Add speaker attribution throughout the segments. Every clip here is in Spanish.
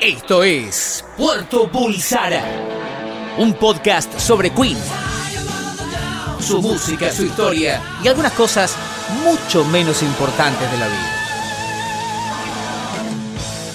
Speaker 1: Esto es Puerto Bulsara, un podcast sobre Queen, su música, su historia y algunas cosas mucho menos importantes de la vida.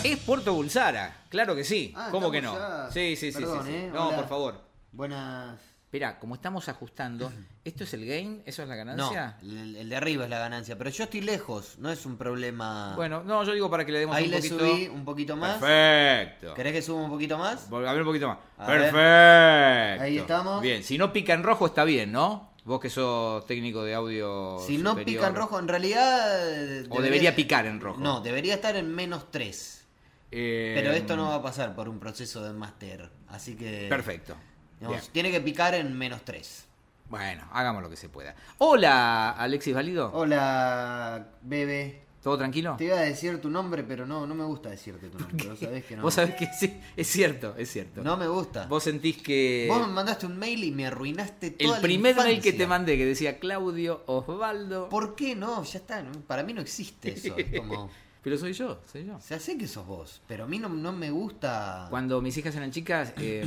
Speaker 1: Es Puerto Bulsara, claro que sí,
Speaker 2: Ah,
Speaker 1: ¿cómo
Speaker 2: estamos
Speaker 1: que no?
Speaker 2: ya.
Speaker 1: Sí, sí, sí,
Speaker 2: Perdón,
Speaker 1: sí, sí.
Speaker 2: ¿eh?
Speaker 1: No,
Speaker 2: Hola.
Speaker 1: por favor.
Speaker 2: Buenas.
Speaker 1: Espera, como estamos ajustando, ¿esto es el game? ¿Eso es la
Speaker 2: No,
Speaker 1: ganancia?
Speaker 2: el, el de arriba es la ganancia, pero yo estoy lejos, no es un problema.
Speaker 1: Bueno, no, yo digo para que le demos
Speaker 2: ahí
Speaker 1: un
Speaker 2: le
Speaker 1: poquito.
Speaker 2: subí un poquito más.
Speaker 1: Perfecto.
Speaker 2: ¿Querés que suba un poquito más?
Speaker 1: Vol- A ver un poquito más.
Speaker 2: A
Speaker 1: Perfecto.
Speaker 2: Ahí estamos.
Speaker 1: Bien, si no pica en rojo está bien, ¿no? Vos que sos técnico de audio.
Speaker 2: Si no
Speaker 1: superior.
Speaker 2: pica en rojo, en realidad. eh,
Speaker 1: O debería picar en rojo.
Speaker 2: No, debería estar en menos 3.
Speaker 1: Eh,
Speaker 2: Pero esto no va a pasar por un proceso de master. Así que.
Speaker 1: Perfecto.
Speaker 2: digamos,
Speaker 1: Bien.
Speaker 2: tiene que picar en menos 3.
Speaker 1: Bueno, hagamos lo que se pueda. Hola, Alexis
Speaker 2: Oh,
Speaker 1: Valido.
Speaker 2: Hola, bebé.
Speaker 1: ¿Todo tranquilo?
Speaker 2: iba a decir tu nombre, pero no, no me gusta decirte tu nombre. Vos sabés que
Speaker 1: Vos sabés que sí, es cierto, es cierto.
Speaker 2: No me gusta.
Speaker 1: Vos sentís que.
Speaker 2: Vos me mandaste un mail y me arruinaste toda
Speaker 1: Eh, el primer
Speaker 2: la
Speaker 1: mail que te
Speaker 2: infancia.
Speaker 1: mandé que decía Claudio Osvaldo.
Speaker 2: ¿Por qué no? Ya está, no- para mí no existe eso. es como,
Speaker 1: Pero soy yo, soy yo.
Speaker 2: o sea, sé que sos vos, pero a mí no, no me gusta.
Speaker 1: Cuando mis hijas eran chicas, eh,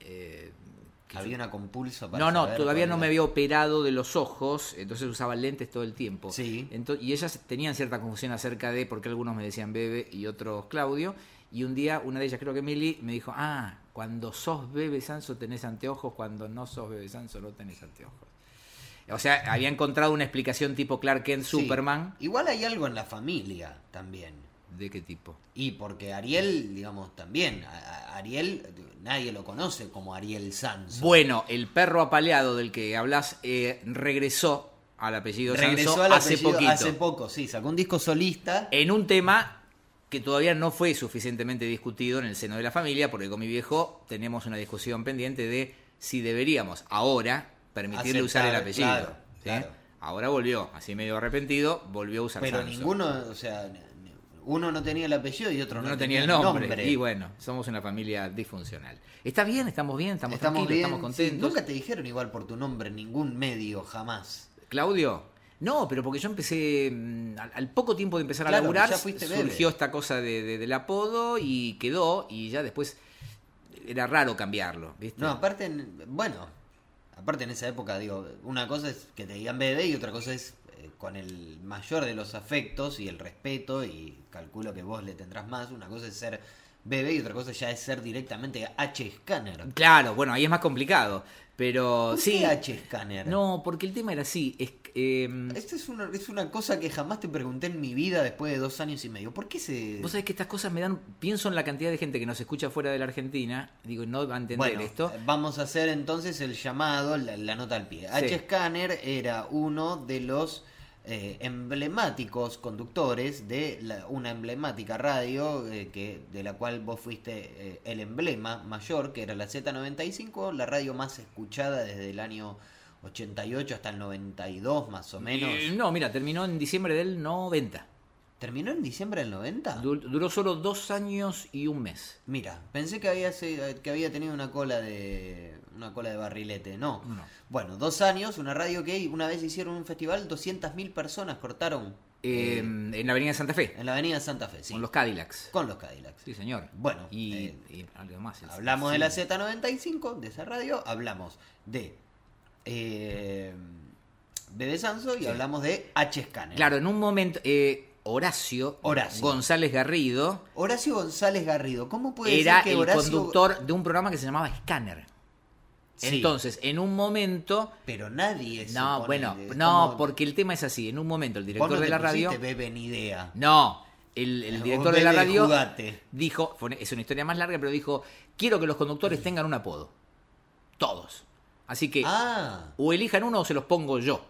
Speaker 1: eh, que
Speaker 2: Había una compulso para
Speaker 1: No, no,
Speaker 2: saber
Speaker 1: todavía
Speaker 2: cuál
Speaker 1: no
Speaker 2: era.
Speaker 1: me había operado de los ojos, entonces usaba lentes todo el tiempo.
Speaker 2: Sí.
Speaker 1: Ento- y ellas tenían cierta confusión acerca de por qué algunos me decían Bebe y otros Claudio. Y un día una de ellas, creo que Mili, me dijo, ah, cuando sos Bebe Sanso tenés anteojos, cuando no sos Bebe Sanso no tenés anteojos. O sea, había encontrado una explicación tipo Clark Kent
Speaker 2: Sí.
Speaker 1: Superman.
Speaker 2: Igual hay algo en la familia también.
Speaker 1: ¿De qué tipo?
Speaker 2: Y porque Ariel, digamos, también. a- a- Ariel, nadie lo conoce como Ariel Sanz.
Speaker 1: Bueno, el perro apaleado del que hablas eh, regresó al apellido
Speaker 2: Regresó
Speaker 1: Sanso
Speaker 2: al
Speaker 1: hace
Speaker 2: apellido
Speaker 1: poquito. Eh,
Speaker 2: hace poco, sí, sacó un disco solista.
Speaker 1: en un tema que todavía no fue suficientemente discutido en el seno de la familia, porque con mi viejo tenemos una discusión pendiente de si deberíamos ahora permitirle
Speaker 2: Aceptar,
Speaker 1: usar el apellido.
Speaker 2: claro,
Speaker 1: ¿sí?
Speaker 2: claro.
Speaker 1: Ahora volvió, así medio arrepentido, volvió a usar
Speaker 2: Pero
Speaker 1: Samson.
Speaker 2: ninguno, o sea, n- n- uno no tenía el apellido y otro
Speaker 1: Uno
Speaker 2: no,
Speaker 1: no tenía el nombre. Y bueno, somos una familia disfuncional. Está bien, estamos bien, estamos,
Speaker 2: estamos
Speaker 1: tranquilos,
Speaker 2: bien,
Speaker 1: estamos
Speaker 2: sí.
Speaker 1: contentos.
Speaker 2: Nunca te dijeron igual por tu nombre en ningún medio, jamás.
Speaker 1: Claudio. No, pero porque yo empecé, mm, al, al poco tiempo de empezar a
Speaker 2: Claro,
Speaker 1: laburar,
Speaker 2: ya fuiste bebé.
Speaker 1: surgió esta cosa de- de- del apodo y quedó, y ya después era raro cambiarlo, ¿viste?
Speaker 2: No, aparte, en- bueno, aparte en esa época, digo, una cosa es que te digan bebé y otra cosa es eh, con el mayor de los afectos y el respeto, y calculo que vos le tendrás más, una cosa es ser bebé y otra cosa ya es ser directamente H-Scanner.
Speaker 1: Claro, bueno, ahí es más complicado, pero
Speaker 2: ¿Por qué
Speaker 1: sí.
Speaker 2: H-Scanner?
Speaker 1: No, porque el tema era así, es, que, em,
Speaker 2: Esta es una, es una cosa que jamás te pregunté en mi vida después de dos años y medio. ¿Por qué se...?
Speaker 1: Vos sabés que estas cosas me dan. Pienso en la cantidad de gente que nos escucha fuera de la Argentina. Digo, no va a entender
Speaker 2: Bueno,
Speaker 1: esto.
Speaker 2: vamos a hacer entonces el llamado, la, la nota al pie. H-Scanner era uno de los eh, emblemáticos conductores de la- una emblemática radio eh, que, de la cual vos fuiste eh, el emblema mayor, que era la Z95, la radio más escuchada desde el año 88 hasta el 92 más o menos.
Speaker 1: Eh, No, mira, terminó en diciembre del 90.
Speaker 2: ¿Terminó en diciembre del 90?
Speaker 1: Du- Duró solo dos años y un mes.
Speaker 2: Mira, pensé que había, se- que había tenido una cola de una cola de barrilete, no.
Speaker 1: No.
Speaker 2: Bueno, dos años, una radio que una vez hicieron un festival, 200.000 personas cortaron
Speaker 1: Eh, en la Avenida Santa Fe,
Speaker 2: en la avenida Santa Fe, sí,
Speaker 1: con los Cadillacs.
Speaker 2: con los Cadillacs.
Speaker 1: Sí, señor.
Speaker 2: Bueno,
Speaker 1: y,
Speaker 2: eh,
Speaker 1: y algo más. el-
Speaker 2: Hablamos de la
Speaker 1: sí.
Speaker 2: Z95, de esa radio, hablamos de eh, Bebé Sanso y hablamos de H-Scanner.
Speaker 1: Claro, en un momento, eh, Horacio,
Speaker 2: Horacio.
Speaker 1: González Garrido
Speaker 2: Horacio González Garrido, ¿cómo puede
Speaker 1: era
Speaker 2: ser que
Speaker 1: el
Speaker 2: Horacio...
Speaker 1: conductor de un programa que se llamaba Scanner.
Speaker 2: Sí,
Speaker 1: Entonces, en un momento.
Speaker 2: pero nadie se
Speaker 1: No,
Speaker 2: pone-
Speaker 1: bueno,
Speaker 2: es
Speaker 1: no,
Speaker 2: como-
Speaker 1: porque el tema es así. En un momento, el
Speaker 2: Vos
Speaker 1: director
Speaker 2: no
Speaker 1: de
Speaker 2: te
Speaker 1: la radio.
Speaker 2: pusiste Bebe ni idea.
Speaker 1: No, el, el
Speaker 2: Vos
Speaker 1: director de la
Speaker 2: Bebe,
Speaker 1: radio
Speaker 2: jugate.
Speaker 1: dijo, fue una- es una historia más larga, pero dijo, quiero que los conductores tengan un apodo. Todos. Así que
Speaker 2: Ah,
Speaker 1: o elijan uno o se los pongo yo.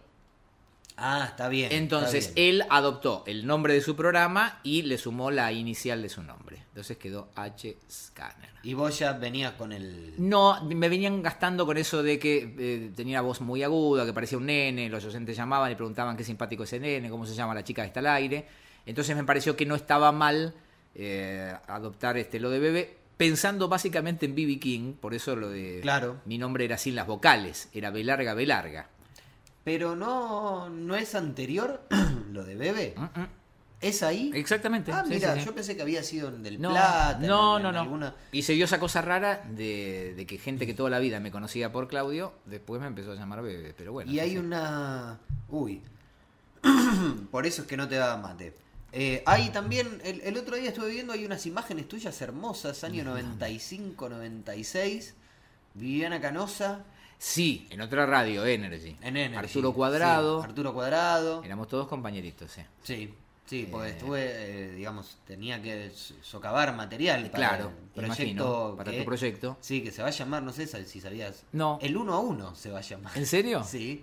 Speaker 2: ah, está bien.
Speaker 1: Entonces, eh,
Speaker 2: está bien.
Speaker 1: él adoptó el nombre de su programa y le sumó la inicial de su nombre. Entonces quedó H Scanner.
Speaker 2: Y vos ya venías con el...
Speaker 1: No, me venían gastando con eso de que eh, tenía la voz muy aguda, que parecía un nene, los docentes llamaban y preguntaban qué simpático ese nene, cómo se llama la chica que está al aire. Entonces me pareció que no estaba mal eh, adoptar este lo de bebé, pensando básicamente en B.B. King, por eso lo de
Speaker 2: Claro.
Speaker 1: mi nombre era sin las vocales, era B larga, B larga.
Speaker 2: Pero no, no es anterior lo de Bebe.
Speaker 1: Mm, mm.
Speaker 2: ¿Es ahí?
Speaker 1: Exactamente.
Speaker 2: Ah,
Speaker 1: sí,
Speaker 2: mira,
Speaker 1: sí, sí.
Speaker 2: yo pensé que había sido en Del
Speaker 1: No,
Speaker 2: Plata. en-
Speaker 1: no,
Speaker 2: en
Speaker 1: no, no.
Speaker 2: alguna-
Speaker 1: Y se dio esa cosa rara de, de que gente que toda la vida me conocía por Claudio, después me empezó a llamar bebé. Pero bueno.
Speaker 2: y
Speaker 1: no
Speaker 2: hay
Speaker 1: sé.
Speaker 2: una. Uy. Por eso es que no te da mate. Eh, hay también, el, el otro día estuve viendo, hay unas imágenes tuyas hermosas, año 95, 96. Viviana Canosa
Speaker 1: Sí, en otra radio, Energy.
Speaker 2: en Energy.
Speaker 1: Arturo
Speaker 2: Sí,
Speaker 1: Cuadrado.
Speaker 2: Arturo Cuadrado.
Speaker 1: Éramos todos compañeritos, sí.
Speaker 2: Sí, sí, porque
Speaker 1: Eh.
Speaker 2: estuve, eh, digamos, tenía que so- socavar material para
Speaker 1: Eh, claro,
Speaker 2: el proyecto.
Speaker 1: imagino. Para
Speaker 2: que-
Speaker 1: tu proyecto.
Speaker 2: Sí, que se va a llamar, no sé si sabías.
Speaker 1: No.
Speaker 2: El uno a uno se va a llamar.
Speaker 1: ¿En serio?
Speaker 2: Sí,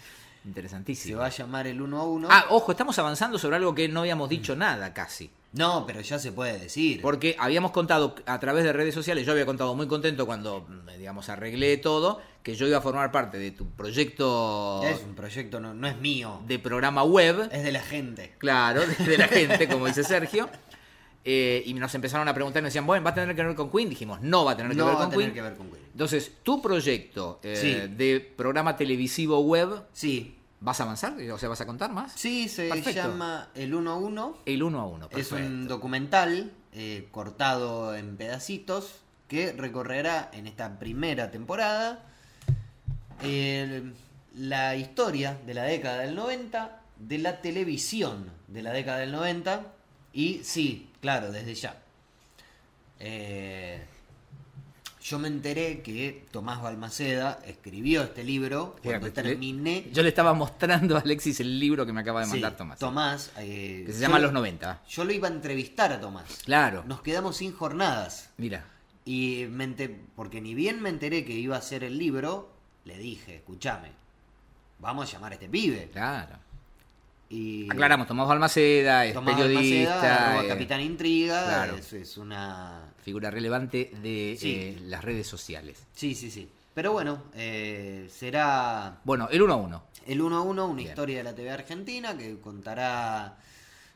Speaker 2: se
Speaker 1: Interesantísimo.
Speaker 2: va a llamar el uno a uno.
Speaker 1: Ah, ojo, estamos avanzando sobre algo que no habíamos dicho nada casi.
Speaker 2: No, pero ya se puede decir.
Speaker 1: Porque habíamos contado a través de redes sociales, yo había contado muy contento cuando, mm, digamos, arreglé todo, que yo iba a formar parte de tu proyecto
Speaker 2: Es un proyecto, no, no es mío,
Speaker 1: de programa web,
Speaker 2: es de la gente.
Speaker 1: claro, de la gente, como dice Sergio. Eh, y nos empezaron a preguntar y nos decían, bueno, ¿va a tener que ver con Queen? Dijimos, no va a tener que
Speaker 2: No
Speaker 1: ver
Speaker 2: va
Speaker 1: con
Speaker 2: a tener
Speaker 1: Queen.
Speaker 2: que ver con Queen.
Speaker 1: Entonces, tu proyecto eh,
Speaker 2: Sí.
Speaker 1: de programa televisivo web,
Speaker 2: Sí,
Speaker 1: ¿vas a avanzar? O sea, ¿vas a contar más?
Speaker 2: sí, se
Speaker 1: Perfecto.
Speaker 2: llama el uno a uno.
Speaker 1: El uno a uno,
Speaker 2: Es
Speaker 1: perfecto.
Speaker 2: un documental eh, cortado en pedacitos que recorrerá en esta primera temporada el- la historia de la década del 90, de la televisión de la década del 90 y sí, claro, desde ya. Eh, yo me enteré que Tomás Balmaceda escribió este libro
Speaker 1: Espera,
Speaker 2: cuando
Speaker 1: que le-
Speaker 2: terminé.
Speaker 1: Yo le estaba mostrando a Alexis el libro que me acaba de mandar
Speaker 2: Sí,
Speaker 1: Tomás.
Speaker 2: eh,
Speaker 1: Que se
Speaker 2: yo-
Speaker 1: llama Los 90.
Speaker 2: Yo lo iba a entrevistar a Tomás.
Speaker 1: Claro.
Speaker 2: Nos quedamos sin jornadas.
Speaker 1: Mira.
Speaker 2: Y me ente- porque ni bien me enteré que iba a ser el libro, le dije, escúchame, vamos a llamar a este pibe.
Speaker 1: Claro.
Speaker 2: Y
Speaker 1: Aclaramos, Tomás Balmaceda es
Speaker 2: Tomás
Speaker 1: periodista,
Speaker 2: Balmaceda, arroba
Speaker 1: eh,
Speaker 2: Capitán Intriga,
Speaker 1: claro.
Speaker 2: es, es una...
Speaker 1: figura relevante de
Speaker 2: Sí.
Speaker 1: eh, las redes sociales.
Speaker 2: Sí, sí, sí. Pero bueno, eh, será
Speaker 1: Bueno, el uno a uno.
Speaker 2: El 1 a 1, una
Speaker 1: Bien.
Speaker 2: historia de la TV argentina que contará.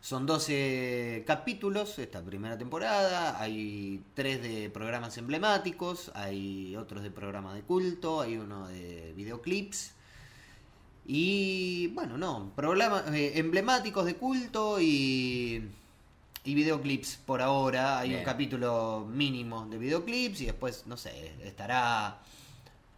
Speaker 2: Son 12 capítulos esta primera temporada. Hay tres de programas emblemáticos, hay otros de programas de culto, hay uno de videoclips. Y bueno, no, programas eh, emblemáticos de culto y, y videoclips por ahora. Hay
Speaker 1: Bien.
Speaker 2: un capítulo mínimo de videoclips y después, no sé, estará.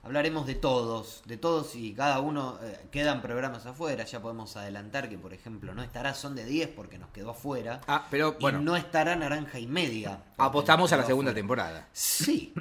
Speaker 2: Hablaremos de todos, de todos y cada uno. eh, quedan programas afuera, ya podemos adelantar que, por ejemplo, no estará Son de 10 porque nos quedó afuera.
Speaker 1: Ah, pero
Speaker 2: y
Speaker 1: bueno,
Speaker 2: no estará Naranja y Media. porque
Speaker 1: apostamos
Speaker 2: nos
Speaker 1: a la
Speaker 2: quedó
Speaker 1: segunda
Speaker 2: afuera.
Speaker 1: temporada.
Speaker 2: Sí.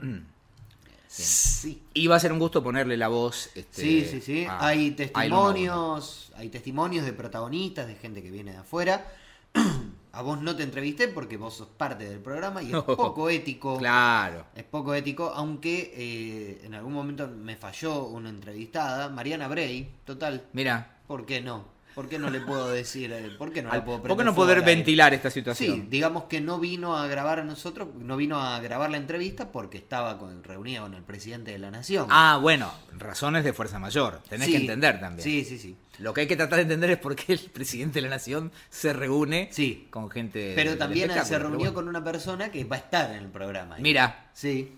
Speaker 2: Sí.
Speaker 1: Y va a ser un gusto ponerle la voz. este,
Speaker 2: Sí, sí, sí.
Speaker 1: a-
Speaker 2: hay
Speaker 1: a El Uno a Uno.
Speaker 2: testimonios, hay testimonios de protagonistas, de gente que viene de afuera. A vos no te entrevisté porque vos sos parte del programa y es
Speaker 1: No.
Speaker 2: poco ético.
Speaker 1: Claro.
Speaker 2: Es poco ético, aunque eh, en algún momento me falló una entrevistada, Mariana Bray, total.
Speaker 1: Mira.
Speaker 2: ¿Por qué no? ¿Por qué no le puedo decir? eh, ¿Por qué no la
Speaker 1: al-
Speaker 2: puedo
Speaker 1: ¿Por qué
Speaker 2: prender
Speaker 1: no
Speaker 2: fuego
Speaker 1: poder
Speaker 2: al aire?
Speaker 1: ventilar esta
Speaker 2: Sí,
Speaker 1: situación?
Speaker 2: digamos que no vino a grabar a nosotros, no vino a grabar la entrevista porque estaba con, reunida con el presidente de la nación.
Speaker 1: Ah, bueno, razones de fuerza mayor. Tenés
Speaker 2: Sí,
Speaker 1: que entender también.
Speaker 2: Sí, sí, sí.
Speaker 1: Lo que hay que tratar de entender es por qué el presidente de la nación se reúne
Speaker 2: Sí.
Speaker 1: con gente.
Speaker 2: Pero
Speaker 1: del
Speaker 2: también se
Speaker 1: Eh, espectáculo, pero
Speaker 2: reunió
Speaker 1: bueno.
Speaker 2: con una persona que va a estar en el programa. ¿eh?
Speaker 1: Mira,
Speaker 2: Sí.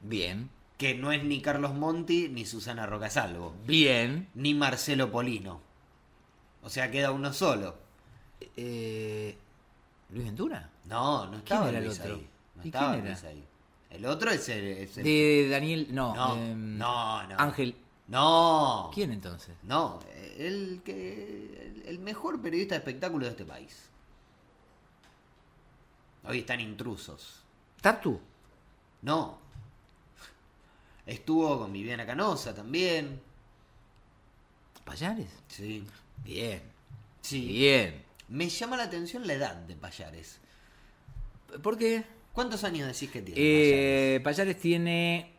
Speaker 1: bien,
Speaker 2: Que no es ni Carlos Monti, ni Susana Rocasalvo,
Speaker 1: bien.
Speaker 2: ni Marcelo Polino. O sea, queda uno solo.
Speaker 1: Eh, ¿Luis Ventura?
Speaker 2: No, no estaba
Speaker 1: era el
Speaker 2: Luis
Speaker 1: otro?
Speaker 2: ahí. No
Speaker 1: ¿Y
Speaker 2: estaba
Speaker 1: quién era?
Speaker 2: Luis ahí. El otro es el. es el-
Speaker 1: De Daniel, no.
Speaker 2: No,
Speaker 1: em,
Speaker 2: no, no.
Speaker 1: Ángel,
Speaker 2: No.
Speaker 1: ¿quién entonces?
Speaker 2: No, el, que, el, el mejor periodista de espectáculo de este país. Hoy están intrusos.
Speaker 1: ¿Tartu?
Speaker 2: No. Estuvo con Viviana Canosa también.
Speaker 1: ¿Payares?
Speaker 2: Sí.
Speaker 1: Bien,
Speaker 2: Sí.
Speaker 1: bien.
Speaker 2: Me llama la atención la edad de Payares.
Speaker 1: ¿Por qué?
Speaker 2: ¿Cuántos años decís que tiene?
Speaker 1: Eh,
Speaker 2: Payares?
Speaker 1: Payares tiene.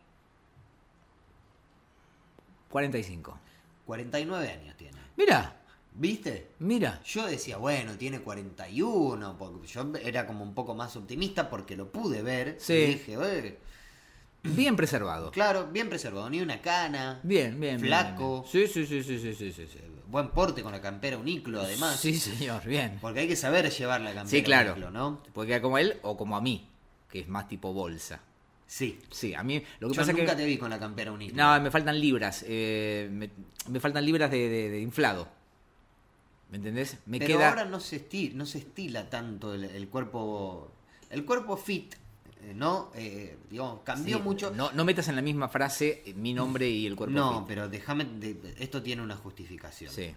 Speaker 1: 45.
Speaker 2: 49 años tiene.
Speaker 1: Mira,
Speaker 2: ¿Viste?
Speaker 1: mira.
Speaker 2: Yo decía, bueno, tiene 41, porque yo era como un poco más optimista porque lo pude ver.
Speaker 1: Sí.
Speaker 2: Y dije, "Eh,
Speaker 1: Bien preservado.
Speaker 2: claro, bien preservado, ni una cana.
Speaker 1: Bien, bien. bien,
Speaker 2: Flaco.
Speaker 1: bien. Sí, sí, sí, sí, sí, sí, sí.
Speaker 2: Buen porte con la campera uniclo, además.
Speaker 1: Sí, señor, bien.
Speaker 2: Porque hay que saber llevar la campera
Speaker 1: Sí, claro.
Speaker 2: uniclo, ¿no?
Speaker 1: Te puede quedar como él o como a mí, que es más tipo bolsa.
Speaker 2: Sí.
Speaker 1: Sí, a mí lo que
Speaker 2: Yo
Speaker 1: pasa es
Speaker 2: nunca
Speaker 1: que...
Speaker 2: te vi con la campera uniclo.
Speaker 1: No, me faltan libras. eh, me, me faltan libras de, de- de inflado. ¿Me entendés? Me
Speaker 2: Pero
Speaker 1: queda.
Speaker 2: ahora no se, estila, no se estila tanto el, el cuerpo. El cuerpo fit, eh, ¿no? Eh, digamos, cambió
Speaker 1: Sí,
Speaker 2: mucho.
Speaker 1: No, no metas en la misma frase eh, mi nombre y el cuerpo.
Speaker 2: No,
Speaker 1: fit.
Speaker 2: pero déjame. de- Esto tiene una justificación.
Speaker 1: Sí.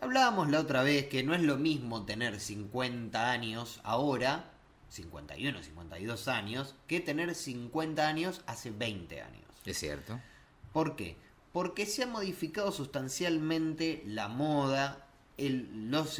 Speaker 2: Hablábamos la otra vez que no es lo mismo tener 50 años ahora, 51, 52 años, que tener 50 años hace 20 años.
Speaker 1: Es cierto.
Speaker 2: ¿Por qué? Porque se ha modificado sustancialmente la moda, el- los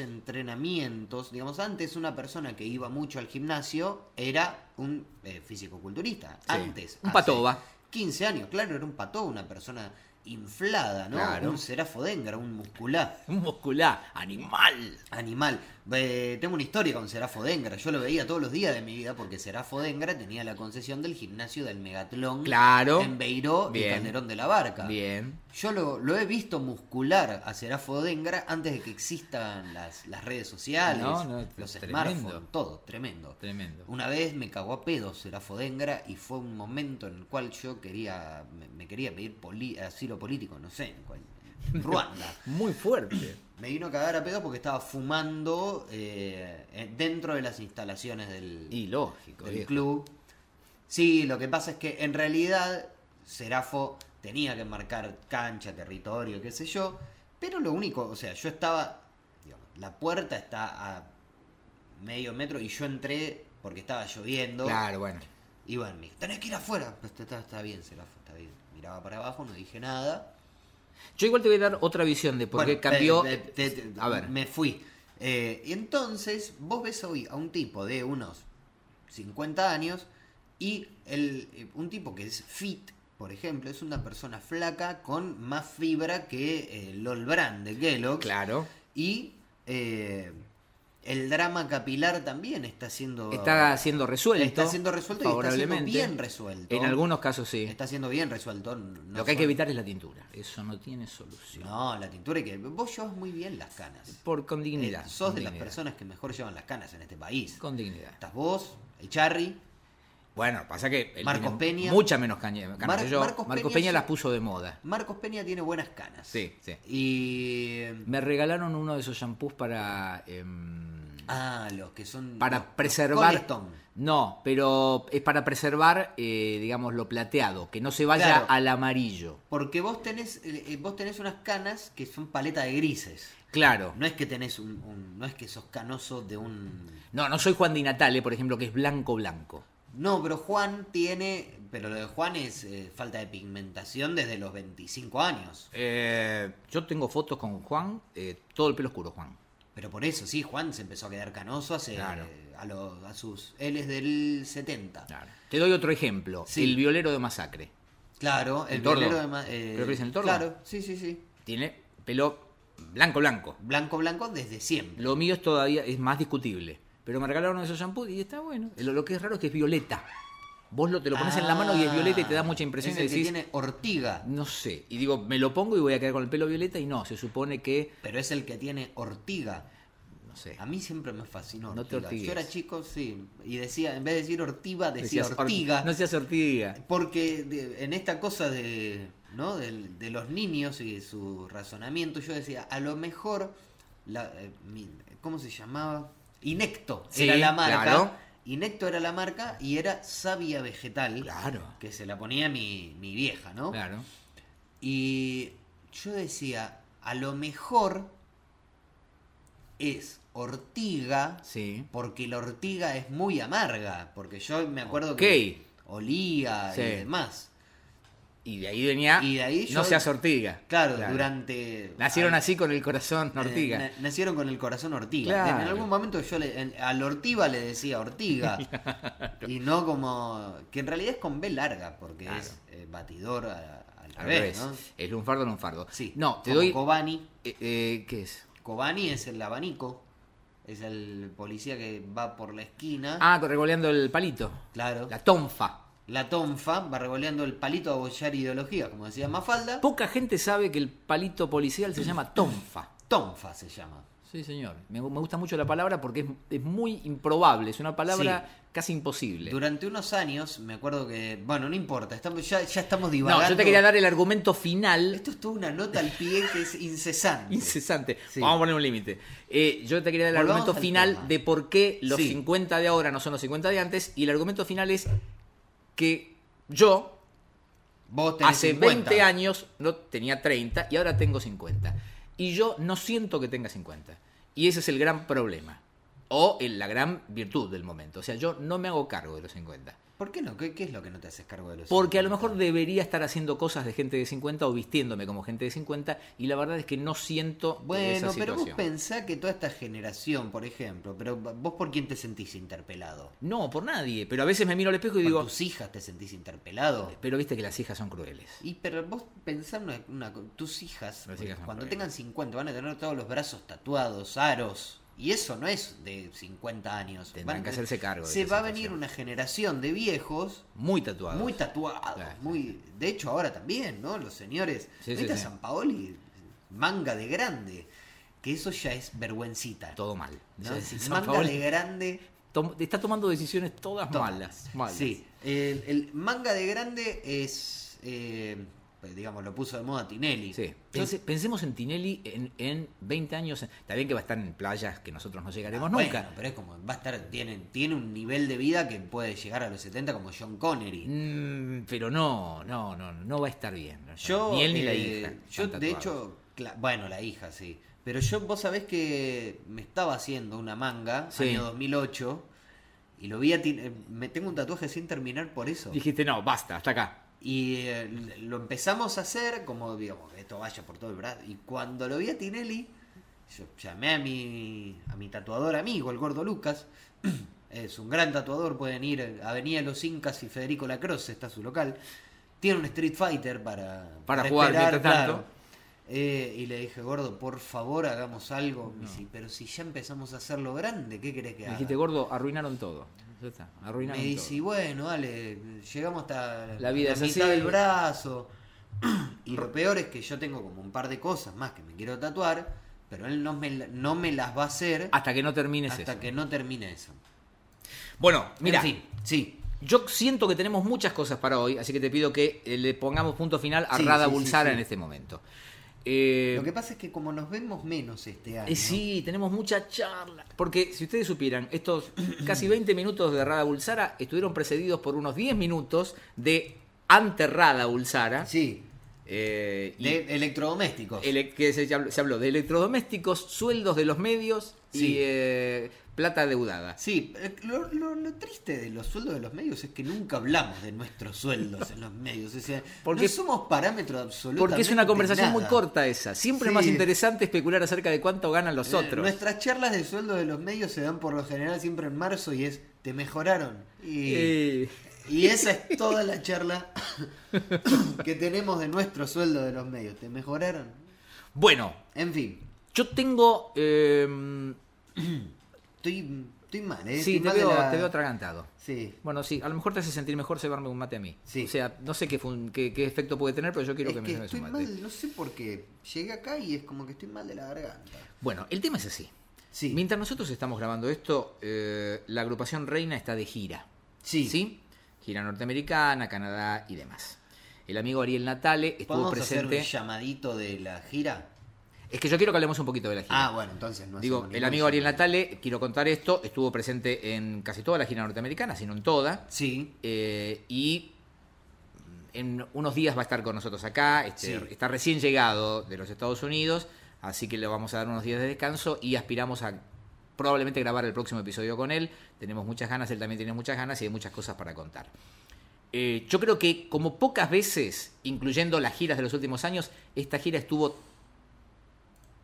Speaker 2: entrenamientos. Digamos, antes una persona que iba mucho al gimnasio era un físico culturista. Antes.
Speaker 1: Un
Speaker 2: hace
Speaker 1: patoba.
Speaker 2: 15 años, claro, era un patoba, una persona inflada, ¿no?
Speaker 1: Claro.
Speaker 2: Un serafo dengra, un muscular.
Speaker 1: Un muscular. Animal.
Speaker 2: Animal. Eh, tengo una historia con Serafo Dengra. Yo lo veía todos los días de mi vida porque Serafo Dengra tenía la concesión del gimnasio del Megatlón
Speaker 1: Claro.
Speaker 2: en Beiró y
Speaker 1: Bien.
Speaker 2: Calderón de la Barca.
Speaker 1: Bien.
Speaker 2: Yo lo, lo he visto muscular a Serafo Dengra antes de que existan las, las redes sociales,
Speaker 1: No, no,
Speaker 2: los
Speaker 1: tremendo.
Speaker 2: smartphones, todo, tremendo.
Speaker 1: Tremendo.
Speaker 2: Una vez me cagó a pedos Serafo Dengra y fue un momento en el cual yo quería me, me quería pedir poli- asilo político, no sé, en, cual- en Ruanda.
Speaker 1: Muy fuerte.
Speaker 2: Me vino a cagar a pedos porque estaba fumando eh, eh, dentro de las instalaciones del,
Speaker 1: Y lógico.
Speaker 2: del
Speaker 1: viejo.
Speaker 2: club. Sí, lo que pasa es que en realidad Serafo tenía que marcar cancha, territorio, qué sé yo. Pero lo único, o sea, yo estaba, digamos, la puerta está a medio metro y yo entré porque estaba lloviendo.
Speaker 1: Claro, bueno.
Speaker 2: Y bueno, me dijo, tenés que ir afuera. Pues, está, está- está bien, Serafo, está bien. Miraba para abajo, no dije nada.
Speaker 1: Yo igual te voy a dar otra visión de por qué
Speaker 2: Bueno,
Speaker 1: cambió.
Speaker 2: eh, te- te-
Speaker 1: a ver.
Speaker 2: Me fui. Eh, y entonces, vos ves hoy a un tipo de unos 50 años y el, eh, un tipo que es fit, por ejemplo, es una persona flaca con más fibra que el LOL Brand de Kellogg.
Speaker 1: Claro.
Speaker 2: Y eh, el drama capilar también está siendo.
Speaker 1: Está siendo resuelto.
Speaker 2: Está siendo resuelto y está siendo
Speaker 1: favorablemente.
Speaker 2: bien resuelto.
Speaker 1: En algunos casos sí.
Speaker 2: Está siendo bien resuelto. no
Speaker 1: Lo que hay que
Speaker 2: son-
Speaker 1: evitar es la tintura. Eso no tiene solución.
Speaker 2: No, la tintura hay que. Vos llevas muy bien las canas.
Speaker 1: Por con dignidad.
Speaker 2: Eh, sos
Speaker 1: con
Speaker 2: de las
Speaker 1: dignidad,
Speaker 2: personas que mejor llevan las canas en este país.
Speaker 1: Con dignidad.
Speaker 2: Estás vos, el Charry.
Speaker 1: Bueno, pasa que él tiene
Speaker 2: Marcos Peña.
Speaker 1: Mucha menos caña. canas
Speaker 2: Mar-
Speaker 1: que yo.
Speaker 2: Marcos
Speaker 1: Marcos,
Speaker 2: Peña
Speaker 1: Peña,
Speaker 2: es-
Speaker 1: las puso de moda.
Speaker 2: Marcos Peña tiene buenas canas.
Speaker 1: Sí, sí.
Speaker 2: Y.
Speaker 1: Me regalaron uno de esos shampoos para. em,
Speaker 2: Ah, los que son.
Speaker 1: para
Speaker 2: los- los
Speaker 1: preservar.
Speaker 2: Colestone.
Speaker 1: No, pero es para preservar, eh, digamos, lo plateado, que no se vaya
Speaker 2: Claro.
Speaker 1: al amarillo.
Speaker 2: Porque vos tenés, eh, eh, vos tenés unas canas que son paleta de grises.
Speaker 1: Claro.
Speaker 2: No es que tenés un, un- No es que sos canoso de un.
Speaker 1: No, no soy Juan Di Natale, por ejemplo, que es blanco blanco.
Speaker 2: No, pero Juan tiene. Pero lo de Juan es eh, falta de pigmentación desde los 25 años.
Speaker 1: Eh, yo tengo fotos con Juan, eh, todo el pelo oscuro, Juan.
Speaker 2: Pero por eso, sí, Juan se empezó a quedar canoso hace,
Speaker 1: Claro.
Speaker 2: eh, a, los, a sus... Él es del 70.
Speaker 1: Te doy otro ejemplo.
Speaker 2: Sí.
Speaker 1: El violero de masacre.
Speaker 2: Claro, el,
Speaker 1: El tordo.
Speaker 2: violero de ma- eh,
Speaker 1: Creo que es el tordo.
Speaker 2: Claro, sí, sí, sí.
Speaker 1: Tiene pelo blanco blanco.
Speaker 2: Blanco, blanco desde siempre.
Speaker 1: Lo mío es todavía es más discutible. Pero me regalaron uno de esos shampoos y está bueno. Lo, lo que es raro es que es violeta. Vos lo, te lo pones en la mano y es violeta y te da mucha impresión
Speaker 2: Ah,
Speaker 1: y
Speaker 2: Es el
Speaker 1: decís,
Speaker 2: que tiene ortiga,
Speaker 1: no sé. Y digo, me lo pongo y voy a quedar con el pelo violeta y no, se supone que,
Speaker 2: pero es el que tiene ortiga.
Speaker 1: no sé.
Speaker 2: A mí siempre me fascinó
Speaker 1: No te
Speaker 2: ortiga. Yo
Speaker 1: ortigues.
Speaker 2: era chico, sí, y decía, en vez de decir ortiga, decía
Speaker 1: Decías, "Or-
Speaker 2: ortiga.
Speaker 1: No seas ortiga.
Speaker 2: Porque de- en esta cosa de, ¿no? del- de, los niños y de su razonamiento, yo decía, a lo mejor, la, eh, mi- ¿cómo se llamaba? Inecto
Speaker 1: Sí,
Speaker 2: era la marca.
Speaker 1: claro.
Speaker 2: Inecto era la marca y era savia vegetal.
Speaker 1: Claro.
Speaker 2: Que se la ponía mi, mi vieja, ¿no?
Speaker 1: Claro.
Speaker 2: Y yo decía, a lo mejor es ortiga.
Speaker 1: Sí.
Speaker 2: Porque la ortiga es muy amarga. Porque yo me acuerdo que olía
Speaker 1: Sí.
Speaker 2: y demás.
Speaker 1: Y de ahí venía,
Speaker 2: Y de ahí yo-
Speaker 1: no seas ortiga.
Speaker 2: Claro, durante.
Speaker 1: Nacieron
Speaker 2: al-
Speaker 1: así con el corazón ortiga.
Speaker 2: eh, na- nacieron con el corazón ortiga.
Speaker 1: Claro.
Speaker 2: En algún momento yo le, en- a la ortiga le decía ortiga. Y no como. Que en realidad es con B larga, porque
Speaker 1: Claro.
Speaker 2: es eh, batidor a- al
Speaker 1: Al
Speaker 2: revés,
Speaker 1: revés.
Speaker 2: ¿no?
Speaker 1: Es lunfardo, lunfardo.
Speaker 2: Sí.
Speaker 1: No, te
Speaker 2: como
Speaker 1: doy...
Speaker 2: Kobani.
Speaker 1: eh, eh, ¿Qué es?
Speaker 2: Kobani es el abanico. Es el policía que va por la esquina.
Speaker 1: Ah, regoleando el palito.
Speaker 2: claro.
Speaker 1: La tonfa.
Speaker 2: La tonfa va regoleando el palito a bollar ideología, como
Speaker 1: Mm.
Speaker 2: decía Mafalda.
Speaker 1: Poca gente sabe que el palito policial se llama tonfa.
Speaker 2: Tonfa se llama.
Speaker 1: Sí, señor. Me, me gusta mucho la palabra porque es, es muy improbable. Es una palabra
Speaker 2: Sí.
Speaker 1: casi imposible.
Speaker 2: Durante unos años, me acuerdo que. Bueno, no importa, estamos, ya, ya estamos divagando.
Speaker 1: No, yo te quería dar el argumento final
Speaker 2: Esto es toda una nota al pie que es incesante.
Speaker 1: incesante.
Speaker 2: Sí.
Speaker 1: Vamos a poner un límite. Eh, yo te quería dar el
Speaker 2: Volvamos
Speaker 1: argumento
Speaker 2: al
Speaker 1: final
Speaker 2: tema.
Speaker 1: de por qué los
Speaker 2: Sí.
Speaker 1: 50 de ahora no son los 50 de antes. Y el argumento final es que yo,
Speaker 2: Vos tenés
Speaker 1: hace
Speaker 2: 50.
Speaker 1: 20 años no tenía 30 y ahora tengo 50. Y yo no siento que tenga 50. Y ese es el gran problema. O el- la gran virtud del momento. O sea, yo no me hago cargo de los 50.
Speaker 2: ¿Por qué no? ¿Qué, qué es lo que no te haces cargo de los
Speaker 1: Porque a lo
Speaker 2: 50?
Speaker 1: mejor debería estar haciendo cosas de gente de 50 o vistiéndome como gente de 50 y la verdad es que no siento eh,
Speaker 2: Bueno,
Speaker 1: esa
Speaker 2: pero vos
Speaker 1: situación.
Speaker 2: pensá que toda esta generación, por ejemplo, pero vos por quién te sentís interpelado.
Speaker 1: no, por nadie. Pero a veces me miro al espejo y
Speaker 2: ¿Por
Speaker 1: digo,
Speaker 2: tus hijas te sentís interpelado?
Speaker 1: pero viste que las hijas son crueles.
Speaker 2: Y pero vos pensá una, una co- tus hijas,
Speaker 1: Las hijas son
Speaker 2: cuando
Speaker 1: reales.
Speaker 2: tengan 50 van a tener todos los brazos tatuados, aros, y eso no es de 50 años.
Speaker 1: Tendrán
Speaker 2: Van-
Speaker 1: que hacerse cargo de
Speaker 2: Se
Speaker 1: esa
Speaker 2: va a venir
Speaker 1: situación.
Speaker 2: una generación de viejos
Speaker 1: Muy tatuadas.
Speaker 2: muy tatuados,
Speaker 1: Claro.
Speaker 2: muy de hecho ahora también, ¿no? Los señores,
Speaker 1: Sí,
Speaker 2: viste
Speaker 1: sí,
Speaker 2: a
Speaker 1: sí.
Speaker 2: San Paoli manga de grande, que eso ya es vergüencita.
Speaker 1: Todo mal.
Speaker 2: ¿no?
Speaker 1: Sí,
Speaker 2: Si
Speaker 1: San
Speaker 2: manga
Speaker 1: Paolo
Speaker 2: de grande
Speaker 1: tom- está tomando decisiones todas
Speaker 2: Todas.
Speaker 1: malas. malas.
Speaker 2: Sí, el, el manga de grande es, eh, pues, digamos, lo puso de moda Tinelli.
Speaker 1: Sí.
Speaker 2: Entonces,
Speaker 1: Pense- pensemos en Tinelli en, en 20 años. Está bien que va a estar en playas que nosotros no llegaremos
Speaker 2: ah, bueno,
Speaker 1: nunca.
Speaker 2: pero es como, va a estar, tiene, tiene un nivel de vida que puede llegar a los 70 como John Connery.
Speaker 1: Mm, Pero no, no, no, no va a estar bien. No,
Speaker 2: Yo,
Speaker 1: ni él ni la
Speaker 2: eh,
Speaker 1: hija.
Speaker 2: Yo,
Speaker 1: están tatuados.
Speaker 2: de hecho, cla- bueno, la hija, sí. Pero yo, vos sabés que me estaba haciendo una manga,
Speaker 1: Sí.
Speaker 2: año 2008, y lo vi a Tin- eh, Me tengo un tatuaje sin terminar por eso.
Speaker 1: Dijiste, no, basta, hasta acá.
Speaker 2: Y eh, lo empezamos a hacer, como digamos, esto vaya por todo el brazo. Y cuando lo vi a Tinelli, yo llamé a mi, a mi tatuador amigo, el gordo Lucas. Es un gran tatuador, pueden ir a Avenida Los Incas y Federico Lacroze, está su local. Tiene un Street Fighter para,
Speaker 1: Para jugar mientras tanto.
Speaker 2: Eh, y le dije, gordo, por favor hagamos algo. Me dice, pero si ya empezamos a hacerlo grande, ¿qué querés que haga?
Speaker 1: Dijiste, gordo, arruinaron todo. Ya está,
Speaker 2: Me
Speaker 1: arruinaron
Speaker 2: dice, y
Speaker 1: todo.
Speaker 2: bueno, dale, llegamos hasta
Speaker 1: La vida es
Speaker 2: mitad
Speaker 1: así.
Speaker 2: del brazo. Y lo peor es que yo tengo como un par de cosas más que me quiero tatuar, pero él no me, la- no me las va a hacer
Speaker 1: Hasta que no termines
Speaker 2: hasta
Speaker 1: Ah, eso.
Speaker 2: que no termine eso.
Speaker 1: Bueno, mira,
Speaker 2: En fin, sí.
Speaker 1: yo siento que tenemos muchas cosas para hoy, así que te pido que eh, le pongamos punto final a
Speaker 2: Sí,
Speaker 1: Rada
Speaker 2: sí, sí,
Speaker 1: Bulsara
Speaker 2: sí.
Speaker 1: en este momento. Eh,
Speaker 2: Lo que pasa es que como nos vemos menos este año,
Speaker 1: Eh, sí, tenemos mucha charla. Porque si ustedes supieran, estos casi 20 minutos de Rada Bulsara estuvieron precedidos por unos 10 minutos de ante Rada Bulsara.
Speaker 2: sí,
Speaker 1: eh, y
Speaker 2: de electrodomésticos.
Speaker 1: ele- que se habló, se habló de electrodomésticos, sueldos de los medios y
Speaker 2: Sí.
Speaker 1: eh, plata deudada.
Speaker 2: Sí, eh, lo, lo- lo triste de los sueldos de los medios es que nunca hablamos de nuestros sueldos en los medios. O sea,
Speaker 1: Porque-
Speaker 2: no somos parámetro absoluto.
Speaker 1: Porque es una conversación muy
Speaker 2: corta.
Speaker 1: corta esa. Siempre
Speaker 2: Sí.
Speaker 1: más interesante especular acerca de cuánto ganan los
Speaker 2: Eh,
Speaker 1: otros.
Speaker 2: Nuestras charlas de sueldo de los medios se dan por lo general siempre en marzo y es, te mejoraron. Y,
Speaker 1: Eh,
Speaker 2: y esa es toda la charla que tenemos de nuestro sueldo de los medios. Te mejoraron.
Speaker 1: bueno,
Speaker 2: En fin,
Speaker 1: yo tengo... eh,
Speaker 2: estoy, estoy mal, ¿eh?
Speaker 1: sí,
Speaker 2: Estoy
Speaker 1: te
Speaker 2: mal de
Speaker 1: veo,
Speaker 2: la-
Speaker 1: te veo atragantado.
Speaker 2: Sí.
Speaker 1: Bueno, sí, a lo mejor te hace sentir mejor cebarme un mate a mí.
Speaker 2: Sí.
Speaker 1: O sea, no sé qué, fun- qué, qué efecto puede tener, pero yo quiero
Speaker 2: es
Speaker 1: que,
Speaker 2: que
Speaker 1: me cebes
Speaker 2: estoy
Speaker 1: un mate.
Speaker 2: mal, no sé por qué. Llegué acá y es como que estoy mal de la garganta.
Speaker 1: Bueno, el tema es así.
Speaker 2: Sí.
Speaker 1: Mientras nosotros estamos grabando esto, eh, la agrupación Reina está de gira.
Speaker 2: Sí.
Speaker 1: Gira norteamericana, Canadá y demás. El amigo Ariel Natale estuvo
Speaker 2: ¿Podemos hacer
Speaker 1: presente.
Speaker 2: un llamadito de la gira?
Speaker 1: Es que yo quiero que hablemos un poquito de la gira.
Speaker 2: Ah, bueno, entonces no
Speaker 1: Digo,
Speaker 2: hacemos
Speaker 1: el
Speaker 2: ningún
Speaker 1: amigo Ariel
Speaker 2: llamado.
Speaker 1: Natale, quiero contar esto, estuvo presente en casi toda la gira norteamericana, si no en toda.
Speaker 2: Sí.
Speaker 1: Eh, y en unos días va a estar con nosotros acá. este,
Speaker 2: Sí.
Speaker 1: Está recién llegado de los Estados Unidos, así que le vamos a dar unos días de descanso y aspiramos a probablemente grabar el próximo episodio con él. Tenemos muchas ganas, él también tiene muchas ganas y hay muchas cosas para contar. Eh, yo creo que como pocas veces, incluyendo las giras de los últimos años, esta gira estuvo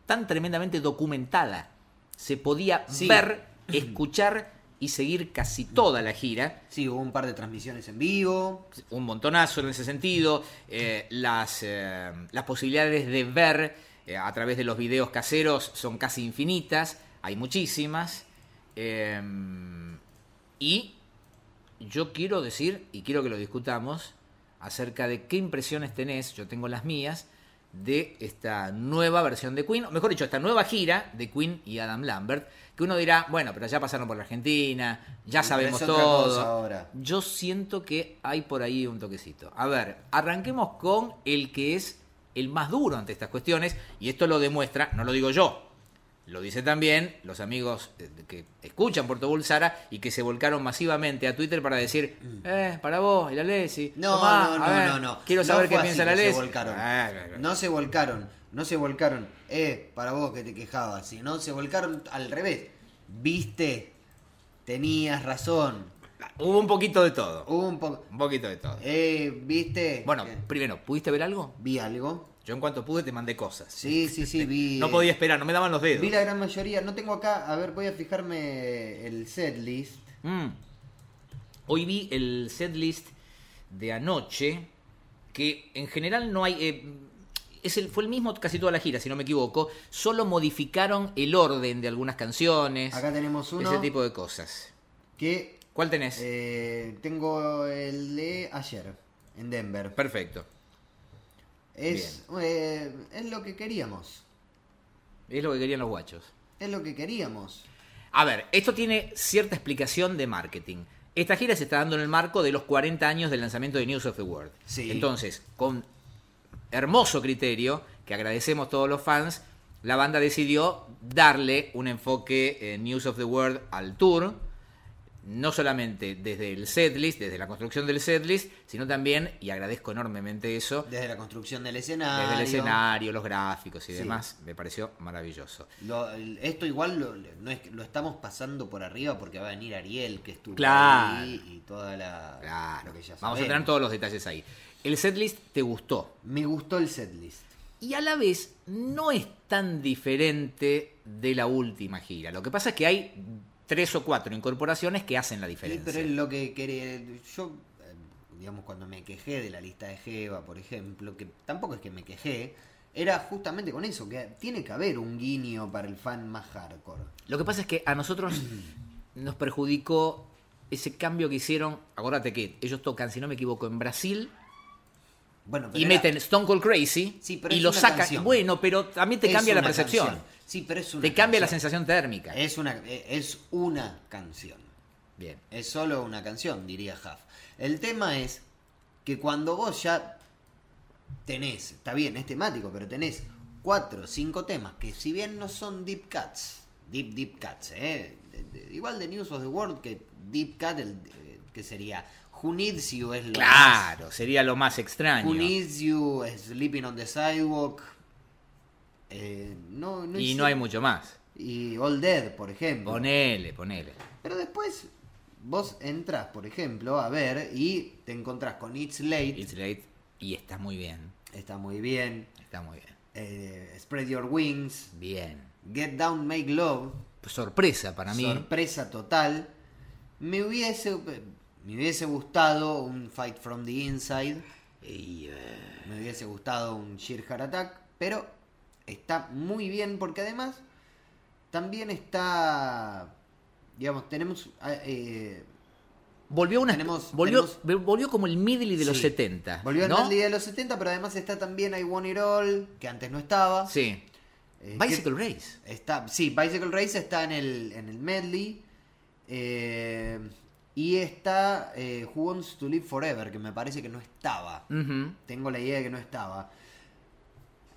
Speaker 1: tan tremendamente documentada. Se podía
Speaker 2: Sí.
Speaker 1: ver, escuchar y seguir casi toda la gira
Speaker 2: Sí, hubo un par de transmisiones en vivo.
Speaker 1: un montonazo en ese sentido. eh, las, eh, las posibilidades de ver eh, a través de los videos caseros son casi infinitas, hay muchísimas. eh, y yo quiero decir, y quiero que lo discutamos, acerca de qué impresiones tenés, yo tengo las mías, de esta nueva versión de Queen, o mejor dicho, esta nueva gira de Queen y Adam Lambert, que uno dirá, bueno, pero ya pasaron por la Argentina, ya
Speaker 2: Pero
Speaker 1: sabemos
Speaker 2: es otra
Speaker 1: todo.
Speaker 2: cosa ahora.
Speaker 1: Yo siento que hay por ahí un toquecito. A ver, arranquemos con el que es el más duro ante estas cuestiones, y esto lo demuestra, no lo digo yo, lo dice también los amigos eh, que escuchan Puerto Bulsara y que se volcaron masivamente a Twitter para decir, eh, para vos, el Alessi,
Speaker 2: No,
Speaker 1: tomá,
Speaker 2: no,
Speaker 1: a
Speaker 2: no,
Speaker 1: ver,
Speaker 2: no, no.
Speaker 1: quiero
Speaker 2: No
Speaker 1: saber
Speaker 2: fue
Speaker 1: qué
Speaker 2: así
Speaker 1: piensa el
Speaker 2: que
Speaker 1: Alessi.
Speaker 2: Se volcaron.
Speaker 1: Ah, no, no, no.
Speaker 2: No se volcaron, no se volcaron. Eh, para vos que te quejabas, si no se volcaron al revés. Viste, tenías razón.
Speaker 1: Hubo un poquito de todo.
Speaker 2: Hubo un poco.
Speaker 1: Un poquito de todo.
Speaker 2: Eh, viste.
Speaker 1: Bueno,
Speaker 2: Eh,
Speaker 1: primero, ¿pudiste ver algo?
Speaker 2: vi algo.
Speaker 1: Yo en cuanto pude te mandé cosas.
Speaker 2: Sí, sí, sí, vi.
Speaker 1: No podía esperar, no me daban los dedos.
Speaker 2: Vi la gran mayoría. No tengo acá. A ver, voy a fijarme el setlist.
Speaker 1: Mm. Hoy vi el setlist de anoche, que en general no hay... eh, es el, fue el mismo casi toda la gira, si no me equivoco. Solo modificaron el orden de algunas canciones.
Speaker 2: Acá tenemos uno
Speaker 1: Ese tipo de cosas.
Speaker 2: que
Speaker 1: ¿Cuál tenés?
Speaker 2: eh, tengo el de ayer en Denver.
Speaker 1: Perfecto.
Speaker 2: Es, eh, es lo que queríamos.
Speaker 1: Es lo que querían los guachos.
Speaker 2: Es lo que queríamos.
Speaker 1: A ver, esto tiene cierta explicación de marketing. Esta gira se está dando en el marco de los 40 años del lanzamiento de News of the World.
Speaker 2: Sí.
Speaker 1: Entonces, con hermoso criterio, que agradecemos todos los fans, la banda decidió darle un enfoque eh, News of the World al tour, no solamente desde el setlist, desde la construcción del setlist, sino también, y agradezco enormemente eso,
Speaker 2: Desde la construcción del escenario.
Speaker 1: desde el escenario, los gráficos y
Speaker 2: Sí.
Speaker 1: demás, me pareció maravilloso.
Speaker 2: Lo- el- esto igual lo, no es, que- lo estamos pasando por arriba porque va a venir Ariel, que estuvo
Speaker 1: Claro.
Speaker 2: ahí y toda la.
Speaker 1: Claro,
Speaker 2: lo que ya
Speaker 1: vamos a
Speaker 2: sabemos.
Speaker 1: tener todos los detalles ahí. El setlist te gustó,
Speaker 2: Me gustó el setlist.
Speaker 1: Y a la vez no es tan diferente de la última gira. Lo que pasa es que hay tres o cuatro incorporaciones que hacen la
Speaker 2: Sí,
Speaker 1: diferencia.
Speaker 2: pero es lo que quería. Yo, eh, digamos, cuando me quejé de la lista de Jeva, por ejemplo, que tampoco es que me quejé, era justamente con eso, que tiene que haber un guiño para el fan más hardcore.
Speaker 1: Lo que pasa es que a nosotros nos perjudicó ese cambio que hicieron. Acuérdate que ellos tocan, si no me equivoco, en Brasil
Speaker 2: Bueno,
Speaker 1: y
Speaker 2: era-
Speaker 1: meten Stone Cold Crazy
Speaker 2: Sí, pero
Speaker 1: y
Speaker 2: es
Speaker 1: lo
Speaker 2: una
Speaker 1: sacan.
Speaker 2: canción.
Speaker 1: Bueno, pero también te
Speaker 2: es
Speaker 1: cambia la
Speaker 2: una
Speaker 1: percepción.
Speaker 2: canción. Sí, pero es una
Speaker 1: Te cambia la
Speaker 2: canción.
Speaker 1: sensación térmica.
Speaker 2: Es una, eh, es una canción.
Speaker 1: Bien.
Speaker 2: Es solo una canción, diría Huff. El tema es que cuando vos ya tenés, está bien, es temático, pero tenés cuatro o cinco temas que si bien no son deep cuts, deep, deep cuts, ¿eh? De- de- igual de News of the World que deep cut, el, eh, que sería Who Needs You es lo más-
Speaker 1: Claro, sería lo más extraño.
Speaker 2: Who Needs You, Sleeping on the Sidewalk. eh, no, no
Speaker 1: y
Speaker 2: hice-
Speaker 1: no hay mucho más.
Speaker 2: Y All Dead, por ejemplo.
Speaker 1: Ponele, ponele.
Speaker 2: Pero después vos entras, por ejemplo, a ver y te encontrás con It's Late.
Speaker 1: It's late y está muy bien.
Speaker 2: Está muy bien.
Speaker 1: Está muy bien.
Speaker 2: eh, Spread Your Wings.
Speaker 1: Bien.
Speaker 2: Get Down, Make Love.
Speaker 1: Sorpresa para mí.
Speaker 2: Sorpresa total. Me hubiese, me hubiese gustado un Fight from the Inside.
Speaker 1: Y, eh,
Speaker 2: Me hubiese gustado un Sheer Heart Attack. Pero está muy bien porque además también está... Digamos, tenemos... eh,
Speaker 1: volvió una.
Speaker 2: Tenemos-
Speaker 1: volvió,
Speaker 2: tenemos-
Speaker 1: ve- volvió como el medley de los
Speaker 2: Sí.
Speaker 1: 70.
Speaker 2: Volvió
Speaker 1: ¿no?
Speaker 2: al día de los 70, pero además está también I Want It All, que antes no estaba.
Speaker 1: Sí.
Speaker 2: Eh,
Speaker 1: Bicycle Race.
Speaker 2: que Está, sí, Bicycle Race está en el, en el medley. Eh, y está eh, Who Wants to Live Forever, que me parece que no estaba.
Speaker 1: Ujú.
Speaker 2: Tengo la idea de que no estaba.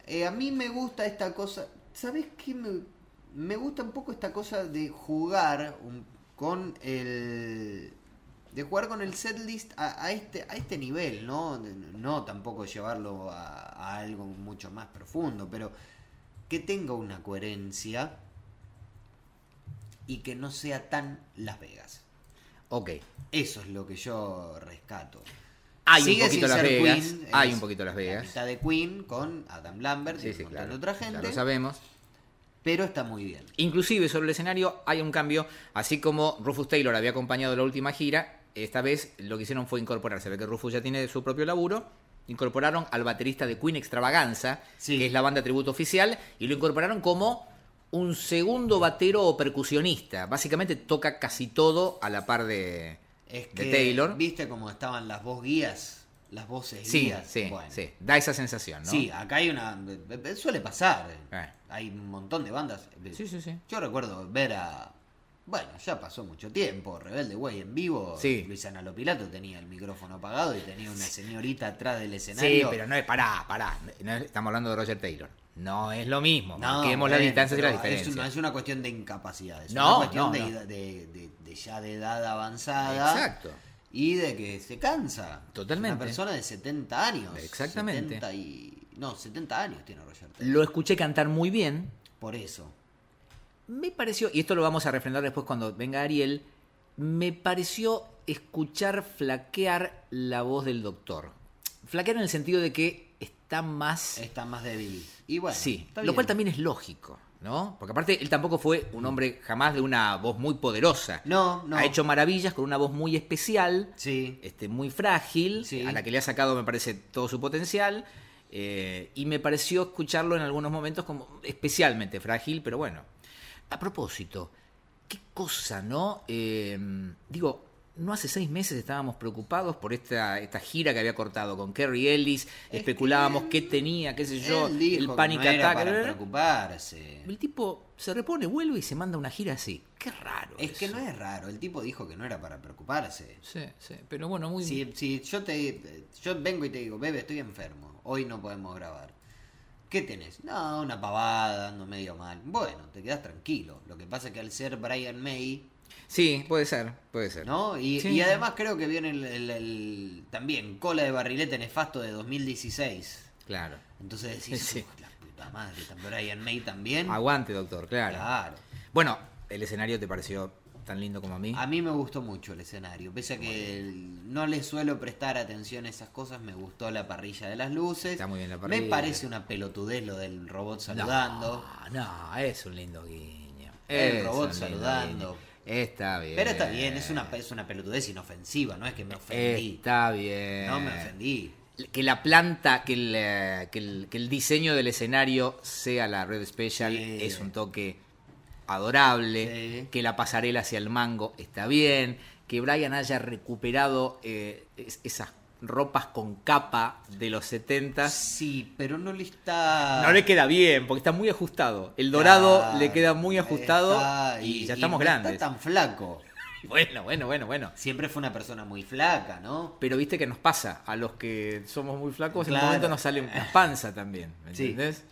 Speaker 2: Eh, a mí me gusta esta cosa. ¿Sabes qué? Me, me gusta un poco esta cosa de jugar un- con el. De jugar con el setlist a, a este, a este nivel, ¿no? De- No tampoco llevarlo a, a algo mucho más profundo, pero que tenga una coherencia y que no sea tan Las Vegas.
Speaker 1: Ok.
Speaker 2: Eso es lo que yo rescato.
Speaker 1: Hay
Speaker 2: Sigue
Speaker 1: un poquito
Speaker 2: sin
Speaker 1: Las
Speaker 2: ser
Speaker 1: Vegas.
Speaker 2: Queen,
Speaker 1: Hay
Speaker 2: es
Speaker 1: un poquito Las
Speaker 2: La
Speaker 1: Vegas.
Speaker 2: mitad de Queen con Adam Lambert y
Speaker 1: Sí,
Speaker 2: un
Speaker 1: sí,
Speaker 2: montón
Speaker 1: claro.
Speaker 2: de otra
Speaker 1: Ya lo
Speaker 2: gente.
Speaker 1: sabemos.
Speaker 2: pero está muy bien.
Speaker 1: Inclusive sobre el escenario hay un cambio, así como Rufus Taylor había acompañado la última gira, esta vez lo que hicieron fue incorporar, se ve que Rufus ya tiene su propio laburo, incorporaron al baterista de Queen Extravaganza,
Speaker 2: Sí.
Speaker 1: que es la banda tributo oficial, y lo incorporaron como un segundo batero o percusionista. Básicamente toca casi todo a la par de,
Speaker 2: Es
Speaker 1: de
Speaker 2: que,
Speaker 1: Taylor.
Speaker 2: ¿Viste cómo estaban las voz guías? las voces
Speaker 1: Sí,
Speaker 2: guías.
Speaker 1: sí,
Speaker 2: Bueno.
Speaker 1: sí. Da esa sensación, ¿no?
Speaker 2: Sí, acá hay una. eh, Suele pasar.
Speaker 1: Eh.
Speaker 2: Hay un montón de bandas. eh,
Speaker 1: Sí, sí, sí.
Speaker 2: Yo recuerdo ver a. Bueno, ya pasó mucho tiempo. Rebelde Way en vivo.
Speaker 1: Sí.
Speaker 2: Luisana Lopilato tenía el micrófono apagado y tenía una señorita atrás del
Speaker 1: Sí,
Speaker 2: escenario.
Speaker 1: pero no es, pará, pará. No es- estamos hablando de Roger Taylor. No es lo mismo.
Speaker 2: No,
Speaker 1: Marquemos las
Speaker 2: bueno,
Speaker 1: distancias y
Speaker 2: pero
Speaker 1: las diferencias.
Speaker 2: Es una, es una cuestión de incapacidad. Es
Speaker 1: No,
Speaker 2: una cuestión
Speaker 1: no,
Speaker 2: de,
Speaker 1: no.
Speaker 2: de- de- de ya de edad avanzada.
Speaker 1: Exacto.
Speaker 2: Y de que se cansa.
Speaker 1: Totalmente.
Speaker 2: Es Una persona de 70 años.
Speaker 1: Exactamente.
Speaker 2: 70 y- no, 70 años tiene Roger Taylor.
Speaker 1: Lo escuché cantar muy bien.
Speaker 2: Por eso.
Speaker 1: Me pareció, y esto lo vamos a refrendar después cuando venga Ariel, me pareció escuchar flaquear la voz del doctor. Flaquear en el sentido de que está más...
Speaker 2: Está más débil. Y bueno,
Speaker 1: sí,
Speaker 2: está
Speaker 1: lo
Speaker 2: bien.
Speaker 1: cual también es lógico, ¿no? Porque aparte él tampoco fue un hombre jamás de una voz muy poderosa.
Speaker 2: No, no.
Speaker 1: Ha hecho maravillas con una voz muy especial.
Speaker 2: Sí.
Speaker 1: este, muy frágil,
Speaker 2: Sí.
Speaker 1: a la que le ha sacado, me parece, todo su potencial. eh, y me pareció escucharlo en algunos momentos como especialmente frágil, pero bueno. A propósito, qué cosa, ¿no? Eh, digo, no hace seis meses estábamos preocupados por esta, esta gira que había cortado con Kerry Ellis, especulábamos qué tenía, qué sé yo,
Speaker 2: Él dijo
Speaker 1: el
Speaker 2: que
Speaker 1: panic
Speaker 2: no era
Speaker 1: attack.
Speaker 2: para
Speaker 1: blablabla.
Speaker 2: preocuparse.
Speaker 1: El tipo se repone, vuelve y se manda una gira así. Qué raro.
Speaker 2: Es que
Speaker 1: eso.
Speaker 2: no es raro. El tipo dijo que no era para preocuparse.
Speaker 1: Sí, sí, pero bueno, muy
Speaker 2: Si, si yo te yo vengo y te digo, bebe, estoy enfermo, hoy no podemos grabar. ¿Qué tenés? No, una pavada, ando medio mal. Bueno, te quedas tranquilo. Lo que pasa es que al ser Brian May,
Speaker 1: Sí, puede ser, puede ser.
Speaker 2: ¿no? Y,
Speaker 1: Sí,
Speaker 2: y
Speaker 1: sí.
Speaker 2: además creo que viene el, el- el- también cola de barrilete nefasto de 2016.
Speaker 1: Claro.
Speaker 2: Entonces decís,
Speaker 1: Sí. Ah,
Speaker 2: "Uf, la puta madre, tan Brian May también.
Speaker 1: Aguante, doctor, claro.
Speaker 2: Claro.
Speaker 1: Bueno, el escenario te pareció tan lindo como a mí.
Speaker 2: A mí me gustó mucho el escenario, pese a que el- no le suelo prestar atención a esas cosas, me gustó la parrilla de las luces.
Speaker 1: Está muy bien la
Speaker 2: Me
Speaker 1: parrilla.
Speaker 2: parece una pelotudez lo del robot saludando.
Speaker 1: No, no, es un lindo guiño.
Speaker 2: El
Speaker 1: Es
Speaker 2: robot
Speaker 1: un lindo
Speaker 2: saludando.
Speaker 1: guiño. Está bien.
Speaker 2: Pero está bien, es una, es una pelotudez inofensiva, no es que me ofendí.
Speaker 1: Eh. Está bien.
Speaker 2: No me ofendí.
Speaker 1: Que la planta, que el, eh, que el, que el diseño del escenario sea la Red Special
Speaker 2: Sí.
Speaker 1: es un toque adorable.
Speaker 2: Sí.
Speaker 1: Que la pasarela hacia el mango está bien. Que Brian haya recuperado eh, es- esas ropas con capa de los 70
Speaker 2: Sí, pero no le está.
Speaker 1: No le queda bien, porque está muy ajustado. El dorado
Speaker 2: Claro,
Speaker 1: le queda muy ajustado
Speaker 2: está-
Speaker 1: y, ya estamos
Speaker 2: no
Speaker 1: grandes.
Speaker 2: Está tan flaco.
Speaker 1: Bueno, bueno, bueno, bueno.
Speaker 2: Siempre fue una persona muy flaca, ¿no?
Speaker 1: Pero viste que nos pasa, a los que somos muy flacos, en
Speaker 2: Claro.
Speaker 1: un momento nos sale una panza también, ¿me
Speaker 2: Sí.
Speaker 1: entendés?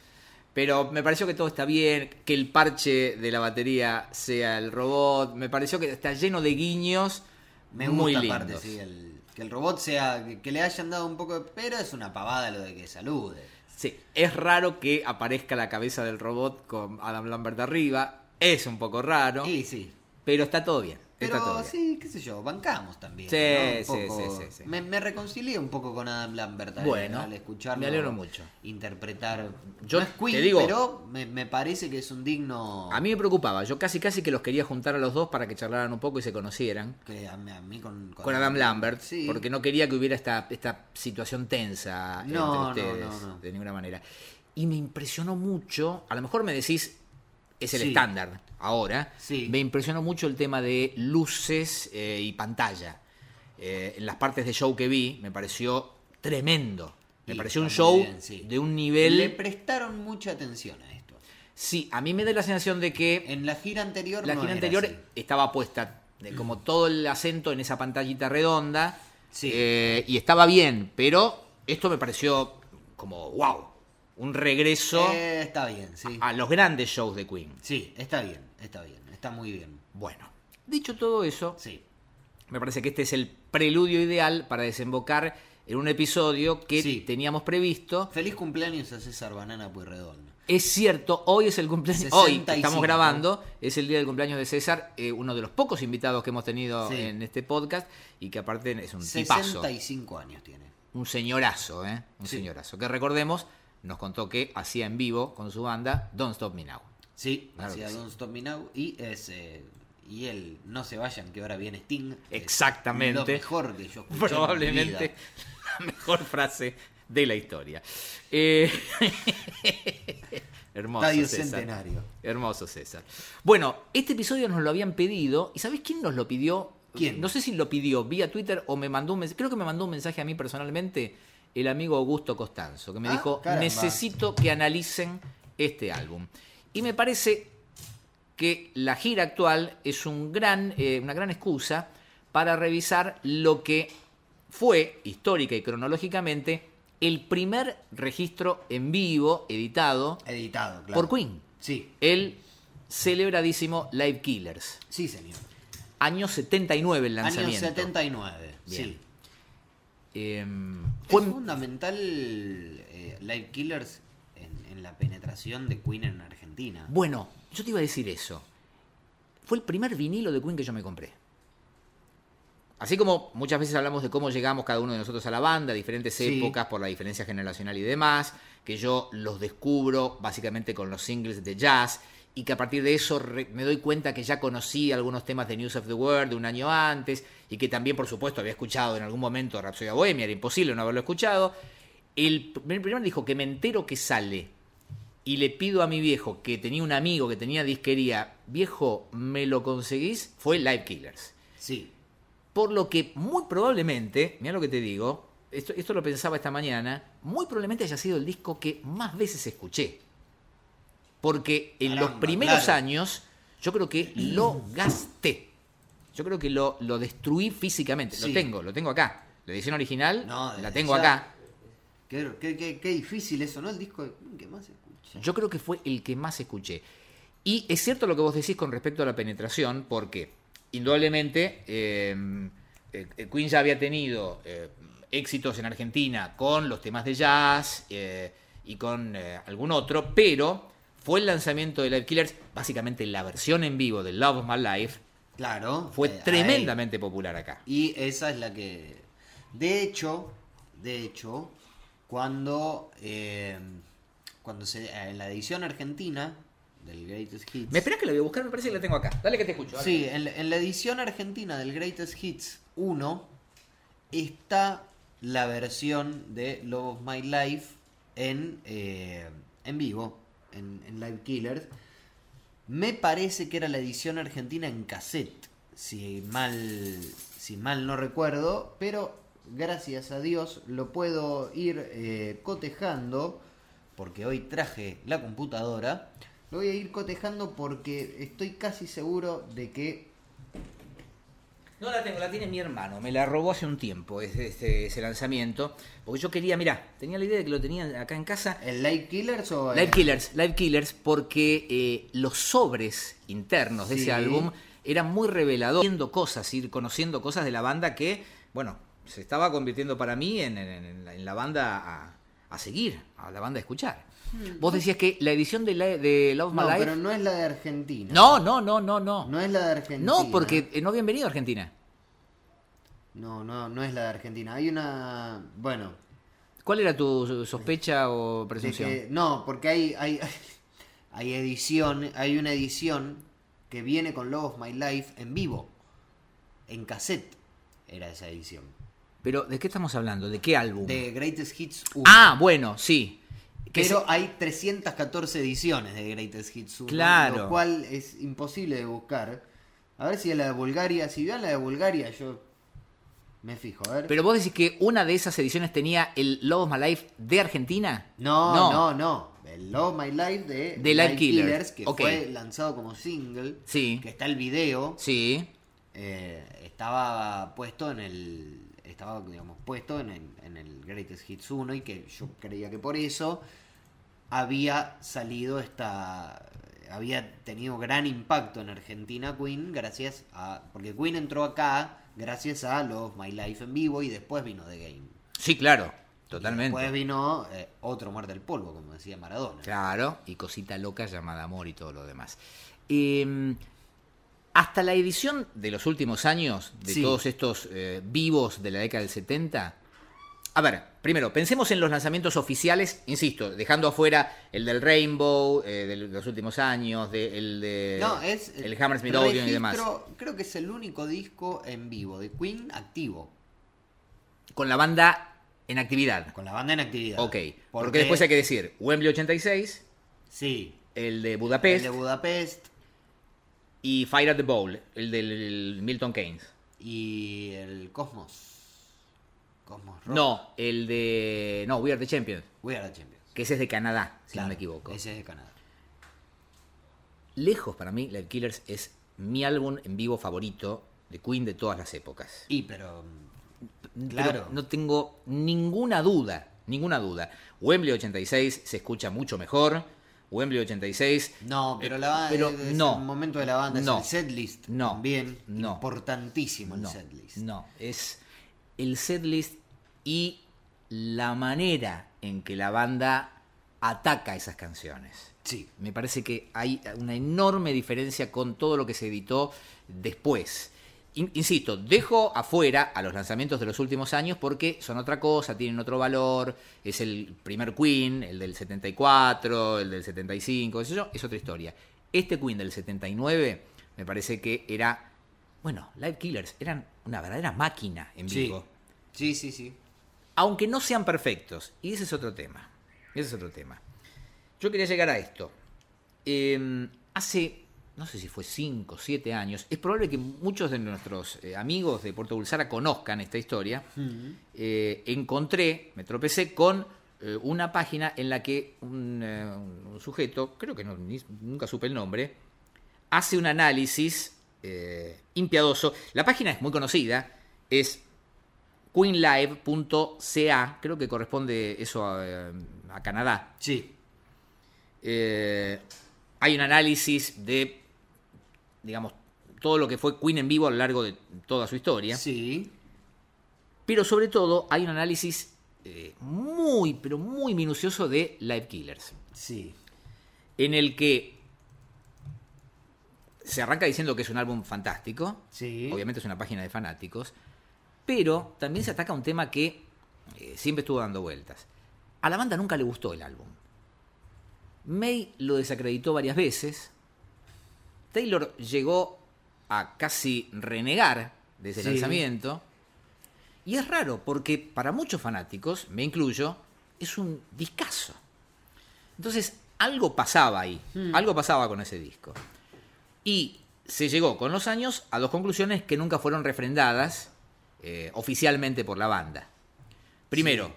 Speaker 1: Pero me pareció que todo está bien, que el parche de la batería sea el robot, me pareció que está lleno de guiños
Speaker 2: Me
Speaker 1: muy
Speaker 2: gusta
Speaker 1: lindos.
Speaker 2: aparte, sí, el- que el robot sea. que- que le hayan dado un poco de. Pero es una pavada lo de que salude.
Speaker 1: Sí, es raro que aparezca la cabeza del robot con Adam Lambert arriba, es un poco raro,
Speaker 2: Sí, sí.
Speaker 1: pero está todo bien. está todo
Speaker 2: Pero
Speaker 1: bien.
Speaker 2: sí, qué sé yo, bancamos también.
Speaker 1: Sí,
Speaker 2: ¿no? Un
Speaker 1: sí,
Speaker 2: poco-
Speaker 1: sí, sí, sí.
Speaker 2: Me, me reconcilié un poco con Adam Lambert al,
Speaker 1: Bueno,
Speaker 2: al escucharlo.
Speaker 1: me alegro mucho.
Speaker 2: Interpretar.
Speaker 1: Yo
Speaker 2: no es Queen,
Speaker 1: te digo-
Speaker 2: pero me, me parece que es un digno.
Speaker 1: A mí me preocupaba, yo casi casi que los quería juntar a los dos para que charlaran un poco y se conocieran.
Speaker 2: que a mí, a mí con,
Speaker 1: Con Adam Lambert,
Speaker 2: Sí.
Speaker 1: porque no quería que hubiera esta, esta situación tensa
Speaker 2: No,
Speaker 1: entre
Speaker 2: no,
Speaker 1: ustedes,
Speaker 2: no, no.
Speaker 1: de ninguna manera. Y me impresionó mucho, a lo mejor me decís, es el
Speaker 2: Sí.
Speaker 1: estándar ahora,
Speaker 2: Sí.
Speaker 1: me impresionó mucho el tema de luces eh, y pantalla. Eh, en las partes de show que vi, me pareció tremendo. Me
Speaker 2: Y
Speaker 1: pareció un
Speaker 2: está muy
Speaker 1: show
Speaker 2: bien, sí.
Speaker 1: de un nivel...
Speaker 2: Le prestaron mucha atención a esto.
Speaker 1: Sí, a mí me da la sensación de que...
Speaker 2: En la gira anterior.
Speaker 1: La
Speaker 2: no
Speaker 1: gira
Speaker 2: era
Speaker 1: anterior
Speaker 2: así.
Speaker 1: estaba puesta de como todo el acento en esa pantallita redonda.
Speaker 2: Sí.
Speaker 1: eh, y estaba bien, pero esto me pareció como wow. Un regreso
Speaker 2: Eh, está bien, sí.
Speaker 1: a los grandes shows de Queen.
Speaker 2: Sí, está bien, está bien, está muy bien.
Speaker 1: Bueno, dicho todo eso,
Speaker 2: Sí.
Speaker 1: me parece que este es el preludio ideal para desembocar en un episodio que
Speaker 2: Sí.
Speaker 1: teníamos previsto.
Speaker 2: Feliz cumpleaños a César Banana Pueyrredón.
Speaker 1: Es cierto, hoy es el cumpleaños. Hoy que
Speaker 2: 65.
Speaker 1: estamos grabando, es el día del cumpleaños de César, eh, uno de los pocos invitados que hemos tenido
Speaker 2: Sí.
Speaker 1: en este podcast y que aparte es un tipazo.
Speaker 2: 65 años tiene.
Speaker 1: Un señorazo, ¿eh? Un
Speaker 2: Sí.
Speaker 1: señorazo. Que recordemos, nos contó que hacía en vivo con su banda Don't Stop Me Now.
Speaker 2: Sí,
Speaker 1: Claro
Speaker 2: hacía
Speaker 1: que sí.
Speaker 2: Don't Stop Me Now y es eh, y el No se vayan que ahora viene Sting. es
Speaker 1: Exactamente.
Speaker 2: Lo mejor que yo escuché en mi
Speaker 1: Probablemente
Speaker 2: vida.
Speaker 1: la mejor frase de la historia. Eh, Hermoso
Speaker 2: Estadio
Speaker 1: César.
Speaker 2: Centenario.
Speaker 1: Hermoso César. Bueno, este episodio nos lo habían pedido. ¿Y sabés quién nos lo pidió?
Speaker 2: ¿Quién?
Speaker 1: No sé si lo pidió vía Twitter o me mandó un mensaje. Creo que me mandó un mensaje a mí personalmente el amigo Augusto Costanzo, que me
Speaker 2: Ah,
Speaker 1: dijo,
Speaker 2: caramba.
Speaker 1: necesito que analicen este álbum. Y me parece que la gira actual es un gran, eh, una gran excusa para revisar lo que fue, histórica y cronológicamente, el primer registro en vivo editado
Speaker 2: Editado, claro.
Speaker 1: por Queen.
Speaker 2: Sí,
Speaker 1: El celebradísimo Live Killers.
Speaker 2: sí, señor.
Speaker 1: Año 79 el
Speaker 2: Año
Speaker 1: lanzamiento.
Speaker 2: 79.
Speaker 1: Bien.
Speaker 2: Sí.
Speaker 1: Em,
Speaker 2: Es
Speaker 1: fue-
Speaker 2: fundamental eh, Live Killers en, en la penetración de Queen en Argentina.
Speaker 1: bueno, yo te iba a decir eso. Fue el primer vinilo de Queen que yo me compré. Así como muchas veces hablamos de cómo llegamos cada uno de nosotros a la banda, diferentes
Speaker 2: Sí.
Speaker 1: épocas por la diferencia generacional y demás, que yo los descubro básicamente con los singles de jazz y que a partir de eso re- me doy cuenta que ya conocí algunos temas de News of the World de un año antes y que también por supuesto había escuchado en algún momento Rhapsody Bohemia, era imposible no haberlo escuchado. El primer, primer dijo que me entero que sale y le pido a mi viejo, que tenía un amigo que tenía disquería, viejo, ¿me lo conseguís? Fue Live Killers.
Speaker 2: Sí.
Speaker 1: Por lo que muy probablemente, mira lo que te digo, esto, esto lo pensaba esta mañana, muy probablemente haya sido el disco que más veces escuché. Porque en los
Speaker 2: Caramba,
Speaker 1: primeros
Speaker 2: claro.
Speaker 1: años yo creo que lo gasté. Yo creo que lo, lo destruí físicamente. Lo
Speaker 2: Sí.
Speaker 1: tengo, lo tengo acá. La edición original
Speaker 2: No,
Speaker 1: la
Speaker 2: desde
Speaker 1: tengo
Speaker 2: ya.
Speaker 1: acá.
Speaker 2: Qué, qué- qué- qué difícil eso, ¿no? El disco de Queen que más escuché.
Speaker 1: Yo creo que fue el que más escuché. Y es cierto lo que vos decís con respecto a la penetración, porque indudablemente eh, eh, Queen ya había tenido eh, éxitos en Argentina con los temas de jazz eh, y con eh, algún otro, pero fue el lanzamiento de Live Killers, básicamente la versión en vivo de Love of My Life,
Speaker 2: Claro.
Speaker 1: fue
Speaker 2: eh, ahí.
Speaker 1: tremendamente popular acá.
Speaker 2: Y esa es la que. De hecho, de hecho, cuando. eh, cuando se. En la edición argentina del Greatest Hits.
Speaker 1: ¿Me esperás que la voy a buscar? Me parece que la tengo acá. Dale que te escucho. dale.
Speaker 2: Sí, en, la- en la edición argentina del Greatest Hits 1 está la versión de Love of My Life en, eh, en vivo, en, en Live Killers. Me parece que era la edición argentina en cassette, si mal, si mal no recuerdo, pero gracias a Dios lo puedo ir eh, cotejando, porque hoy traje la computadora. Lo voy a ir cotejando porque estoy casi seguro de que
Speaker 1: No la tengo, la tiene mi hermano. Me la robó hace un tiempo ese, ese- ese lanzamiento. Porque yo quería, mirá, tenía la idea de que lo tenían acá en casa.
Speaker 2: el Live Killers o... el-
Speaker 1: Live Killers, Live Killers, porque eh, los sobres internos de
Speaker 2: Sí.
Speaker 1: ese álbum eran muy reveladores, viendo cosas, ir conociendo cosas de la banda que, bueno, se estaba convirtiendo para mí en, en- en la, en la banda a, a seguir, a la banda a escuchar. Vos decías que la edición de, la- de Love My
Speaker 2: Hmm. No,
Speaker 1: Life.
Speaker 2: pero no es la de Argentina.
Speaker 1: No, no, no, no, no.
Speaker 2: No es la de Argentina.
Speaker 1: No, porque eh, no habían venido a Argentina.
Speaker 2: No, no, no es la de Argentina. Hay una... Bueno.
Speaker 1: ¿Cuál era tu sospecha o
Speaker 2: de
Speaker 1: presunción?
Speaker 2: que- No, porque hay, hay, hay edición, hay una edición que viene con Love of My Life en vivo, en cassette. Era esa edición.
Speaker 1: Pero, ¿de qué estamos hablando? ¿De qué álbum?
Speaker 2: De Greatest Hits 1.
Speaker 1: Uh. Ah, bueno, sí. Que
Speaker 2: Pero
Speaker 1: se-
Speaker 2: hay 314 ediciones de Greatest Hits 1,
Speaker 1: Claro.
Speaker 2: lo cual es imposible de buscar. A ver si es la de Bulgaria, si vean la de Bulgaria, yo me fijo, a ver.
Speaker 1: Pero vos decís que una de esas ediciones tenía el Love of My Life de Argentina.
Speaker 2: no, no, no, El Love My Life de,
Speaker 1: De Live Killer.
Speaker 2: Killers, que
Speaker 1: Ok.
Speaker 2: fue lanzado como single,
Speaker 1: Sí.
Speaker 2: que está el video,
Speaker 1: Sí.
Speaker 2: eh, estaba puesto en el estaba digamos puesto en el, en el Greatest Hits 1 y que yo creía que por eso había salido esta había tenido gran impacto en Argentina Queen gracias a porque Queen entró acá gracias a Love of My Life en vivo y después vino The Game
Speaker 1: Sí, claro.
Speaker 2: después
Speaker 1: Totalmente.
Speaker 2: vino eh, otro Mar del Polvo como decía Maradona
Speaker 1: Claro. Y cosita loca llamada amor y todo lo demás. Eh, hasta la edición de los últimos años, de
Speaker 2: Sí.
Speaker 1: todos estos eh, vivos de la década del 70. A ver, primero, pensemos en los lanzamientos oficiales, insisto, dejando afuera el del Rainbow, eh, de los últimos años, de- el de
Speaker 2: no, es eh,
Speaker 1: el Hammersmith Odeon y demás.
Speaker 2: registro- Creo que es el único disco en vivo de Queen activo.
Speaker 1: Con la banda en actividad.
Speaker 2: Con la banda en actividad.
Speaker 1: Ok, porque, después hay que decir Wembley 86,
Speaker 2: Sí.
Speaker 1: el de Budapest
Speaker 2: El de Budapest.
Speaker 1: y Fire at the Bowl, el del Milton Keynes.
Speaker 2: y el Cosmos. Cosmos Rock.
Speaker 1: No, el de. No, We Are the Champions.
Speaker 2: We Are the Champions.
Speaker 1: Que ese es de Canadá, si
Speaker 2: Claro,
Speaker 1: no me equivoco.
Speaker 2: Ese es de Canadá.
Speaker 1: Lejos para mí, Live Killers es mi álbum en vivo favorito de Queen de todas las épocas.
Speaker 2: Y pero. mm,
Speaker 1: Pero
Speaker 2: Claro.
Speaker 1: no tengo ninguna duda, ninguna duda. Wembley 86 se escucha mucho mejor. Wembley 86
Speaker 2: No, pero la banda.
Speaker 1: pero
Speaker 2: es
Speaker 1: no.
Speaker 2: El momento de la banda
Speaker 1: No.
Speaker 2: es el setlist.
Speaker 1: No.
Speaker 2: También.
Speaker 1: No.
Speaker 2: Importantísimo el
Speaker 1: No,
Speaker 2: setlist.
Speaker 1: no, es el setlist y la manera en que la banda ataca esas canciones.
Speaker 2: Sí.
Speaker 1: Me parece que hay una enorme diferencia con todo lo que se editó después. In- Insisto, dejo afuera a los lanzamientos de los últimos años porque son otra cosa, tienen otro valor, es el primer Queen, el del 74, el del 75, eso es otra historia. Este Queen del 79 me parece que era, bueno, Live Killers, eran una verdadera máquina en
Speaker 2: Sí.
Speaker 1: vivo
Speaker 2: Sí, sí, sí.
Speaker 1: aunque no sean perfectos. Y ese es otro tema. Ese es otro tema. Yo quería llegar a esto. Eh, hace, no sé si fue 5, 7 años, es probable que muchos de nuestros eh, amigos de Puerto Bulsara conozcan esta historia. Eh, encontré, me tropecé con eh, una página en la que un, eh, un sujeto, creo que no- ni- nunca supe el nombre, hace un análisis eh, impiadoso. La página es muy conocida, es queenlive.ca, creo que corresponde eso a, eh, a Canadá.
Speaker 2: Sí.
Speaker 1: Eh, hay un análisis de, digamos, todo lo que fue Queen en vivo a lo largo de toda su historia.
Speaker 2: Sí.
Speaker 1: Pero sobre todo hay un análisis eh, muy, pero muy minucioso de Live Killers.
Speaker 2: Sí.
Speaker 1: En el que se arranca diciendo que es un álbum fantástico.
Speaker 2: Sí.
Speaker 1: Obviamente es una página de fanáticos. Pero también se ataca un tema que eh, siempre estuvo dando vueltas. A la banda nunca le gustó el álbum. May lo desacreditó varias veces. Taylor llegó a casi renegar de ese
Speaker 2: Sí.
Speaker 1: lanzamiento. Y es raro, porque para muchos fanáticos, me incluyo, es un discazo. Entonces, algo pasaba ahí. Algo pasaba con ese disco. Y se llegó con los años a dos conclusiones que nunca fueron refrendadas eh, oficialmente por la banda. Primero,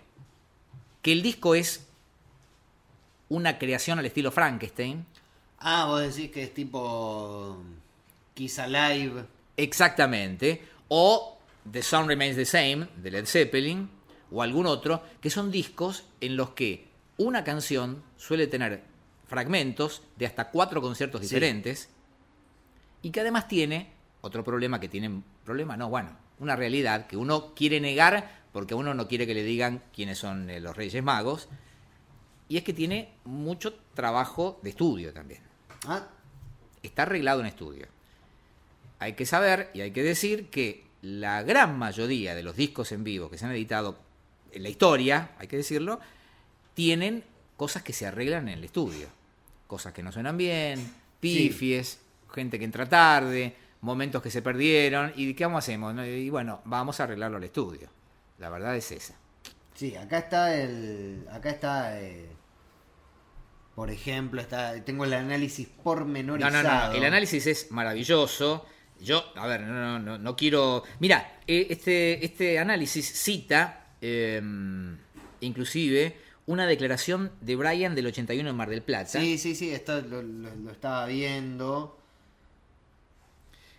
Speaker 1: que el disco es una creación al estilo Frankenstein.
Speaker 2: Ah, vos decís que es tipo. mm, Kiss Alive.
Speaker 1: Exactamente. O The Sound Remains the Same, de Led Zeppelin, o algún otro, que son discos en los que una canción suele tener fragmentos de hasta cuatro conciertos
Speaker 2: Sí.
Speaker 1: diferentes y que además tiene otro problema que tienen, problema no, bueno, una realidad que uno quiere negar porque uno no quiere que le digan quiénes son eh, los Reyes Magos, y es que tiene mucho trabajo de estudio también
Speaker 2: Ah,
Speaker 1: está arreglado en estudio. Hay que saber y hay que decir que la gran mayoría de los discos en vivo que se han editado en la historia, hay que decirlo, tienen cosas que se arreglan en el estudio. Cosas que no suenan bien, pifies, gente que entra tarde, momentos que se perdieron. ¿Y qué vamos hacemos? no? Y bueno, vamos a arreglarlo al estudio. La verdad es esa.
Speaker 2: Sí, acá está el. Acá está. eh, por ejemplo, está. Tengo el análisis
Speaker 1: No, no,
Speaker 2: pormenorizado.
Speaker 1: no, no. El análisis es maravilloso. Yo, a ver, no, no, no, no quiero. Mira, este, este análisis cita, eh, inclusive, una declaración de Brian del 81 en Mar del Plata,
Speaker 2: Sí, sí, sí, esto lo, lo- lo estaba viendo.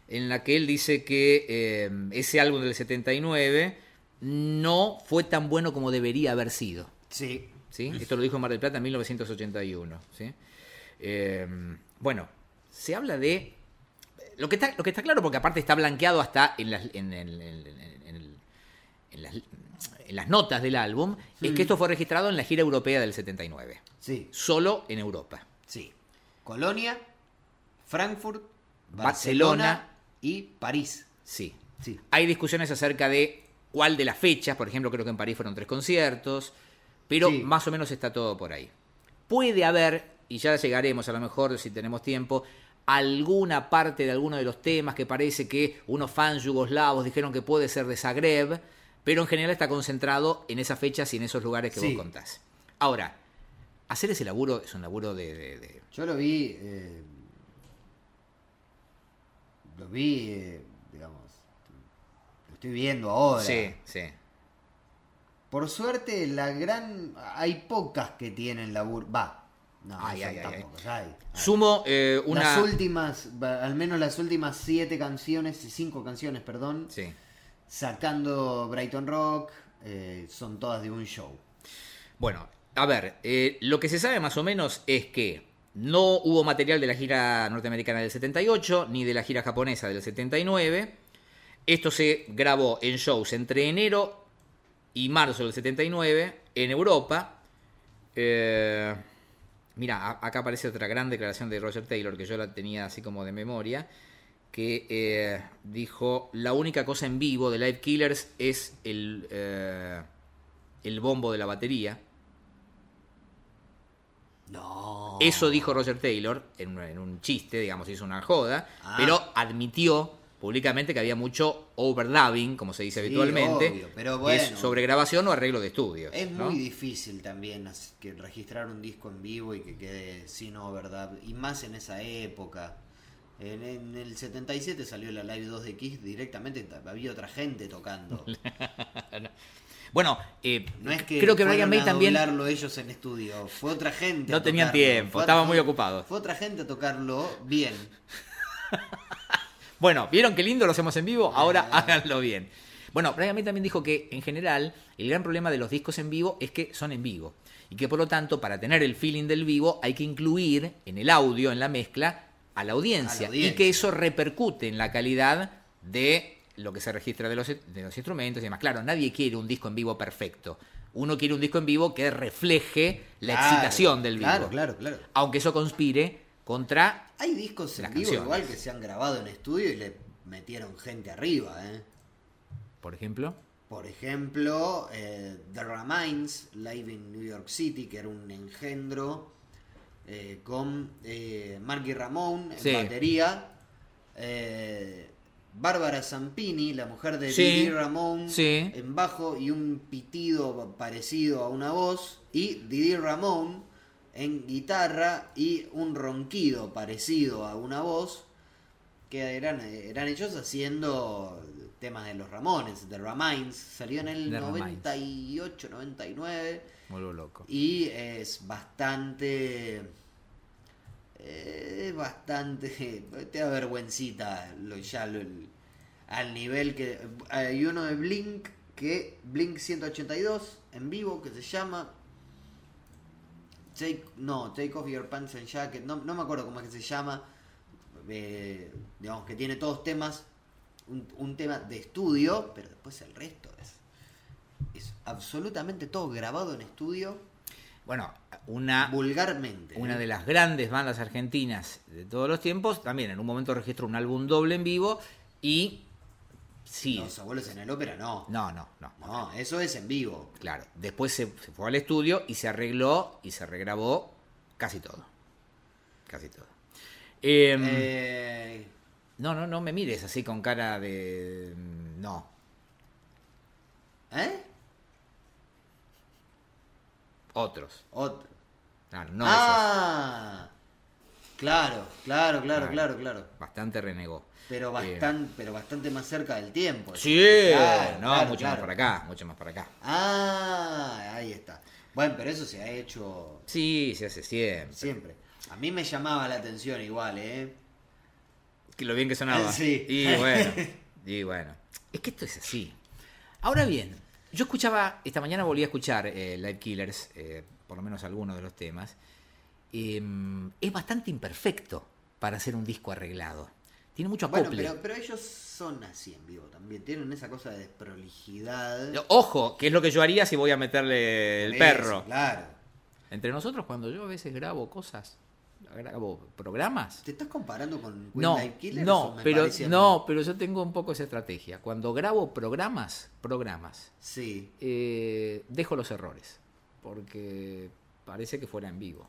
Speaker 1: en la que él dice que eh, ese álbum del 79 no fue tan bueno como debería haber sido.
Speaker 2: Sí.
Speaker 1: ¿sí? Esto lo dijo Mar del Plata en 1981, ¿sí? Eh, bueno, se habla de... Lo que, está, lo que está claro, porque aparte está blanqueado hasta en las, en, el- en- en- en el- en las, en las notas del álbum, es que esto fue registrado en la gira europea del 79,
Speaker 2: Sí,
Speaker 1: solo en Europa.
Speaker 2: sí. Colonia, Frankfurt, Barcelona,
Speaker 1: Barcelona.
Speaker 2: y París.
Speaker 1: Sí.
Speaker 2: Sí.
Speaker 1: Hay discusiones acerca de cuál de las fechas, por ejemplo, creo que en París fueron tres conciertos, pero
Speaker 2: Sí.
Speaker 1: más o menos está todo por ahí. Puede haber, y ya llegaremos a lo mejor si tenemos tiempo, alguna parte de alguno de los temas que parece que unos fans yugoslavos dijeron que puede ser de Zagreb, pero en general está concentrado en esas fechas y en esos lugares que
Speaker 2: Sí.
Speaker 1: vos contás. Ahora, hacer ese laburo es un laburo de- de- de
Speaker 2: Yo lo vi. eh, lo vi, eh, digamos, estoy viendo ahora.
Speaker 1: Sí, sí.
Speaker 2: Por suerte, la gran. Hay pocas que tienen laburo. Va. No,
Speaker 1: Ay,
Speaker 2: son
Speaker 1: ay, ay,
Speaker 2: tan
Speaker 1: ay.
Speaker 2: pocas, hay.
Speaker 1: Sumo eh, una...
Speaker 2: Las últimas, va- al menos las últimas siete canciones, cinco canciones, perdón,
Speaker 1: Sí.
Speaker 2: sacando Brighton Rock, eh, son todas de un show.
Speaker 1: Bueno, a ver, eh, lo que se sabe más o menos es que no hubo material de la gira norteamericana del 78 ni de la gira japonesa del 79. Esto se grabó en shows entre enero y marzo del 79 en Europa. Eh, mira, a- acá aparece otra gran declaración de Roger Taylor que yo la tenía así como de memoria. Que eh, dijo: La única cosa en vivo de Live Killers es el. eh, el bombo de la batería.
Speaker 2: No.
Speaker 1: Eso dijo Roger Taylor en un, en un chiste, digamos, hizo una joda,
Speaker 2: Ah.
Speaker 1: pero admitió públicamente que había mucho overdubbing, como se dice
Speaker 2: Sí,
Speaker 1: habitualmente,
Speaker 2: obvio, pero
Speaker 1: que es
Speaker 2: bueno.
Speaker 1: sobregrabación o arreglo de estudio.
Speaker 2: Es
Speaker 1: Eh, ¿no?
Speaker 2: muy difícil también as- que registrar un disco en vivo y que quede sin verdad y más en esa época. En, en el 77 salió la Live 2 de Kiss, directamente ta- había otra gente tocando.
Speaker 1: Bueno, eh,
Speaker 2: No es que
Speaker 1: creo que
Speaker 2: fueron
Speaker 1: Brian May
Speaker 2: a
Speaker 1: también...
Speaker 2: doblarlo ellos en estudio, fue otra gente. a
Speaker 1: No tenían
Speaker 2: tocarlo.
Speaker 1: tiempo,
Speaker 2: Fue-
Speaker 1: estaban
Speaker 2: fue-
Speaker 1: muy ocupados.
Speaker 2: Fue otra gente a tocarlo bien.
Speaker 1: Bueno, ¿vieron qué lindo lo hacemos en vivo? Ahora háganlo bien. Bueno, Brian May también dijo que en general el gran problema de los discos en vivo es que son en vivo. Y que por lo tanto, para tener el feeling del vivo, hay que incluir en el audio, en la mezcla, a la audiencia.
Speaker 2: A la audiencia.
Speaker 1: Y que eso repercute en la calidad de lo que se registra de los, de los instrumentos y demás. Claro, nadie quiere un disco en vivo perfecto. Uno quiere un disco en vivo que refleje la
Speaker 2: Claro,
Speaker 1: excitación del vivo.
Speaker 2: Claro, claro, claro.
Speaker 1: Aunque eso conspire contra
Speaker 2: Hay discos en
Speaker 1: Las
Speaker 2: vivo
Speaker 1: canciones.
Speaker 2: igual que se han grabado en estudio y le metieron gente arriba, ¿eh?
Speaker 1: Por ejemplo.
Speaker 2: Por ejemplo, eh, The Ramines, Live in New York City, que era un engendro, eh, con eh, Marky Ramón en
Speaker 1: Sí.
Speaker 2: batería, eh, Bárbara Zampini, la mujer de
Speaker 1: Sí,
Speaker 2: Billy Ramón,
Speaker 1: sí.
Speaker 2: en bajo y un pitido parecido a una voz, y Didi Ramón en guitarra y un ronquido parecido a una voz, que eran, eran ellos haciendo temas de los Ramones, de Ramines, salió en el
Speaker 1: The Ramones.
Speaker 2: 98, 99
Speaker 1: Me vuelvo loco.
Speaker 2: y es bastante eh, es bastante te da vergüencita lo, ya lo- el- al nivel que hay uno de Blink que Blink 182 en vivo que se llama Take, no, Take Off Your Pants and Jacket, no, no me acuerdo cómo es que se llama, eh, digamos que tiene todos temas, un, un tema de estudio, pero después el resto es, es absolutamente todo grabado en estudio,
Speaker 1: Bueno, una,
Speaker 2: vulgarmente.
Speaker 1: una
Speaker 2: ¿eh?
Speaker 1: de las grandes bandas argentinas de todos los tiempos, también en un momento registró un álbum doble en vivo y sí,
Speaker 2: Los abuelos en el ópera no,
Speaker 1: no, no, no,
Speaker 2: no, eso es en vivo.
Speaker 1: claro. Después se, se fue al estudio y se arregló y se regrabó casi todo, casi todo. Em,
Speaker 2: Eh,
Speaker 1: no, no, no me mires así con cara de mm, no.
Speaker 2: ¿eh?
Speaker 1: Otros.
Speaker 2: Otro.
Speaker 1: No, no esos.
Speaker 2: ah, claro, claro, claro,
Speaker 1: Claro.
Speaker 2: claro, claro.
Speaker 1: Bastante renegó.
Speaker 2: Pero
Speaker 1: Eh,
Speaker 2: bastante, pero bastante más cerca del tiempo.
Speaker 1: Sí,
Speaker 2: Claro,
Speaker 1: no,
Speaker 2: claro,
Speaker 1: mucho más
Speaker 2: claro.
Speaker 1: para acá, mucho más para acá.
Speaker 2: Ah, ahí está. Bueno, pero eso se ha hecho
Speaker 1: Sí, se hace siempre.
Speaker 2: siempre. A mí me llamaba la atención igual, ¿eh?
Speaker 1: Que lo bien que sonaba.
Speaker 2: Ah, Sí.
Speaker 1: Y bueno, y bueno. Es que esto es así. Ahora bien, yo escuchaba, esta mañana volví a escuchar eh, Live Killers, eh, por lo menos algunos de los temas. Em, es bastante imperfecto para hacer un disco arreglado. Tiene mucho
Speaker 2: Bueno,
Speaker 1: acople.
Speaker 2: pero, pero ellos son así en vivo también. Tienen esa cosa de desprolijidad.
Speaker 1: Ojo, que es lo que yo haría si voy a meterle el
Speaker 2: Eso,
Speaker 1: perro.
Speaker 2: Claro.
Speaker 1: Entre nosotros, cuando yo a veces grabo cosas, grabo programas,
Speaker 2: ¿Te estás comparando con When
Speaker 1: No,
Speaker 2: Live Killers o
Speaker 1: no,
Speaker 2: me
Speaker 1: pero,
Speaker 2: parece a mí?
Speaker 1: no, pero yo tengo un poco esa estrategia. Cuando grabo programas, programas,
Speaker 2: Sí.
Speaker 1: eh, dejo los errores, porque parece que fuera en vivo.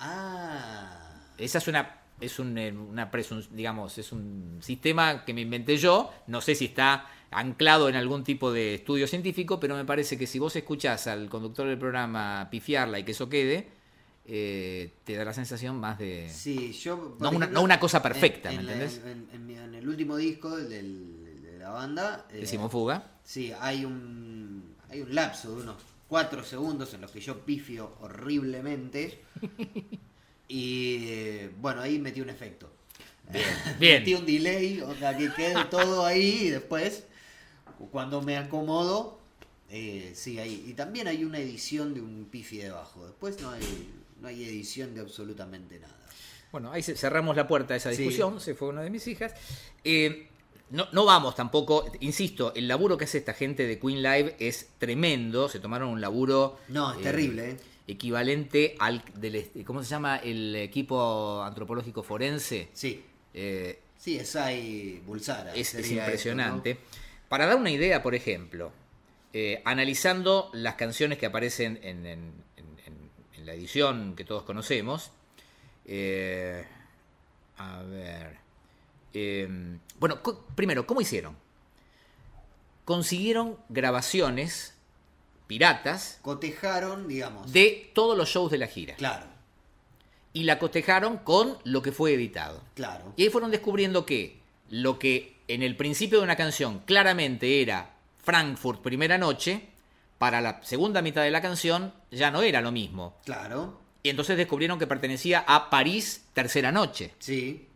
Speaker 2: Ah.
Speaker 1: Esa es una, es un, eh, una presun- digamos, es un sistema que me inventé yo. No sé si está anclado en algún tipo de estudio científico, pero me parece que si vos escuchás al conductor del programa pifiarla y que eso quede, eh, te da la sensación más de...
Speaker 2: Sí, yo. por
Speaker 1: No una- no una cosa perfecta,
Speaker 2: en-
Speaker 1: ¿me
Speaker 2: en la-
Speaker 1: entendés?
Speaker 2: En, en mi- en el último disco, el del, el la banda. eh,
Speaker 1: Decimos fuga.
Speaker 2: Sí, hay un, hay un lapso de unos cuatro segundos en los que yo pifio horriblemente. y eh, bueno, ahí metí un efecto.
Speaker 1: bien.
Speaker 2: metí un delay, o sea, que quede todo ahí y después, cuando me acomodo, eh, sí, ahí. Y también hay una edición de un pifi debajo. Después no hay, no hay edición de absolutamente nada.
Speaker 1: Bueno, ahí se- cerramos la puerta a esa
Speaker 2: Sí.
Speaker 1: discusión, se fue una de mis hijas. Eh, no, no vamos tampoco, insisto, el laburo que hace esta gente de Queen Live es tremendo, se tomaron un laburo...
Speaker 2: No, es
Speaker 1: eh,
Speaker 2: terrible, ¿eh?
Speaker 1: Equivalente al... Del, est- ¿Cómo se llama? El equipo antropológico forense.
Speaker 2: Sí,
Speaker 1: Eh,
Speaker 2: sí, es ahí Bulsara.
Speaker 1: es, es
Speaker 2: sería esto, ¿no?
Speaker 1: impresionante. Para dar una idea, por ejemplo, eh, analizando las canciones que aparecen en, en- en- en- en la edición que todos conocemos, eh, a ver. eh, bueno, co- primero, ¿cómo hicieron? Consiguieron grabaciones piratas
Speaker 2: Cotejaron, digamos.
Speaker 1: de todos los shows de la gira
Speaker 2: Claro,
Speaker 1: y la cotejaron con lo que fue editado.
Speaker 2: claro.
Speaker 1: Y ahí fueron descubriendo que lo que en el principio de una canción claramente era Frankfurt primera noche, para la segunda mitad de la canción ya no era lo mismo.
Speaker 2: Claro,
Speaker 1: Y entonces descubrieron que pertenecía a París tercera noche.
Speaker 2: sí.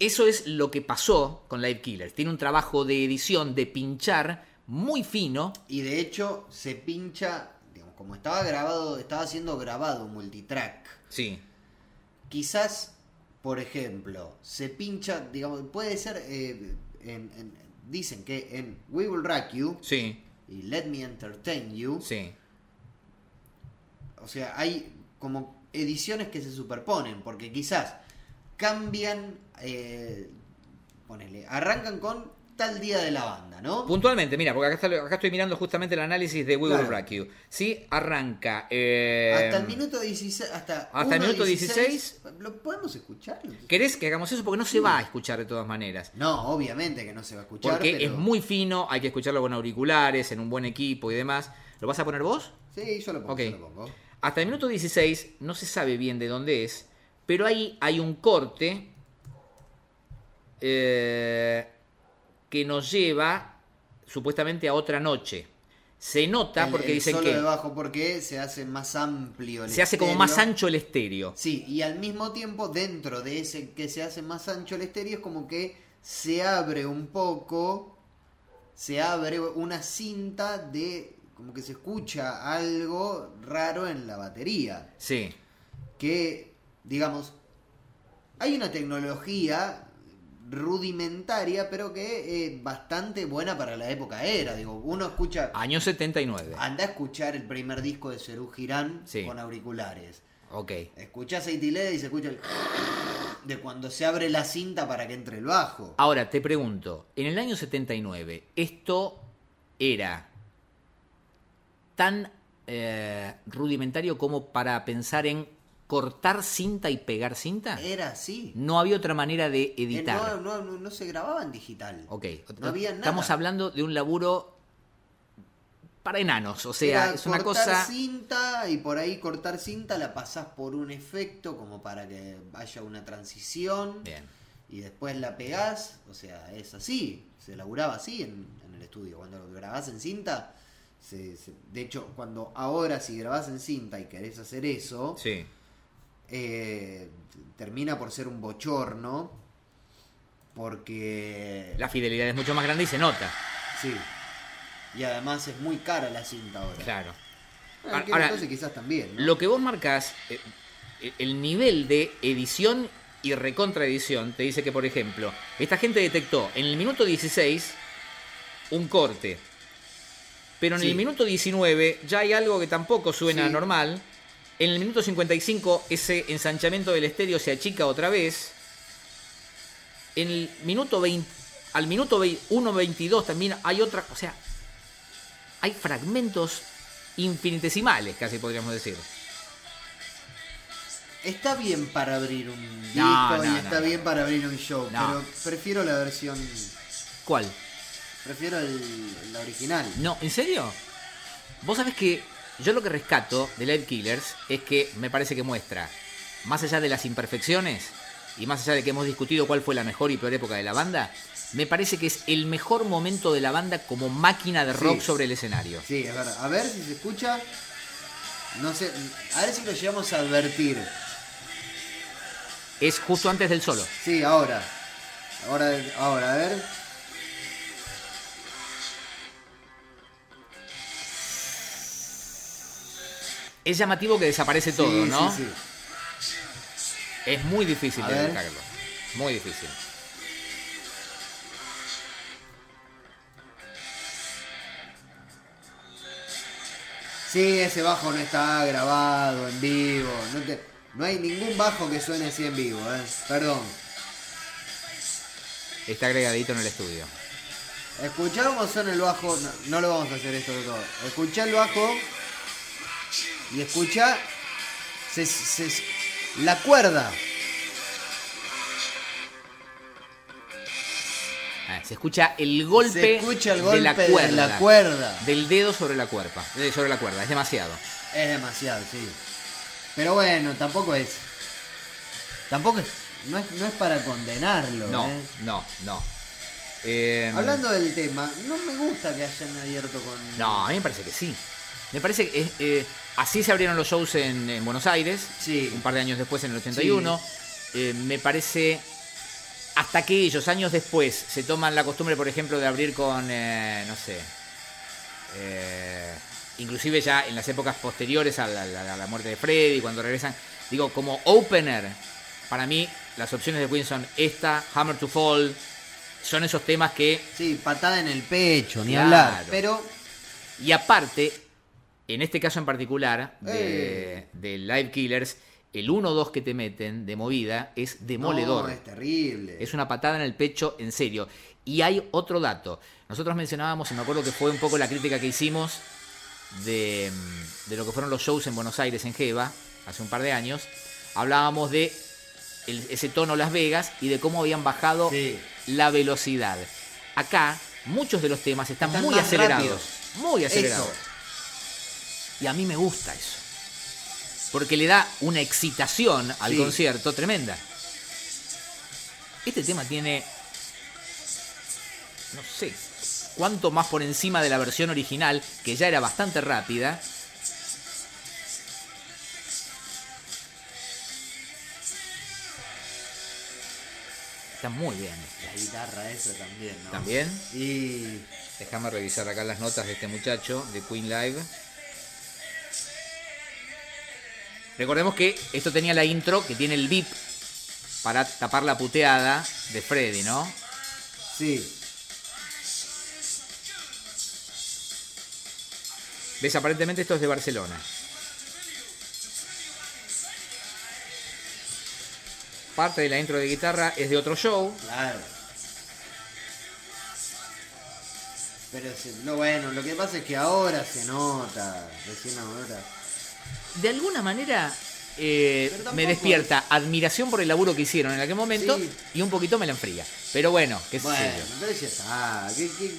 Speaker 1: Eso es lo que pasó con Live Killers. Tiene un trabajo de edición, de pinchar muy fino.
Speaker 2: Y de hecho se pincha, digamos, como estaba grabado, estaba siendo grabado multitrack.
Speaker 1: Sí.
Speaker 2: Quizás, por ejemplo, se pincha, digamos, puede ser, eh, en- en- dicen que en We Will Rack You
Speaker 1: Sí.
Speaker 2: y Let Me Entertain You,
Speaker 1: Sí.
Speaker 2: o sea, hay como ediciones que se superponen, porque quizás cambian, eh, ponele, arrancan con tal día de la banda, ¿no?
Speaker 1: Puntualmente, mira, porque acá, está- acá estoy mirando justamente el análisis de We Will
Speaker 2: Claro.
Speaker 1: Rock You. Sí, arranca. eh,
Speaker 2: Hasta el minuto 16. Hasta,
Speaker 1: hasta el
Speaker 2: 1,
Speaker 1: minuto
Speaker 2: 16, ¿Lo podemos escuchar?
Speaker 1: ¿Querés que hagamos eso? Porque no se va a escuchar de todas maneras.
Speaker 2: No, obviamente que no se va a escuchar.
Speaker 1: Porque
Speaker 2: pero-
Speaker 1: es muy fino, hay que escucharlo con auriculares, en un buen equipo y demás. ¿Lo vas a poner vos?
Speaker 2: Sí, yo lo pongo.
Speaker 1: Ok.
Speaker 2: yo lo pongo.
Speaker 1: Hasta el minuto 16 no se sabe bien de dónde es, pero ahí hay un corte eh, que nos lleva supuestamente a otra noche. Se nota
Speaker 2: El-
Speaker 1: porque
Speaker 2: el
Speaker 1: dicen
Speaker 2: solo
Speaker 1: que
Speaker 2: de bajo porque se hace más amplio. el
Speaker 1: se hace como
Speaker 2: estéreo.
Speaker 1: más ancho el estéreo.
Speaker 2: Sí, y al mismo tiempo, dentro de ese que se hace más ancho el estéreo, es como que se abre un poco. Se abre una cinta de. Como que se escucha algo raro en la batería.
Speaker 1: Sí,
Speaker 2: que, digamos, hay una tecnología rudimentaria, pero que es bastante buena para la época era. Digo, uno escucha,
Speaker 1: año 79.
Speaker 2: anda a escuchar el primer disco de Cerú Girán
Speaker 1: Sí.
Speaker 2: con auriculares.
Speaker 1: Ok.
Speaker 2: Escuchás a Itilé y se escucha el de cuando se abre la cinta para que entre el bajo.
Speaker 1: Ahora te pregunto, en el año 79, ¿esto era tan eh, rudimentario como para pensar en cortar cinta y pegar cinta?
Speaker 2: Era así.
Speaker 1: No había otra manera de
Speaker 2: Eh,
Speaker 1: editar.
Speaker 2: No, no, no- no se grababa en digital.
Speaker 1: ok,
Speaker 2: no había nada.
Speaker 1: estamos hablando de un laburo para enanos, o sea,
Speaker 2: Era
Speaker 1: es una
Speaker 2: cortar
Speaker 1: cosa...
Speaker 2: cinta y por ahí cortar cinta la pasás por un efecto como para que haya una transición
Speaker 1: Bien.
Speaker 2: y después la pegás, o sea, es así, se laburaba así en, en el estudio, cuando lo grabás en cinta, se- se- de hecho, cuando ahora si grabás en cinta y querés hacer eso,
Speaker 1: Sí.
Speaker 2: eh, termina por ser un bochorno porque...
Speaker 1: La fidelidad es mucho más grande y se nota.
Speaker 2: Sí. Y además es muy cara la cinta ahora.
Speaker 1: Claro.
Speaker 2: Ah, en aquel
Speaker 1: Ahora-
Speaker 2: entonces quizás también. ¿no?
Speaker 1: Lo que vos marcás, eh, eh, el nivel de edición y recontraedición, te dice que, por ejemplo, esta gente detectó en el minuto 16 un corte, pero en
Speaker 2: Sí.
Speaker 1: el minuto 19 ya hay algo que tampoco suena
Speaker 2: Sí.
Speaker 1: normal. En el minuto 55 ese ensanchamiento del estéreo se achica otra vez. En el minuto 20, al minuto 1.22 también hay otra, o sea, hay fragmentos infinitesimales, casi podríamos decir.
Speaker 2: Está bien para abrir un disco
Speaker 1: No,
Speaker 2: y
Speaker 1: no,
Speaker 2: está
Speaker 1: no,
Speaker 2: bien
Speaker 1: no.
Speaker 2: para abrir un show,
Speaker 1: No.
Speaker 2: pero prefiero la versión.
Speaker 1: ¿Cuál?
Speaker 2: Prefiero el- la original.
Speaker 1: No, ¿en serio? Vos sabés que yo lo que rescato de Live Killers es que me parece que muestra, más allá de las imperfecciones, y más allá de que hemos discutido cuál fue la mejor y peor época de la banda, me parece que es el mejor momento de la banda como máquina de rock
Speaker 2: Sí.
Speaker 1: sobre el escenario.
Speaker 2: Sí, es verdad. A ver si se escucha. No sé, a ver si lo llegamos a advertir.
Speaker 1: Es justo antes del solo.
Speaker 2: Sí, ahora. Ahora, ahora, a ver.
Speaker 1: Es llamativo que desaparece todo,
Speaker 2: Sí,
Speaker 1: ¿no?
Speaker 2: Sí, sí.
Speaker 1: Es muy difícil
Speaker 2: A
Speaker 1: de
Speaker 2: ver.
Speaker 1: detectarlo. Muy difícil.
Speaker 2: Sí, ese bajo no está grabado en vivo. No, te- no hay ningún bajo que suene así en vivo, eh. Perdón.
Speaker 1: Está agregadito en el estudio.
Speaker 2: Escuchá cómo suena el bajo. No, no lo vamos a hacer esto de todo. Escuchá el bajo. Y escuchá. se- se- la cuerda.
Speaker 1: Ah, se escucha el golpe,
Speaker 2: se escucha el
Speaker 1: de la
Speaker 2: golpe
Speaker 1: cuerda.
Speaker 2: de la cuerda.
Speaker 1: Del dedo sobre la cuerpa. eh, sobre la cuerda. Es demasiado.
Speaker 2: Es demasiado, sí. Pero bueno, tampoco es. Tampoco es. No es, no es para condenarlo.
Speaker 1: No,
Speaker 2: ¿eh?
Speaker 1: no, no. Eh,
Speaker 2: Hablando del tema, no me gusta que hayan abierto con.
Speaker 1: No, a mí me parece que sí. Me parece que eh, eh, así se abrieron los shows en, en Buenos Aires,
Speaker 2: Sí.
Speaker 1: un par de años después, en el 81. Eh, me parece, hasta que ellos, años después, se toman la costumbre, por ejemplo, de abrir con, eh, no sé, eh, inclusive ya en las épocas posteriores a la, la- la muerte de Freddy, cuando regresan, digo, como opener, para mí las opciones de Queen son esta, Hammer to Fall, son esos temas que
Speaker 2: Sí, patada en el pecho, ni
Speaker 1: Claro.
Speaker 2: hablar. Pero.
Speaker 1: Y aparte, en este caso en particular, de, de Live Killers, el 1-2 que te meten de movida es demoledor.
Speaker 2: No, este. es terrible.
Speaker 1: Es una patada en el pecho, en serio. Y hay otro dato. Nosotros mencionábamos, y me acuerdo que fue un poco la crítica que hicimos de, mm, de lo que fueron los shows en Buenos Aires, en Jeva, hace un par de años. Hablábamos de el- ese tono Las Vegas y de cómo habían bajado
Speaker 2: Sí.
Speaker 1: la velocidad. Acá, muchos de los temas están,
Speaker 2: Están
Speaker 1: muy
Speaker 2: más
Speaker 1: acelerados.
Speaker 2: rápidos.
Speaker 1: Muy acelerados.
Speaker 2: Eso.
Speaker 1: Y a mí me gusta eso. Porque le da una excitación al
Speaker 2: Sí.
Speaker 1: concierto tremenda. Este tema tiene. No sé. Cuánto más por encima de la versión original, que ya era bastante rápida. Está muy bien.
Speaker 2: La guitarra, eso también, ¿no?
Speaker 1: También.
Speaker 2: Y.
Speaker 1: Déjame revisar acá las notas de este muchacho de Queen Live. Recordemos que esto tenía la intro que tiene el beep para tapar la puteada de Freddy, ¿no?
Speaker 2: Sí.
Speaker 1: ¿Ves? Aparentemente esto es de Barcelona. Parte de la intro de guitarra es de otro show.
Speaker 2: Claro. Pero se- lo bueno, lo que pasa es que ahora se nota. Recién ahora.
Speaker 1: De alguna manera eh,
Speaker 2: Pero tampoco
Speaker 1: me despierta admiración por el laburo que hicieron en aquel momento
Speaker 2: Sí.
Speaker 1: y un poquito me la enfría. Pero bueno, qué sé
Speaker 2: Bueno,
Speaker 1: yo.
Speaker 2: entonces ya está. ¿Qué, qué,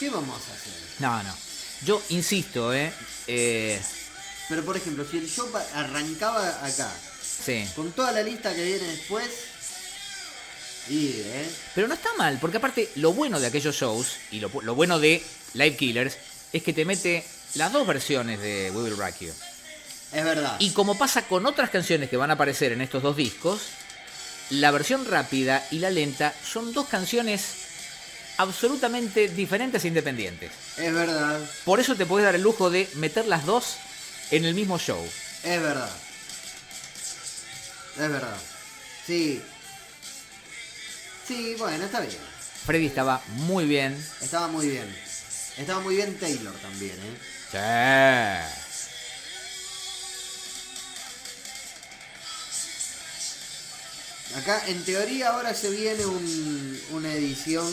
Speaker 2: qué vamos a hacer?
Speaker 1: No, no. Yo insisto, ¿eh? Eh,
Speaker 2: Pero por ejemplo, si el show pa- arrancaba acá,
Speaker 1: sí.
Speaker 2: con toda la lista que viene después, y eh.
Speaker 1: Pero no está mal, porque aparte lo bueno de aquellos shows y lo, lo bueno de Live Killers es que te mete las dos versiones de We Will Rock You.
Speaker 2: Es verdad.
Speaker 1: Y como pasa con otras canciones que van a aparecer en estos dos discos, la versión rápida y la lenta son dos canciones absolutamente diferentes e independientes.
Speaker 2: Es verdad.
Speaker 1: Por eso te puedes dar el lujo de meter las dos en el mismo show.
Speaker 2: Es verdad. Es verdad. Sí. Sí, bueno, está bien.
Speaker 1: Freddy estaba muy bien.
Speaker 2: Estaba muy bien. Estaba muy bien Taylor también, eh.
Speaker 1: Sí.
Speaker 2: Acá, en teoría, ahora se viene un, una edición.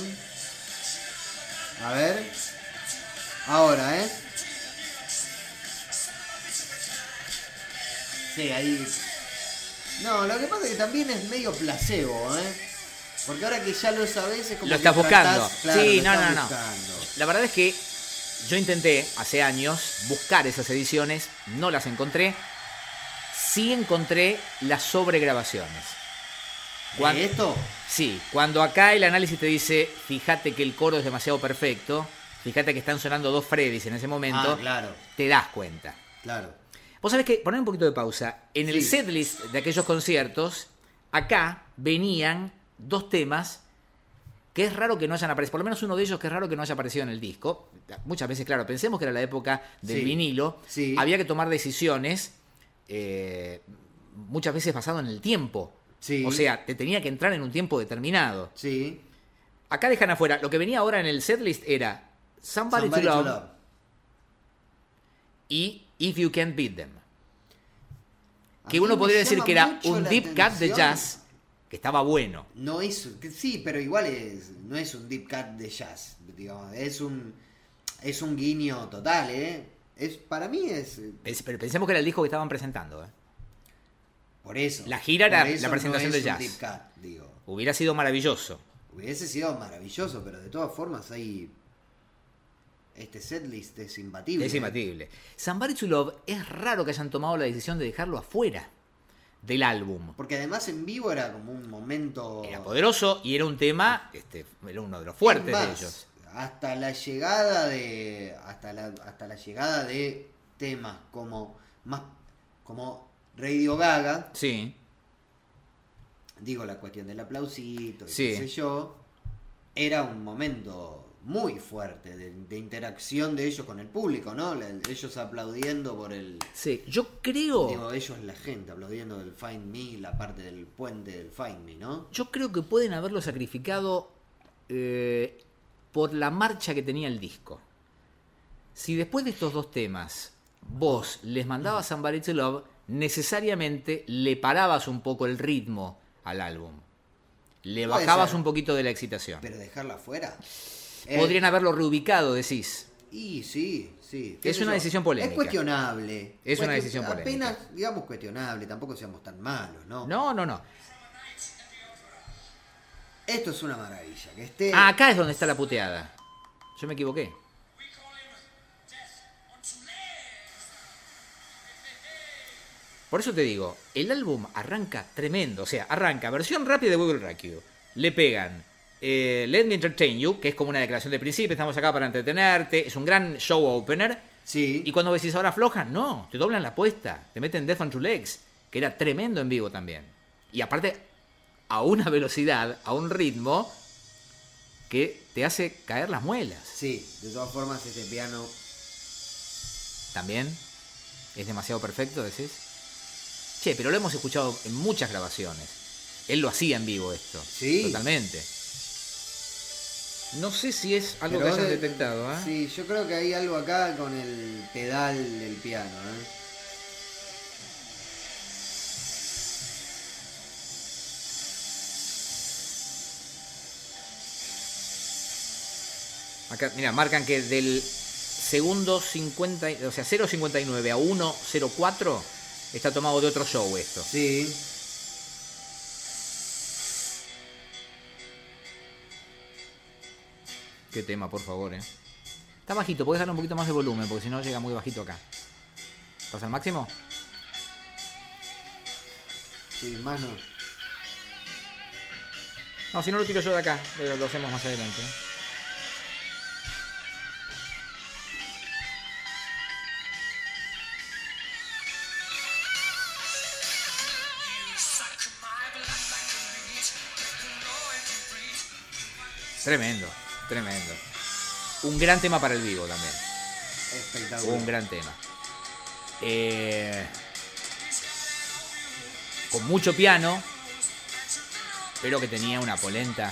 Speaker 2: A ver. Ahora, ¿eh? Sí, ahí. No, lo que pasa es que también es medio placebo, ¿eh? Porque ahora que ya lo sabes es como.
Speaker 1: lo
Speaker 2: que
Speaker 1: estás
Speaker 2: tratás-
Speaker 1: buscando.
Speaker 2: claro,
Speaker 1: sí,
Speaker 2: lo
Speaker 1: no, no,
Speaker 2: estás
Speaker 1: no.
Speaker 2: buscando.
Speaker 1: La verdad es que yo intenté hace años buscar esas ediciones, no las encontré. Sí encontré las sobregrabaciones. Cuan-
Speaker 2: ¿De ¿Eh, esto? Ah,
Speaker 1: Sí, cuando acá el análisis te dice, fíjate que el coro es demasiado perfecto, fíjate que están sonando dos Freddys en ese momento,
Speaker 2: Ah, claro,
Speaker 1: te das cuenta.
Speaker 2: claro.
Speaker 1: Vos sabés que, poner un poquito de pausa, en el
Speaker 2: Sí.
Speaker 1: setlist de aquellos conciertos, acá venían dos temas que es raro que no hayan aparecido, por lo menos uno de ellos que es raro que no haya aparecido en el disco. Muchas veces, claro, pensemos que era la época del
Speaker 2: Sí.
Speaker 1: vinilo,
Speaker 2: Sí.
Speaker 1: había que tomar decisiones, eh, muchas veces basado en el tiempo.
Speaker 2: Sí.
Speaker 1: O sea, te tenía que entrar en un tiempo determinado.
Speaker 2: Sí.
Speaker 1: Acá dejan afuera, lo que venía ahora en el setlist era Somebody,
Speaker 2: Somebody
Speaker 1: to,
Speaker 2: to
Speaker 1: love,
Speaker 2: Love.
Speaker 1: y If You Can't Beat Them.
Speaker 2: A
Speaker 1: Que
Speaker 2: mí
Speaker 1: uno
Speaker 2: me
Speaker 1: podría
Speaker 2: llama
Speaker 1: decir que era
Speaker 2: mucho
Speaker 1: un
Speaker 2: la
Speaker 1: deep cut de
Speaker 2: atención.
Speaker 1: jazz que estaba bueno.
Speaker 2: No es, que sí, pero igual es, no es un deep cut de jazz, digamos, es un es un guiño total, ¿eh? Es, para mí es eh,
Speaker 1: Pens- Pero pensemos que era el disco que estaban presentando. ¿eh?
Speaker 2: por eso.
Speaker 1: La gira
Speaker 2: Por
Speaker 1: era la
Speaker 2: eso
Speaker 1: presentación
Speaker 2: no
Speaker 1: de
Speaker 2: es un
Speaker 1: jazz.
Speaker 2: deep cut, digo.
Speaker 1: Hubiera sido maravilloso.
Speaker 2: Hubiese sido maravilloso, pero de todas formas hay este setlist es imbatible.
Speaker 1: Es imbatible. Somebody to Love es raro que hayan tomado la decisión de dejarlo afuera del álbum.
Speaker 2: Porque además en vivo era como un momento
Speaker 1: Era poderoso y era un tema, este, era uno de los fuertes
Speaker 2: Es
Speaker 1: de
Speaker 2: más,
Speaker 1: ellos.
Speaker 2: Hasta la llegada de. Hasta la, hasta la llegada de temas como. más como Radio Gaga.
Speaker 1: Sí.
Speaker 2: Digo la cuestión del aplausito y
Speaker 1: Sí.
Speaker 2: qué sé yo. Era un momento muy fuerte de, de interacción de ellos con el público, ¿no? La- ellos aplaudiendo por el.
Speaker 1: Sí, yo creo...
Speaker 2: Digo, ellos la gente aplaudiendo del Find Me, la parte del puente del Find Me, ¿no?
Speaker 1: Yo creo que pueden haberlo sacrificado eh, por la marcha que tenía el disco. Si después de estos dos temas vos les mandabas Somebody to Love, necesariamente le parabas un poco el ritmo al álbum. Le
Speaker 2: Puede
Speaker 1: bajabas
Speaker 2: ser.
Speaker 1: un poquito de la excitación.
Speaker 2: Pero eh, dejarla fuera.
Speaker 1: Podrían haberlo reubicado, decís.
Speaker 2: Y sí, sí.
Speaker 1: Es una decisión polémica.
Speaker 2: Es cuestionable.
Speaker 1: Es una
Speaker 2: Cuestio-
Speaker 1: decisión polémica.
Speaker 2: Apenas, digamos, cuestionable. Tampoco seamos tan malos, ¿no?
Speaker 1: No, no, no.
Speaker 2: Esto es una maravilla. Que esté.
Speaker 1: Ah, acá es donde está la puteada. Yo me equivoqué. Por eso te digo, el álbum arranca tremendo. O sea, arranca versión rápida de Google Rescue. Le pegan eh, Let Me Entertain You, que es como una declaración de principio. Estamos acá para entretenerte. Es un gran show opener.
Speaker 2: Sí.
Speaker 1: Y cuando vos decís ahora floja, no. Te doblan la apuesta. Te meten Death on Two Legs, que era tremendo en vivo también. Y aparte, a una velocidad, a un ritmo que te hace caer las muelas.
Speaker 2: Sí, de todas formas, este piano.
Speaker 1: También es demasiado perfecto, decís. Che, pero lo hemos escuchado en muchas grabaciones. Él lo hacía en vivo esto.
Speaker 2: Sí.
Speaker 1: Totalmente. No sé si es algo
Speaker 2: Pero
Speaker 1: que hayan
Speaker 2: vos-
Speaker 1: detectado, ¿eh?
Speaker 2: Sí, yo creo que hay algo acá con el pedal del piano, ¿eh?
Speaker 1: Acá, mira, marcan que del segundo 50, y- o sea, 0.59 a 1.04 está tomado de otro show esto.
Speaker 2: Sí.
Speaker 1: Qué tema, por favor, eh. Está bajito, podés darle un poquito más de volumen, porque si no llega muy bajito acá. ¿Estás al máximo?
Speaker 2: Sí, más no.
Speaker 1: No, si no lo tiro yo de acá, pero lo hacemos más adelante. Tremendo, tremendo. Un gran tema para el vivo también.
Speaker 2: Espectacular.
Speaker 1: Un gran tema. Eh, con mucho piano, pero que tenía una polenta.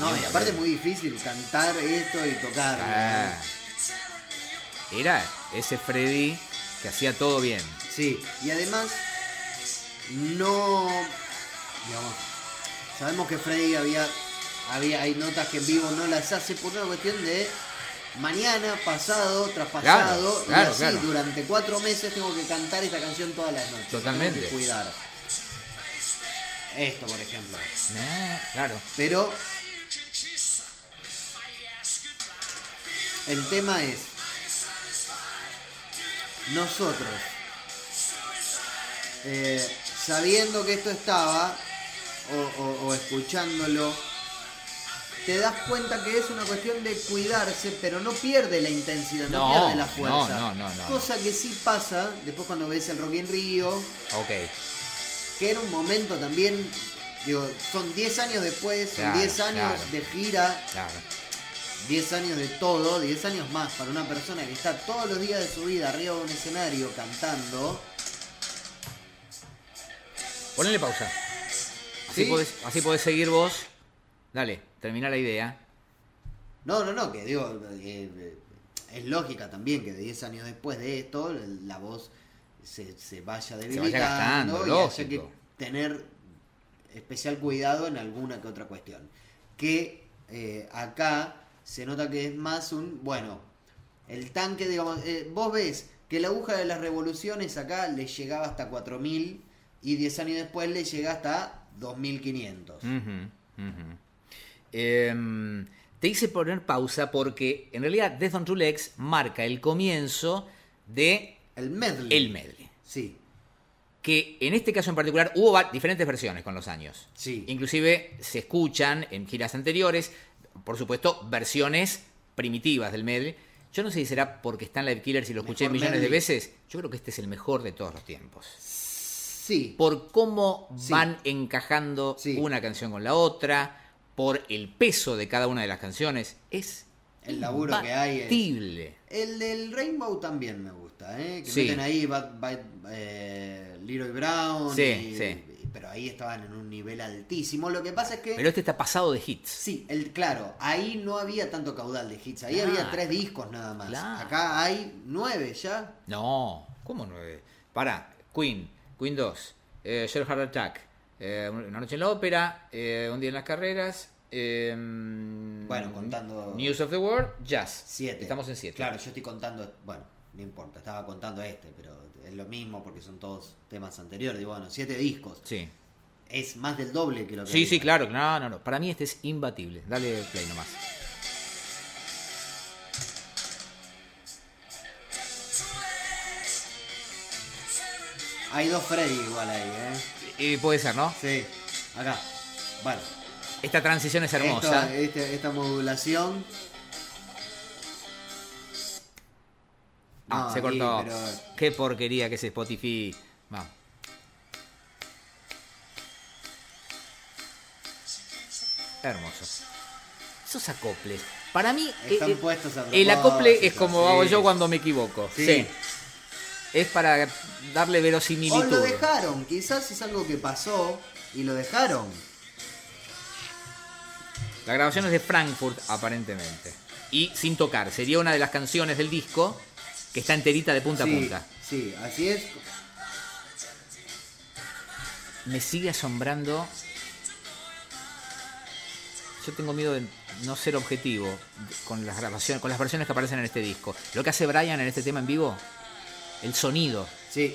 Speaker 2: No, y aparte es muy difícil cantar esto y tocarlo.
Speaker 1: Ah.
Speaker 2: ¿eh?
Speaker 1: Era ese Freddy que hacía todo bien.
Speaker 2: Sí, y además no, digamos, sabemos que Freddy había, había, hay notas que en vivo no las hace por una cuestión de mañana, pasado, traspasado,
Speaker 1: Claro, claro,
Speaker 2: y así
Speaker 1: claro.
Speaker 2: durante cuatro meses tengo que cantar esta canción todas las noches. tengo que
Speaker 1: Totalmente.
Speaker 2: cuidar. Esto, por ejemplo.
Speaker 1: Ah, Claro.
Speaker 2: Pero el tema es nosotros eh, sabiendo que esto estaba o, o- o escuchándolo, te das cuenta que es una cuestión de cuidarse, pero no pierde la intensidad, no,
Speaker 1: No,
Speaker 2: pierde la
Speaker 1: no,
Speaker 2: fuerza.
Speaker 1: no, no, no,
Speaker 2: Cosa que sí pasa después cuando ves el Rock in Rio,
Speaker 1: Ok.
Speaker 2: que era un momento también, digo, son 10 años después, son
Speaker 1: Claro,
Speaker 2: 10 años
Speaker 1: claro.
Speaker 2: de gira,
Speaker 1: Claro.
Speaker 2: 10 años de todo, 10 años más para una persona que está todos los días de su vida arriba de un escenario cantando.
Speaker 1: Ponle pausa. Así,
Speaker 2: Sí.
Speaker 1: podés, así podés seguir vos. Dale, termina la idea.
Speaker 2: No, no, no, que digo, eh, eh, es lógica también que 10 años después de esto la voz se, se vaya debilitando
Speaker 1: gastando,
Speaker 2: y haya que
Speaker 1: lógico.
Speaker 2: tener especial cuidado en alguna que otra cuestión. Que eh, acá se nota que es más un, bueno, el tanque, digamos, eh, vos ves que la aguja de las revoluciones acá le llegaba hasta 4.000 y 10 años después le llega hasta 2.500.
Speaker 1: Ujú, ujú. Em, te hice poner pausa porque en realidad Death on Two Legs marca el comienzo de
Speaker 2: El medley.
Speaker 1: el medley.
Speaker 2: Sí,
Speaker 1: Que en este caso en particular hubo va- diferentes versiones con los años.
Speaker 2: sí.
Speaker 1: Inclusive se escuchan en giras anteriores, por supuesto, versiones primitivas del medley. Yo no sé si será porque está en Live Killers y lo escuché
Speaker 2: Mejor
Speaker 1: millones de
Speaker 2: medley.
Speaker 1: veces. Yo creo que este es el mejor de todos los tiempos.
Speaker 2: Sí.
Speaker 1: por cómo
Speaker 2: Sí.
Speaker 1: van encajando
Speaker 2: Sí.
Speaker 1: una canción con la otra, por el peso de cada una de las canciones, es
Speaker 2: El laburo que hay es-
Speaker 1: imbatible.
Speaker 2: El del Rainbow también me gusta, ¿eh? Que
Speaker 1: Sí.
Speaker 2: meten ahí Bad, Bad, eh, Leroy Brown.
Speaker 1: Sí,
Speaker 2: y-
Speaker 1: sí.
Speaker 2: y- pero ahí estaban en un nivel altísimo. Lo que pasa es que.
Speaker 1: Pero este está pasado de hits.
Speaker 2: Sí, el, claro, ahí no había tanto caudal de hits. Ahí
Speaker 1: Claro.
Speaker 2: había tres discos nada más.
Speaker 1: Claro.
Speaker 2: Acá hay nueve ya.
Speaker 1: No, ¿cómo nueve? Para, Queen, Queen 2, eh, Shell Heart Attack, eh, Una Noche en la Ópera, eh, Un Día en las Carreras. eh,
Speaker 2: Bueno, contando-
Speaker 1: News of the World, Jazz.
Speaker 2: Siete.
Speaker 1: Estamos en 7.
Speaker 2: Claro, yo estoy contando. Bueno, no importa, estaba contando este, pero es lo mismo porque son todos temas anteriores. Y bueno, siete discos.
Speaker 1: Sí.
Speaker 2: Es más del doble que lo que.
Speaker 1: Sí, sí,
Speaker 2: había.
Speaker 1: claro. No, no, no. Para mí este es imbatible. Dale play nomás.
Speaker 2: Hay dos Freddy igual ahí, ¿eh?
Speaker 1: Eh, puede ser, ¿no?
Speaker 2: Sí, acá. Bueno.
Speaker 1: Esta transición es
Speaker 2: Esta,
Speaker 1: hermosa.
Speaker 2: este- esta modulación.
Speaker 1: Ah,
Speaker 2: No,
Speaker 1: se
Speaker 2: aquí,
Speaker 1: cortó.
Speaker 2: pero-
Speaker 1: Qué porquería que es Spotify. Vamos. Hermoso. Esos acoples. Para mí,
Speaker 2: Están
Speaker 1: eh, eh,
Speaker 2: puestos a
Speaker 1: el acople es
Speaker 2: propósito,
Speaker 1: como
Speaker 2: sí.
Speaker 1: hago yo cuando me equivoco.
Speaker 2: Sí.
Speaker 1: Sí. Es para darle
Speaker 2: O
Speaker 1: verosimilitud.
Speaker 2: Oh, lo dejaron, quizás es algo que pasó y lo dejaron.
Speaker 1: La grabación es de Frankfurt, aparentemente. Y sin tocar. Sería una de las canciones del disco que está enterita de punta
Speaker 2: sí,
Speaker 1: a punta.
Speaker 2: sí, así es.
Speaker 1: me sigue asombrando. Yo tengo miedo de no ser objetivo con las grabaciones, con las versiones que aparecen en este disco. Lo que hace Brian en este tema en vivo, el sonido,
Speaker 2: Sí,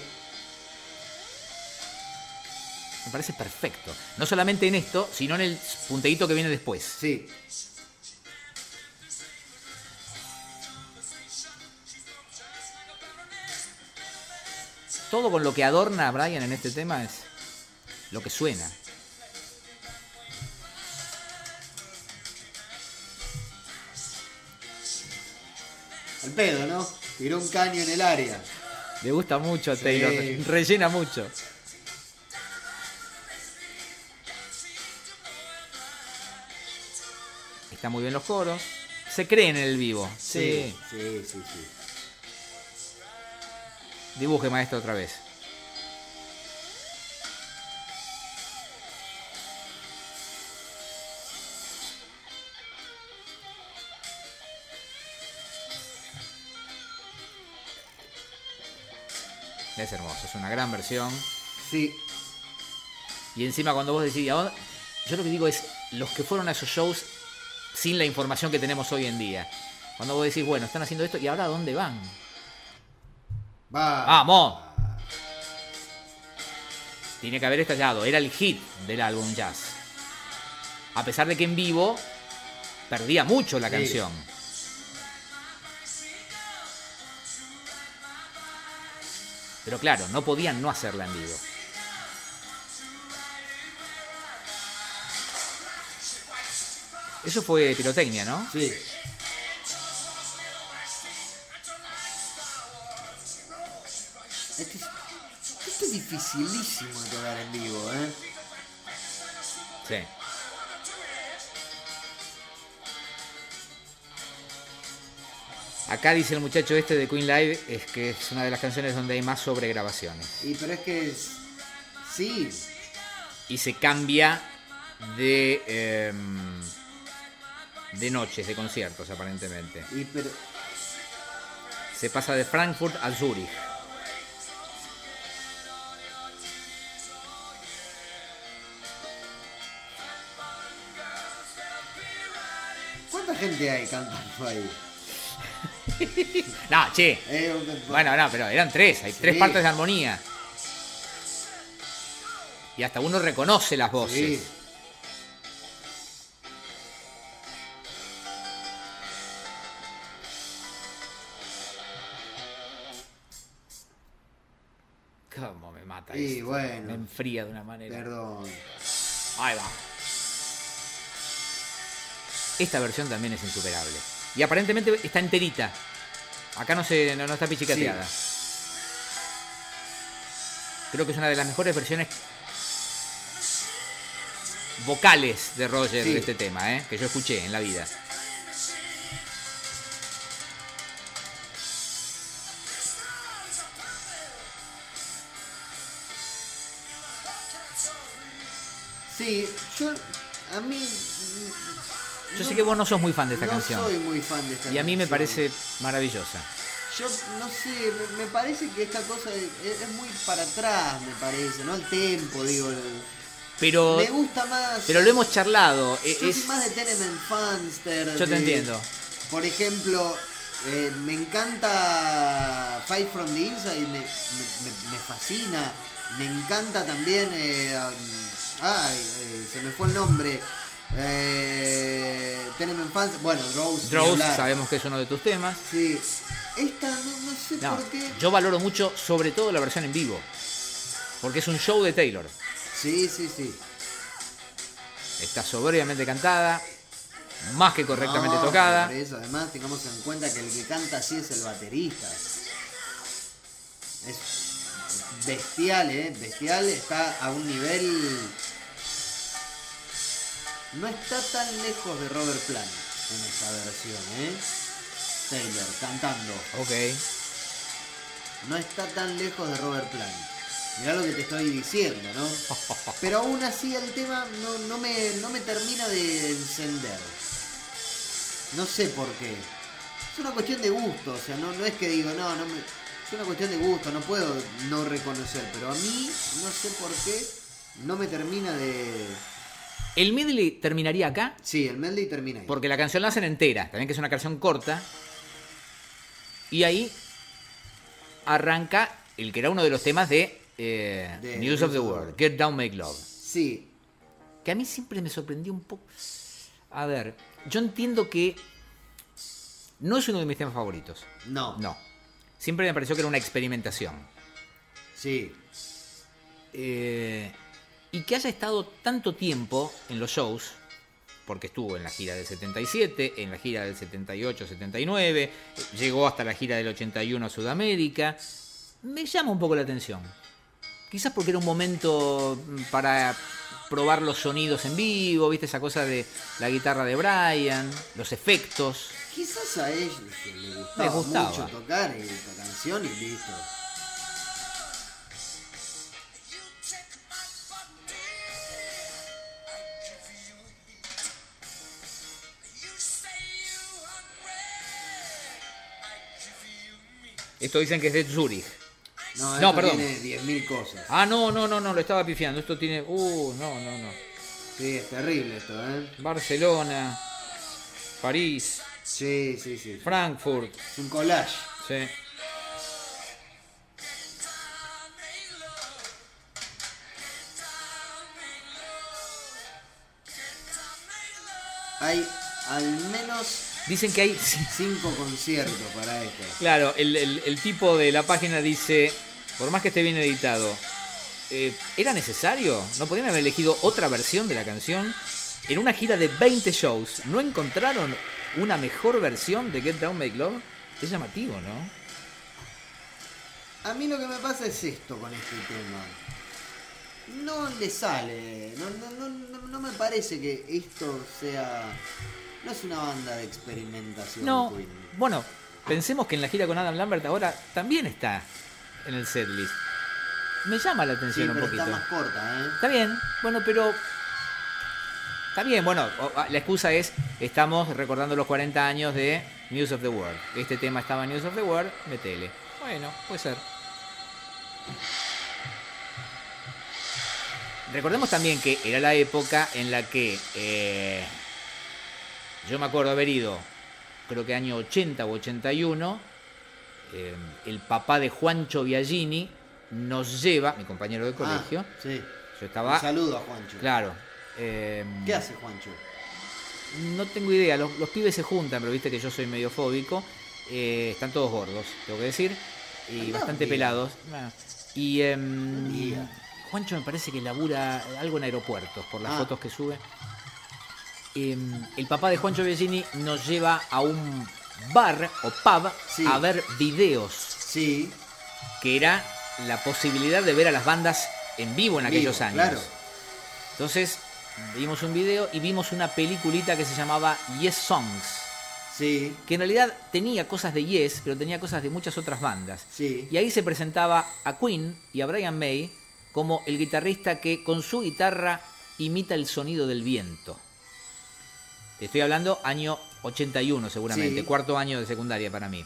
Speaker 1: me parece perfecto. No solamente en esto, sino en el punteíto que viene después.
Speaker 2: sí.
Speaker 1: Todo con lo que adorna a Brian en este tema es lo que suena.
Speaker 2: El pedo, ¿no? Tiró un caño en el área.
Speaker 1: Le gusta mucho a
Speaker 2: Sí.
Speaker 1: Taylor, rellena mucho. Está muy bien los coros. Se cree en el vivo.
Speaker 2: Sí, sí, sí.
Speaker 1: Dibuje maestro otra vez. Es hermoso, es una gran versión.
Speaker 2: Sí,
Speaker 1: Y encima cuando vos decís, "¿A dónde?", yo lo que digo es, los que fueron a esos shows sin la información que tenemos hoy en día. Cuando vos decís, bueno, están haciendo esto y ahora a dónde van.
Speaker 2: va.
Speaker 1: ¡Vamos! Tiene que haber estallado, era el hit del álbum jazz. A pesar de que en vivo perdía mucho la
Speaker 2: Sí.
Speaker 1: canción. Pero claro, no podían no hacerla en vivo. Eso fue pirotecnia, ¿no?
Speaker 2: Sí. Este es, esto es dificilísimo de tocar en vivo, ¿eh?
Speaker 1: Sí. Acá dice el muchacho este de Queen Live es que es una de las canciones donde hay más sobregrabaciones.
Speaker 2: Y pero es que es- sí,
Speaker 1: Y se cambia de. em, de noches, de conciertos, aparentemente.
Speaker 2: y pero
Speaker 1: Se pasa de Frankfurt a Zurich.
Speaker 2: ¿cuánta gente hay cantando ahí?
Speaker 1: No, che.
Speaker 2: Eh, un-
Speaker 1: Bueno, no, pero eran tres. Hay tres
Speaker 2: Sí.
Speaker 1: partes de armonía. Y hasta uno reconoce las voces.
Speaker 2: sí.
Speaker 1: ¿Cómo me mata
Speaker 2: Y
Speaker 1: esto?
Speaker 2: bueno.
Speaker 1: Me enfría de una manera.
Speaker 2: Perdón.
Speaker 1: Ahí va. Esta versión también es insuperable. Y aparentemente está enterita. Acá no, se, no, no está pichicateada. Creo que es una de las mejores versiones vocales de Roger
Speaker 2: Sí.
Speaker 1: de este tema, ¿eh? que yo escuché en la vida.
Speaker 2: Sí, yo a mí
Speaker 1: Yo sé que vos no sos muy fan de esta
Speaker 2: no
Speaker 1: canción.
Speaker 2: soy muy fan de esta
Speaker 1: Y a mí me
Speaker 2: canción.
Speaker 1: parece maravillosa.
Speaker 2: Yo no sé, me- me parece que esta cosa es, es- es muy para atrás, me parece, ¿no? El tempo, digo. el-
Speaker 1: Pero,
Speaker 2: me gusta más.
Speaker 1: pero lo hemos charlado. e-
Speaker 2: Yo soy
Speaker 1: es-
Speaker 2: más de Tenement Fanster.
Speaker 1: Yo te
Speaker 2: de-
Speaker 1: entiendo.
Speaker 2: Por ejemplo, eh, me encanta Fight from the Inside, me, me, me- me fascina. Me encanta también. eh, um, ay, eh, se me fue el nombre. Eh, Tenement Fanster. Bueno, Drows. ni
Speaker 1: Drows,
Speaker 2: hablar.
Speaker 1: sabemos que es uno de tus temas.
Speaker 2: Sí. Esta no, no sé
Speaker 1: No,
Speaker 2: por qué.
Speaker 1: yo valoro mucho, sobre todo la versión en vivo. Porque es un show de Taylor.
Speaker 2: Sí, sí, sí.
Speaker 1: Está soberbiamente cantada, más que correctamente
Speaker 2: No,
Speaker 1: tocada.
Speaker 2: Por eso, además, tengamos en cuenta que el que canta así es el baterista. Es bestial, ¿eh? Bestial está a un nivel. No está tan lejos de Robert Plant en esta versión, ¿eh? Taylor cantando.
Speaker 1: Ok.
Speaker 2: No está tan lejos de Robert Plant. Mirá lo que te estoy diciendo, ¿no? Pero aún así el tema no, no me, no me termina de encender. No sé por qué. Es una cuestión de gusto, o sea, no, no es que digo, no, no me... Es una cuestión de gusto, no puedo no reconocer, pero a mí no sé por qué no me termina de...
Speaker 1: El medley terminaría acá,
Speaker 2: Sí, el medley termina ahí.
Speaker 1: porque la canción la hacen entera, también que es una canción corta. Y ahí arranca el que era uno de los temas de, eh,
Speaker 2: De
Speaker 1: News of the World, Get Down, Make Love.
Speaker 2: Sí,
Speaker 1: que a mí siempre me sorprendió un poco. A ver, yo entiendo que no es uno de mis temas favoritos.
Speaker 2: no,
Speaker 1: No. Siempre me pareció que era una experimentación.
Speaker 2: sí,
Speaker 1: Eh, y que haya estado tanto tiempo en los shows, porque estuvo en la gira del 77, en la gira del 78-79, eh, llegó hasta la gira del 81 a Sudamérica, me llama un poco la atención. Quizás porque era un momento mm, para probar los sonidos en vivo, viste esa cosa de la guitarra de Brian, los efectos.
Speaker 2: Quizás a ellos que les gustaba,
Speaker 1: Les gustaba.
Speaker 2: mucho tocar esta canción y listo.
Speaker 1: Esto dicen que es de Zurich.
Speaker 2: No,
Speaker 1: No,
Speaker 2: esto
Speaker 1: perdón.
Speaker 2: tiene 10.000 cosas.
Speaker 1: Ah, no, no, no, no, lo estaba pifiando. Esto tiene... Uh, no, no, no.
Speaker 2: Sí, es terrible esto, ¿eh?
Speaker 1: Barcelona, París,
Speaker 2: Sí, sí, sí.
Speaker 1: Frankfurt.
Speaker 2: Es un collage.
Speaker 1: Sí.
Speaker 2: Hay al menos
Speaker 1: Dicen que hay.
Speaker 2: 5 conciertos para esto.
Speaker 1: Claro, el, el- el tipo de la página dice: por más que esté bien editado, eh, ¿era necesario? ¿No podían haber elegido otra versión de la canción? En una gira de 20 shows, ¿no encontraron una mejor versión de Get Down Make Love? Es llamativo, ¿no?
Speaker 2: A mí lo que me pasa es esto con este tema. No le sale, no, no, no, no, no me parece que esto sea... No es una banda de experimentación.
Speaker 1: No.
Speaker 2: Queen.
Speaker 1: Bueno, pensemos que en la gira con Adam Lambert ahora también está en el setlist. Me llama la
Speaker 2: Sí,
Speaker 1: atención un
Speaker 2: pero
Speaker 1: poquito.
Speaker 2: está más corta, ¿eh?
Speaker 1: Está bien, bueno, pero. Está bien, bueno, o- la excusa es: estamos recordando los 40 años de News of the World. Este tema estaba en News of the World, metele. Bueno, puede ser. Recordemos también que era la época en la que. eh, yo me acuerdo haber ido, creo que año 80 o 81, eh, el papá de Juancho Biagini nos lleva, mi compañero de colegio.
Speaker 2: Ah, sí.
Speaker 1: Yo
Speaker 2: Un
Speaker 1: estaba.
Speaker 2: saludo a Juancho.
Speaker 1: Claro. eh,
Speaker 2: ¿Qué hace Juancho?
Speaker 1: No tengo idea. Los, los pibes se juntan, pero viste que yo soy medio fóbico. eh, están todos gordos, tengo que decir. Y
Speaker 2: Andá,
Speaker 1: bastante
Speaker 2: amigo.
Speaker 1: pelados. Ah, Y. eh,
Speaker 2: Amiga.
Speaker 1: Juancho me parece que labura algo en aeropuertos por las
Speaker 2: Ah.
Speaker 1: fotos que sube. Eh, el papá de Juancho Bellini nos lleva a un bar o pub
Speaker 2: Sí.
Speaker 1: a ver videos
Speaker 2: Sí.
Speaker 1: que era la posibilidad de ver a las bandas en vivo en aquellos
Speaker 2: vivo,
Speaker 1: años.
Speaker 2: Claro.
Speaker 1: Entonces vimos un video y vimos una peliculita que se llamaba Yes Songs,
Speaker 2: Sí.
Speaker 1: que en realidad tenía cosas de Yes, pero tenía cosas de muchas otras bandas.
Speaker 2: Sí.
Speaker 1: Y ahí se presentaba a Queen y a Brian May como el guitarrista que con su guitarra imita el sonido del viento. Te estoy hablando año 81 seguramente,
Speaker 2: Sí.
Speaker 1: cuarto año de secundaria para mí.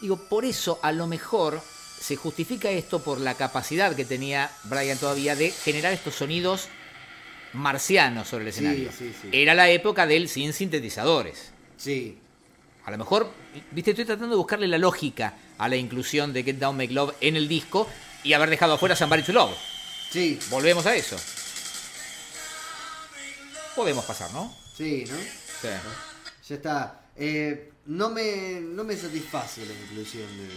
Speaker 1: Digo, por eso a lo mejor se justifica esto por la capacidad que tenía Brian todavía de generar estos sonidos marcianos sobre el
Speaker 2: Sí,
Speaker 1: escenario.
Speaker 2: sí, sí.
Speaker 1: Era la época del sin sintetizadores.
Speaker 2: Sí.
Speaker 1: A lo mejor, viste, estoy tratando de buscarle la lógica a la inclusión de Get Down Make Love en el disco y haber dejado afuera Somebody to Love.
Speaker 2: Sí.
Speaker 1: Volvemos a eso. Podemos pasar, ¿no?
Speaker 2: Sí, ¿no?
Speaker 1: Sí.
Speaker 2: Ya está. Eh, no, me, no me satisface la inclusión de.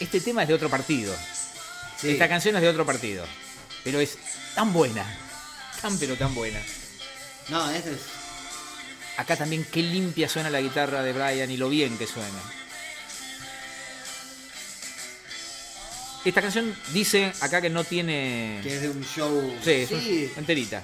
Speaker 1: Este tema es de otro partido.
Speaker 2: Sí.
Speaker 1: Esta canción es de otro partido. Pero es tan buena. Tan pero tan buena.
Speaker 2: No, esta es.
Speaker 1: Acá también qué limpia suena la guitarra de Brian y lo bien que suena. Esta canción dice acá que no tiene...
Speaker 2: que es de un show.
Speaker 1: Sí, es un- enterita.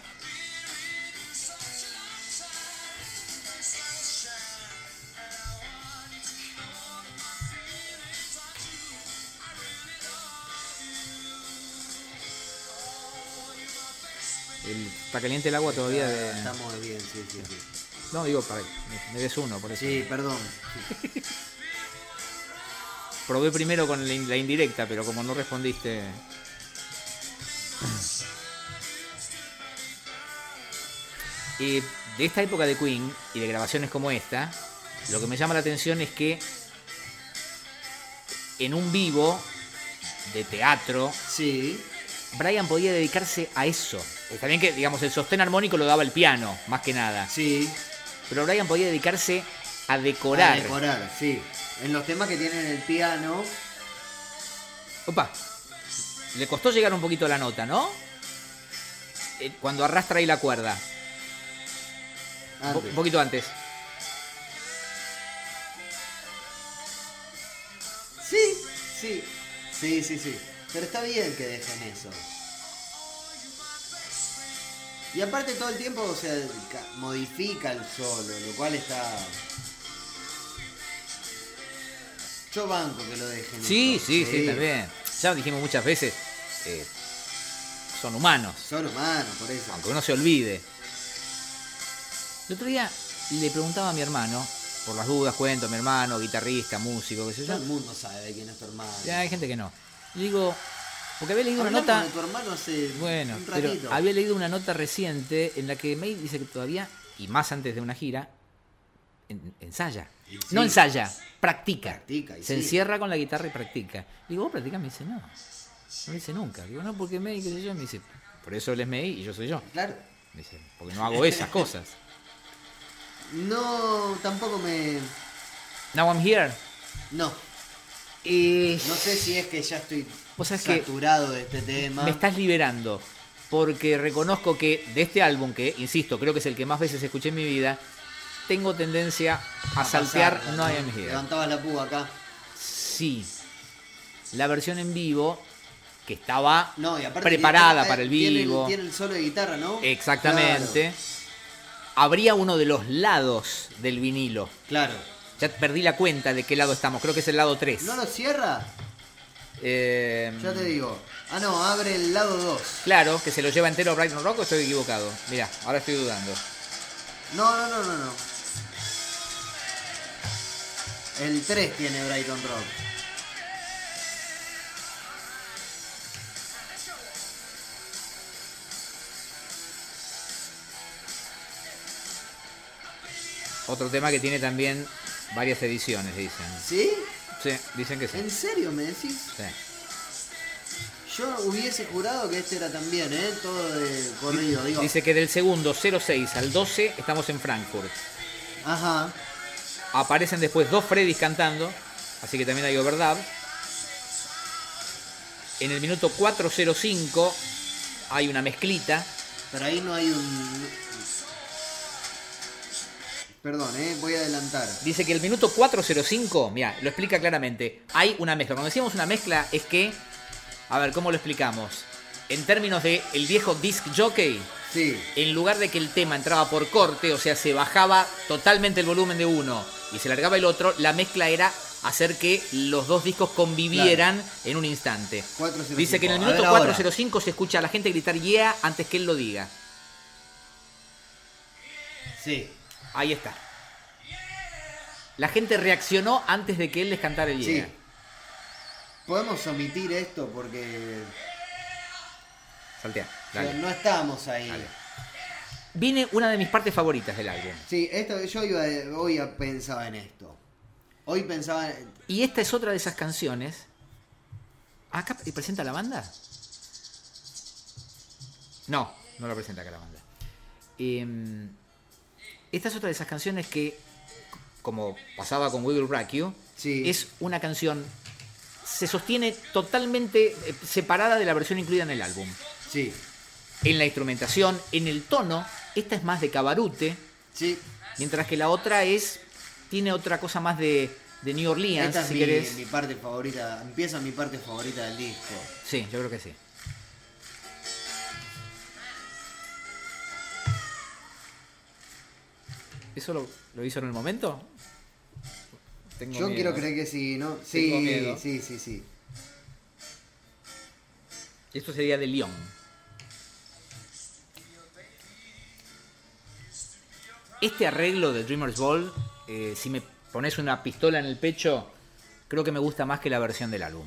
Speaker 1: El- está caliente el agua todavía de...
Speaker 2: Ah, Está muy bien, sí, sí, sí.
Speaker 1: No, digo, para me, me des uno, por eso.
Speaker 2: Sí, perdón.
Speaker 1: Probé primero con la, in- la indirecta, pero como no respondiste... Eh, de esta época de Queen y de grabaciones como esta, lo que me llama la atención es que en un vivo de teatro,
Speaker 2: Sí.
Speaker 1: Brian podía dedicarse a eso. Está bien que, digamos, el sostén armónico lo daba el piano, más que nada.
Speaker 2: Sí.
Speaker 1: Pero Brian podía dedicarse a
Speaker 2: A
Speaker 1: decorar.
Speaker 2: decorar, sí. En los temas que tienen el piano.
Speaker 1: Opa, le costó llegar un poquito a la nota, ¿no? Eh, Cuando arrastra ahí la cuerda. Po-
Speaker 2: Antes.
Speaker 1: Un poquito antes.
Speaker 2: Sí, sí. Sí, sí, sí. Pero está bien que dejen eso. Y aparte todo el tiempo, o sea, ca- modifica el solo, lo cual está. Yo banco que lo dejen.
Speaker 1: Sí,
Speaker 2: eso,
Speaker 1: sí, sí, también. Ya lo dijimos muchas veces, eh, son humanos,
Speaker 2: Son humanos, por eso.
Speaker 1: aunque uno se olvide. El otro día le preguntaba a mi hermano, por las dudas cuento, mi hermano, guitarrista, músico, qué sé yo.
Speaker 2: Todo el mundo sabe quién es tu hermano.
Speaker 1: Ya hay gente que no. Y digo, porque había leído una
Speaker 2: Hablamos
Speaker 1: nota...
Speaker 2: de tu hermano hace
Speaker 1: Bueno,
Speaker 2: un
Speaker 1: pero
Speaker 2: ratito.
Speaker 1: había leído una nota reciente en la que May dice que todavía, y más antes de una gira, en- ensaya.
Speaker 2: Y
Speaker 1: No
Speaker 2: sí.
Speaker 1: ensaya, practica.
Speaker 2: Practica, y
Speaker 1: Se
Speaker 2: sí.
Speaker 1: encierra con la guitarra y practica. Digo, ¿vos practicas? Me dice, no. No dice nunca. Digo, no, porque May, qué sé yo. Me dice, por eso él es May y yo soy yo.
Speaker 2: Claro.
Speaker 1: Me dice, porque no hago esas cosas.
Speaker 2: No, tampoco me.
Speaker 1: Now I'm here.
Speaker 2: No.
Speaker 1: Eh,
Speaker 2: No sé si es que ya estoy
Speaker 1: Vos sabés que
Speaker 2: saturado de este tema.
Speaker 1: me estás liberando. Porque reconozco que de este álbum, que insisto, creo que es el que más veces escuché en mi vida, tengo tendencia a,
Speaker 2: A
Speaker 1: saltear
Speaker 2: pasarla,
Speaker 1: No había mis ideas.
Speaker 2: Levantaba la púa acá.
Speaker 1: Sí. La versión en vivo, que estaba
Speaker 2: No, y aparte
Speaker 1: preparada
Speaker 2: tiene-
Speaker 1: para el
Speaker 2: tiene-
Speaker 1: vivo.
Speaker 2: Tiene el solo de guitarra, ¿no?
Speaker 1: Exactamente. Habría uno de los lados del vinilo.
Speaker 2: Claro. claro.
Speaker 1: Ya perdí la cuenta de qué lado estamos. Creo que es el lado 3.
Speaker 2: ¿No lo cierra? Ya te digo. Ah, no, abre el lado 2.
Speaker 1: Claro, que se lo lleva entero Brighton Rock o estoy equivocado. Mirá, ahora estoy dudando.
Speaker 2: No, no, no, no, no. El 3 tiene Brighton Rock.
Speaker 1: Otro tema que tiene también varias ediciones, dicen.
Speaker 2: ¿Sí?
Speaker 1: Sí, dicen que sí.
Speaker 2: ¿En serio me decís?
Speaker 1: Sí.
Speaker 2: Yo hubiese jurado que este era también, ¿eh? Todo de corrido, digo.
Speaker 1: Dice que del segundo 06 al 12 estamos en Frankfurt.
Speaker 2: Ajá.
Speaker 1: Aparecen después dos Freddys cantando, así que también hay overdub. En el minuto 405 hay una mezclita.
Speaker 2: Pero ahí no hay un. Perdón, ¿eh? Voy a adelantar.
Speaker 1: Dice que el minuto 405, mira, lo explica claramente. Hay una mezcla. Cuando decimos una mezcla es que, a ver, ¿cómo lo explicamos? En términos de el viejo disc jockey,
Speaker 2: Sí.
Speaker 1: en lugar de que el tema entraba por corte, o sea, se bajaba totalmente el volumen de uno y se largaba el otro, la mezcla era hacer que los dos discos convivieran en un instante.
Speaker 2: 405.
Speaker 1: Dice que en el
Speaker 2: A
Speaker 1: minuto
Speaker 2: ver ahora.
Speaker 1: 405 se escucha a la gente gritar yeah antes que él lo diga.
Speaker 2: Sí.
Speaker 1: Ahí está. La gente reaccionó antes de que él les cantara el
Speaker 2: Sí.
Speaker 1: yeah.
Speaker 2: Podemos omitir esto porque
Speaker 1: Saltea.
Speaker 2: o sea,
Speaker 1: Dale.
Speaker 2: no estábamos ahí.
Speaker 1: Dale. Viene una de mis partes favoritas del álbum.
Speaker 2: Sí, esto, yo iba de- hoy a- pensaba en esto. Hoy pensaba. en-
Speaker 1: Y esta es otra de esas canciones. Ah, Acá y presenta la banda. No, no la presenta acá la banda. Em, esta es otra de esas canciones que, como pasaba con Wiggle Brack You,
Speaker 2: Sí.
Speaker 1: es una canción. Se sostiene totalmente eh, separada de la versión incluida en el álbum.
Speaker 2: Sí.
Speaker 1: En la instrumentación, en el tono. Esta es más de cabarute.
Speaker 2: Sí.
Speaker 1: Mientras que la otra es. Tiene otra cosa más de, de New Orleans,
Speaker 2: Esta es
Speaker 1: si
Speaker 2: mi,
Speaker 1: querés.
Speaker 2: mi parte favorita. Empieza mi parte favorita del disco.
Speaker 1: Sí, yo creo que sí. ¿Eso lo, lo hizo en el momento? Tengo
Speaker 2: yo
Speaker 1: miedo.
Speaker 2: quiero creer que sí, ¿no? Sí,
Speaker 1: miedo.
Speaker 2: sí, sí, sí.
Speaker 1: Esto sería de Lyon. Este arreglo de Dreamer's Ball, eh, si me pones una pistola en el pecho, creo que me gusta más que la versión del álbum.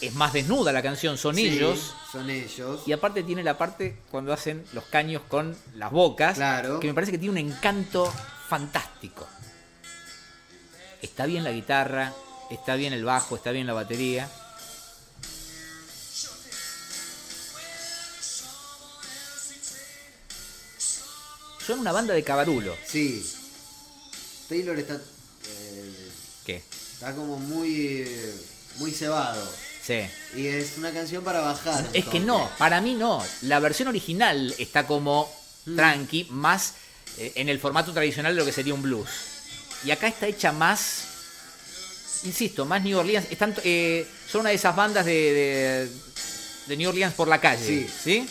Speaker 1: Es más desnuda la canción, son ellos.
Speaker 2: Sí, son ellos.
Speaker 1: Y aparte tiene la parte cuando hacen los caños con las bocas,
Speaker 2: Claro.
Speaker 1: que me parece que tiene un encanto fantástico. Está bien la guitarra, está bien el bajo, está bien la batería. Son una banda de cabarulo.
Speaker 2: Sí. Taylor está. eh,
Speaker 1: ¿Qué?
Speaker 2: está como muy. eh, muy cebado.
Speaker 1: Sí.
Speaker 2: Y es una canción para bajar.
Speaker 1: Es que
Speaker 2: entonces.
Speaker 1: no, para mí no. La versión original está como tranqui, más eh, en el formato tradicional de lo que sería un blues. Y acá está hecha más, insisto, más New Orleans. Están, eh, son una de esas bandas de, de- de New Orleans por la calle. Sí.
Speaker 2: Sí.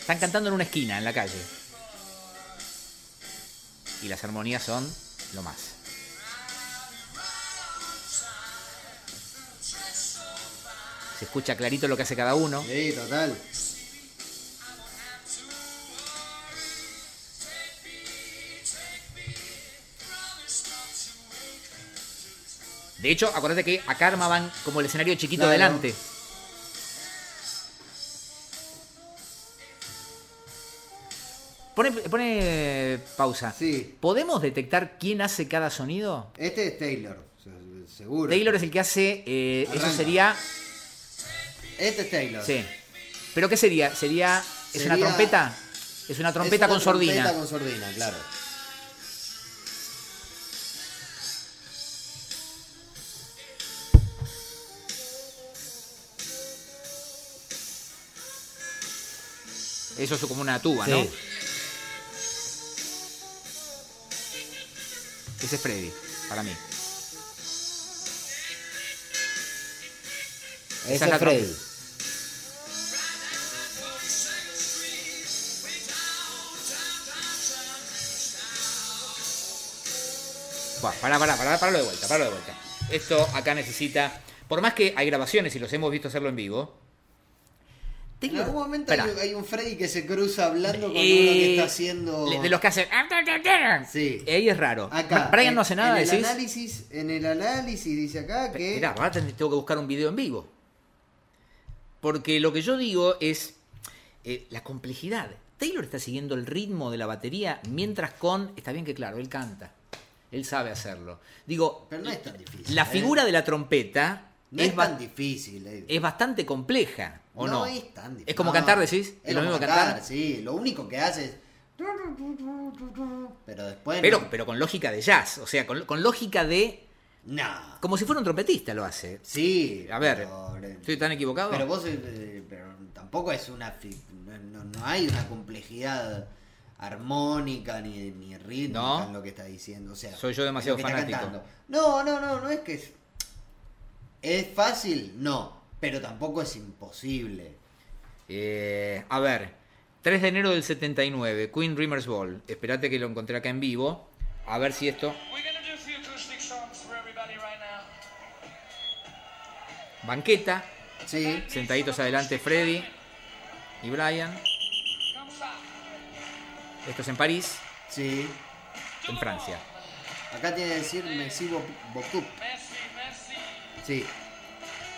Speaker 1: Están cantando en una esquina, en la calle. Y las armonías son lo más. Se escucha clarito lo que hace cada uno.
Speaker 2: Sí, total.
Speaker 1: De hecho, acuérdate que acá armaban como el escenario chiquito
Speaker 2: Claro.
Speaker 1: adelante. Pone, pone pausa.
Speaker 2: Sí.
Speaker 1: ¿Podemos detectar quién hace cada sonido?
Speaker 2: Este es Taylor, se- seguro.
Speaker 1: Taylor es el que hace. eh, eso
Speaker 2: Arranca.
Speaker 1: sería.
Speaker 2: Este es Taylor.
Speaker 1: Sí. ¿Pero qué sería? ¿Sería. ¿Es una
Speaker 2: Sería-
Speaker 1: trompeta? Es una trompeta
Speaker 2: Es
Speaker 1: con
Speaker 2: una
Speaker 1: sordina.
Speaker 2: Trompeta con sordina, claro.
Speaker 1: Eso es como una tuba,
Speaker 2: Sí.
Speaker 1: ¿no? Ese es Freddy, para mí.
Speaker 2: Ese
Speaker 1: es la
Speaker 2: es Freddy.
Speaker 1: trompeta. Buah, pará, pará, pará, paralo de vuelta, paralo de vuelta. Esto acá necesita. Por más que hay grabaciones y los hemos visto hacerlo en vivo.
Speaker 2: En algún momento hay,
Speaker 1: Espera.
Speaker 2: hay un Freddy que se cruza hablando con
Speaker 1: Eh,
Speaker 2: uno que está haciendo.
Speaker 1: De los que hacen.
Speaker 2: Sí.
Speaker 1: Ahí es raro.
Speaker 2: Acá.
Speaker 1: Brian
Speaker 2: en-
Speaker 1: no hace nada,
Speaker 2: En el,
Speaker 1: decís.
Speaker 2: análisis, en el análisis dice acá que.
Speaker 1: Mirá, ahora ten- tengo que buscar un video en vivo. Porque lo que yo digo es eh, la complejidad. Taylor está siguiendo el ritmo de la batería, mientras con. Está bien que, claro, él canta. Él sabe hacerlo. Digo,
Speaker 2: Pero no es tan difícil.
Speaker 1: la
Speaker 2: ¿eh?
Speaker 1: figura de la trompeta
Speaker 2: No
Speaker 1: es,
Speaker 2: es,
Speaker 1: ba-
Speaker 2: tan difícil. eh.
Speaker 1: es bastante compleja, ¿o no?
Speaker 2: es tan difícil.
Speaker 1: Es como
Speaker 2: No.
Speaker 1: cantar, decís. Es,
Speaker 2: Es
Speaker 1: lo
Speaker 2: como
Speaker 1: mismo que cantar.
Speaker 2: Sí, lo único que hace es. Pero después.
Speaker 1: Pero, pero con lógica de jazz. O sea, con, con lógica de.
Speaker 2: No.
Speaker 1: Como si fuera un trompetista lo hace.
Speaker 2: Sí.
Speaker 1: A ver,
Speaker 2: pero-
Speaker 1: ¿Estoy tan equivocado?
Speaker 2: Pero vos, eh, pero tampoco es una. fi- No, no- no hay una complejidad armónica ni, ni rítmica
Speaker 1: No.
Speaker 2: en lo que está diciendo. O sea,
Speaker 1: Soy yo
Speaker 2: en lo
Speaker 1: demasiado
Speaker 2: que está
Speaker 1: fanático.
Speaker 2: cantando. No, no, no, no es que es. ¿Es fácil? No. Pero tampoco es imposible.
Speaker 1: Eh, a ver, 3 de enero del 79, Queen Dreamers Ball. Espérate que lo encontré acá en vivo. A ver si esto.
Speaker 3: We're gonna do a few acoustic songs for everybody right now.
Speaker 1: Banqueta,
Speaker 2: Sí.
Speaker 1: sentaditos adelante Freddy y Brian.
Speaker 3: Come back.
Speaker 1: Esto es en París,
Speaker 2: Sí.
Speaker 1: en Francia.
Speaker 2: Acá tiene que decir Merci beaucoup- beaucoup.
Speaker 3: Merci, merci.
Speaker 2: Sí.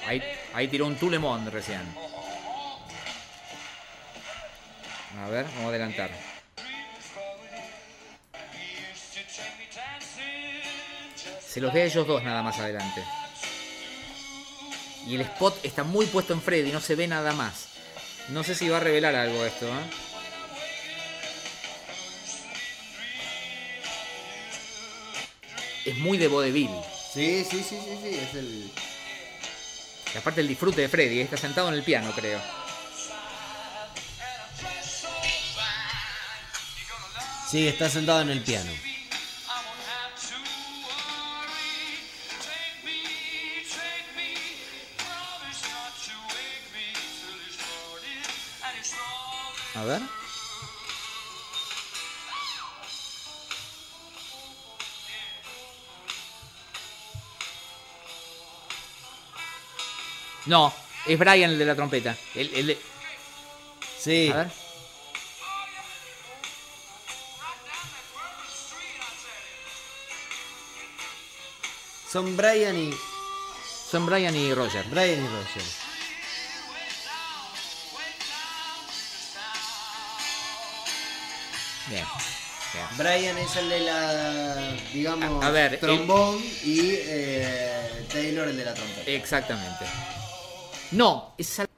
Speaker 1: Ahí, ahí tiró un Tulemond recién. A ver, vamos a adelantar.
Speaker 3: Dreams falling. He used to take me dancing. Just
Speaker 1: Se los ve a ellos dos nada más adelante. Y el spot está muy puesto en Freddy, no se ve nada más. No sé si va a revelar algo esto, ¿eh? Es muy de vodevil.
Speaker 2: Sí, sí, sí, sí, sí. Es el.
Speaker 1: Y aparte el disfrute de Freddy, ¿eh? está sentado en el piano, creo.
Speaker 2: Sí, está sentado en el piano.
Speaker 3: I won't have to worry. Take me, take me. Promise not to wake me till it's morning. And it's morning.
Speaker 1: A ver. No, es Brian el de la trompeta. El, el de-
Speaker 2: Sí.
Speaker 1: A ver.
Speaker 3: Right down that purple street, I tell you.
Speaker 2: Son Brian y.
Speaker 1: Son Brian y Roger.
Speaker 2: Brian y Roger.
Speaker 1: Bien. bien.
Speaker 2: Brian es el de la. digamos.
Speaker 1: A- a ver, eh,
Speaker 2: trombón y eh, Taylor el de la trompeta.
Speaker 1: Exactamente. No, es sal-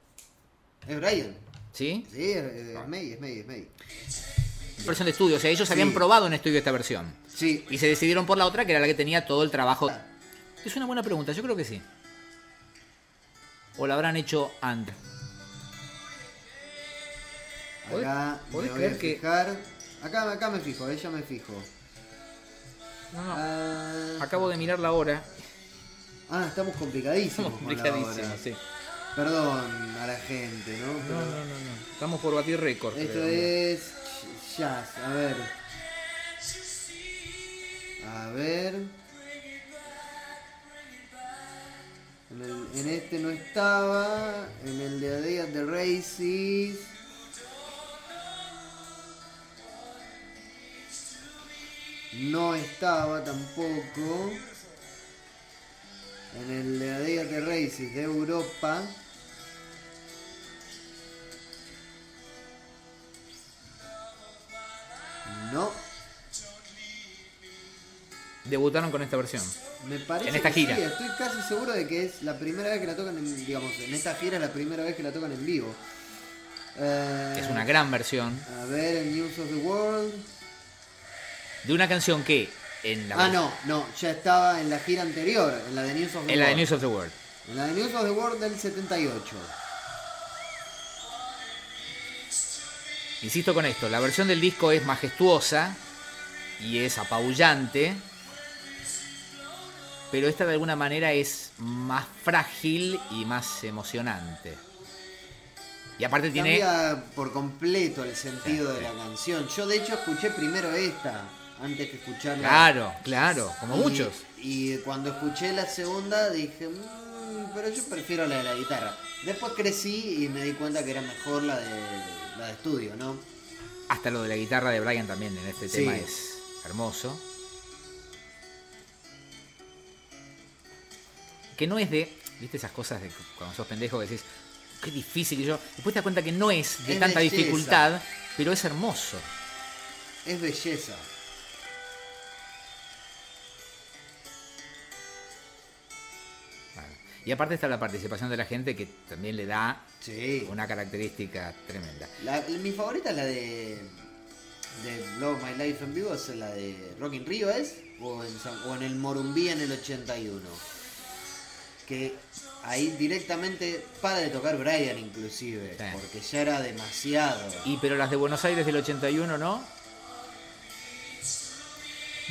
Speaker 2: ¿Es Brian?
Speaker 1: ¿Sí?
Speaker 2: Sí, es,
Speaker 1: Ah.
Speaker 2: es May, es May, es May.
Speaker 1: Versión de estudio. O sea, ellos
Speaker 2: Sí.
Speaker 1: habían probado en estudio esta versión.
Speaker 2: Sí.
Speaker 1: Y se decidieron por la otra, que era la que tenía todo el trabajo. Es una buena pregunta, yo creo que sí. O la habrán hecho antes. ¿Podés-
Speaker 2: Acá me
Speaker 1: podés
Speaker 2: voy
Speaker 1: creer
Speaker 2: a
Speaker 1: que-
Speaker 2: fijar. Acá, acá me fijo, ella me fijo.
Speaker 1: No, no.
Speaker 2: Ah,
Speaker 1: Acabo de mirar la hora.
Speaker 2: ah, estamos complicadísimos.
Speaker 1: Estamos
Speaker 2: con la hora.
Speaker 1: complicadísimos, sí.
Speaker 2: Perdón a la gente, ¿no? Pero
Speaker 1: Estamos por batir récord.
Speaker 2: Esto
Speaker 1: creo.
Speaker 2: es jazz, a ver. A ver. En, el- en este no estaba. En el de Adea de Races. No estaba tampoco. En el de Adea de Races de Europa. No.
Speaker 1: Debutaron con esta versión.
Speaker 2: Me parece
Speaker 1: En esta
Speaker 2: que
Speaker 1: gira.
Speaker 2: sí, estoy casi seguro de que es la primera vez que la tocan en, digamos, en esta gira es la primera vez que la tocan en vivo. Eh,
Speaker 1: Es una gran versión
Speaker 2: A ver, el News of the World.
Speaker 1: de una canción que en la,
Speaker 2: Ah, no, no, ya estaba en la gira anterior, en la de News of the
Speaker 1: en la de
Speaker 2: World.
Speaker 1: News of the World.
Speaker 2: En la de News of the World del 78.
Speaker 1: Insisto con esto, la versión del disco es majestuosa y es apabullante, pero esta de alguna manera es más frágil y más emocionante. Y aparte tiene...
Speaker 2: Cambia por completo el sentido de la canción. Yo de hecho escuché primero esta antes que escucharla.
Speaker 1: Claro, claro, como
Speaker 2: Y-
Speaker 1: muchos.
Speaker 2: Y cuando escuché la segunda dije, "Mm, pero yo prefiero la de la guitarra. Después crecí y me di cuenta que era mejor la de, la de estudio, ¿no?
Speaker 1: Hasta lo de la guitarra de Brian también en este
Speaker 2: Sí.
Speaker 1: tema es hermoso. Que no es de. ¿Viste esas cosas de cuando sos pendejo que decís, qué difícil que yo. Después te das cuenta que no es de
Speaker 2: Es
Speaker 1: tanta
Speaker 2: belleza.
Speaker 1: dificultad, pero es hermoso.
Speaker 2: Es belleza.
Speaker 1: Bueno, Y aparte está la participación de la gente que también le da
Speaker 2: Sí.
Speaker 1: una característica tremenda.
Speaker 2: La- mi favorita es la de, de Love My Life en vivo, es la de Rock in Rio, ¿es? O en, San- o en el Morumbí en el 81. Que ahí directamente para de tocar Brian inclusive,
Speaker 1: Sí.
Speaker 2: porque ya era demasiado.
Speaker 1: Y pero las de Buenos Aires del 81, ¿no?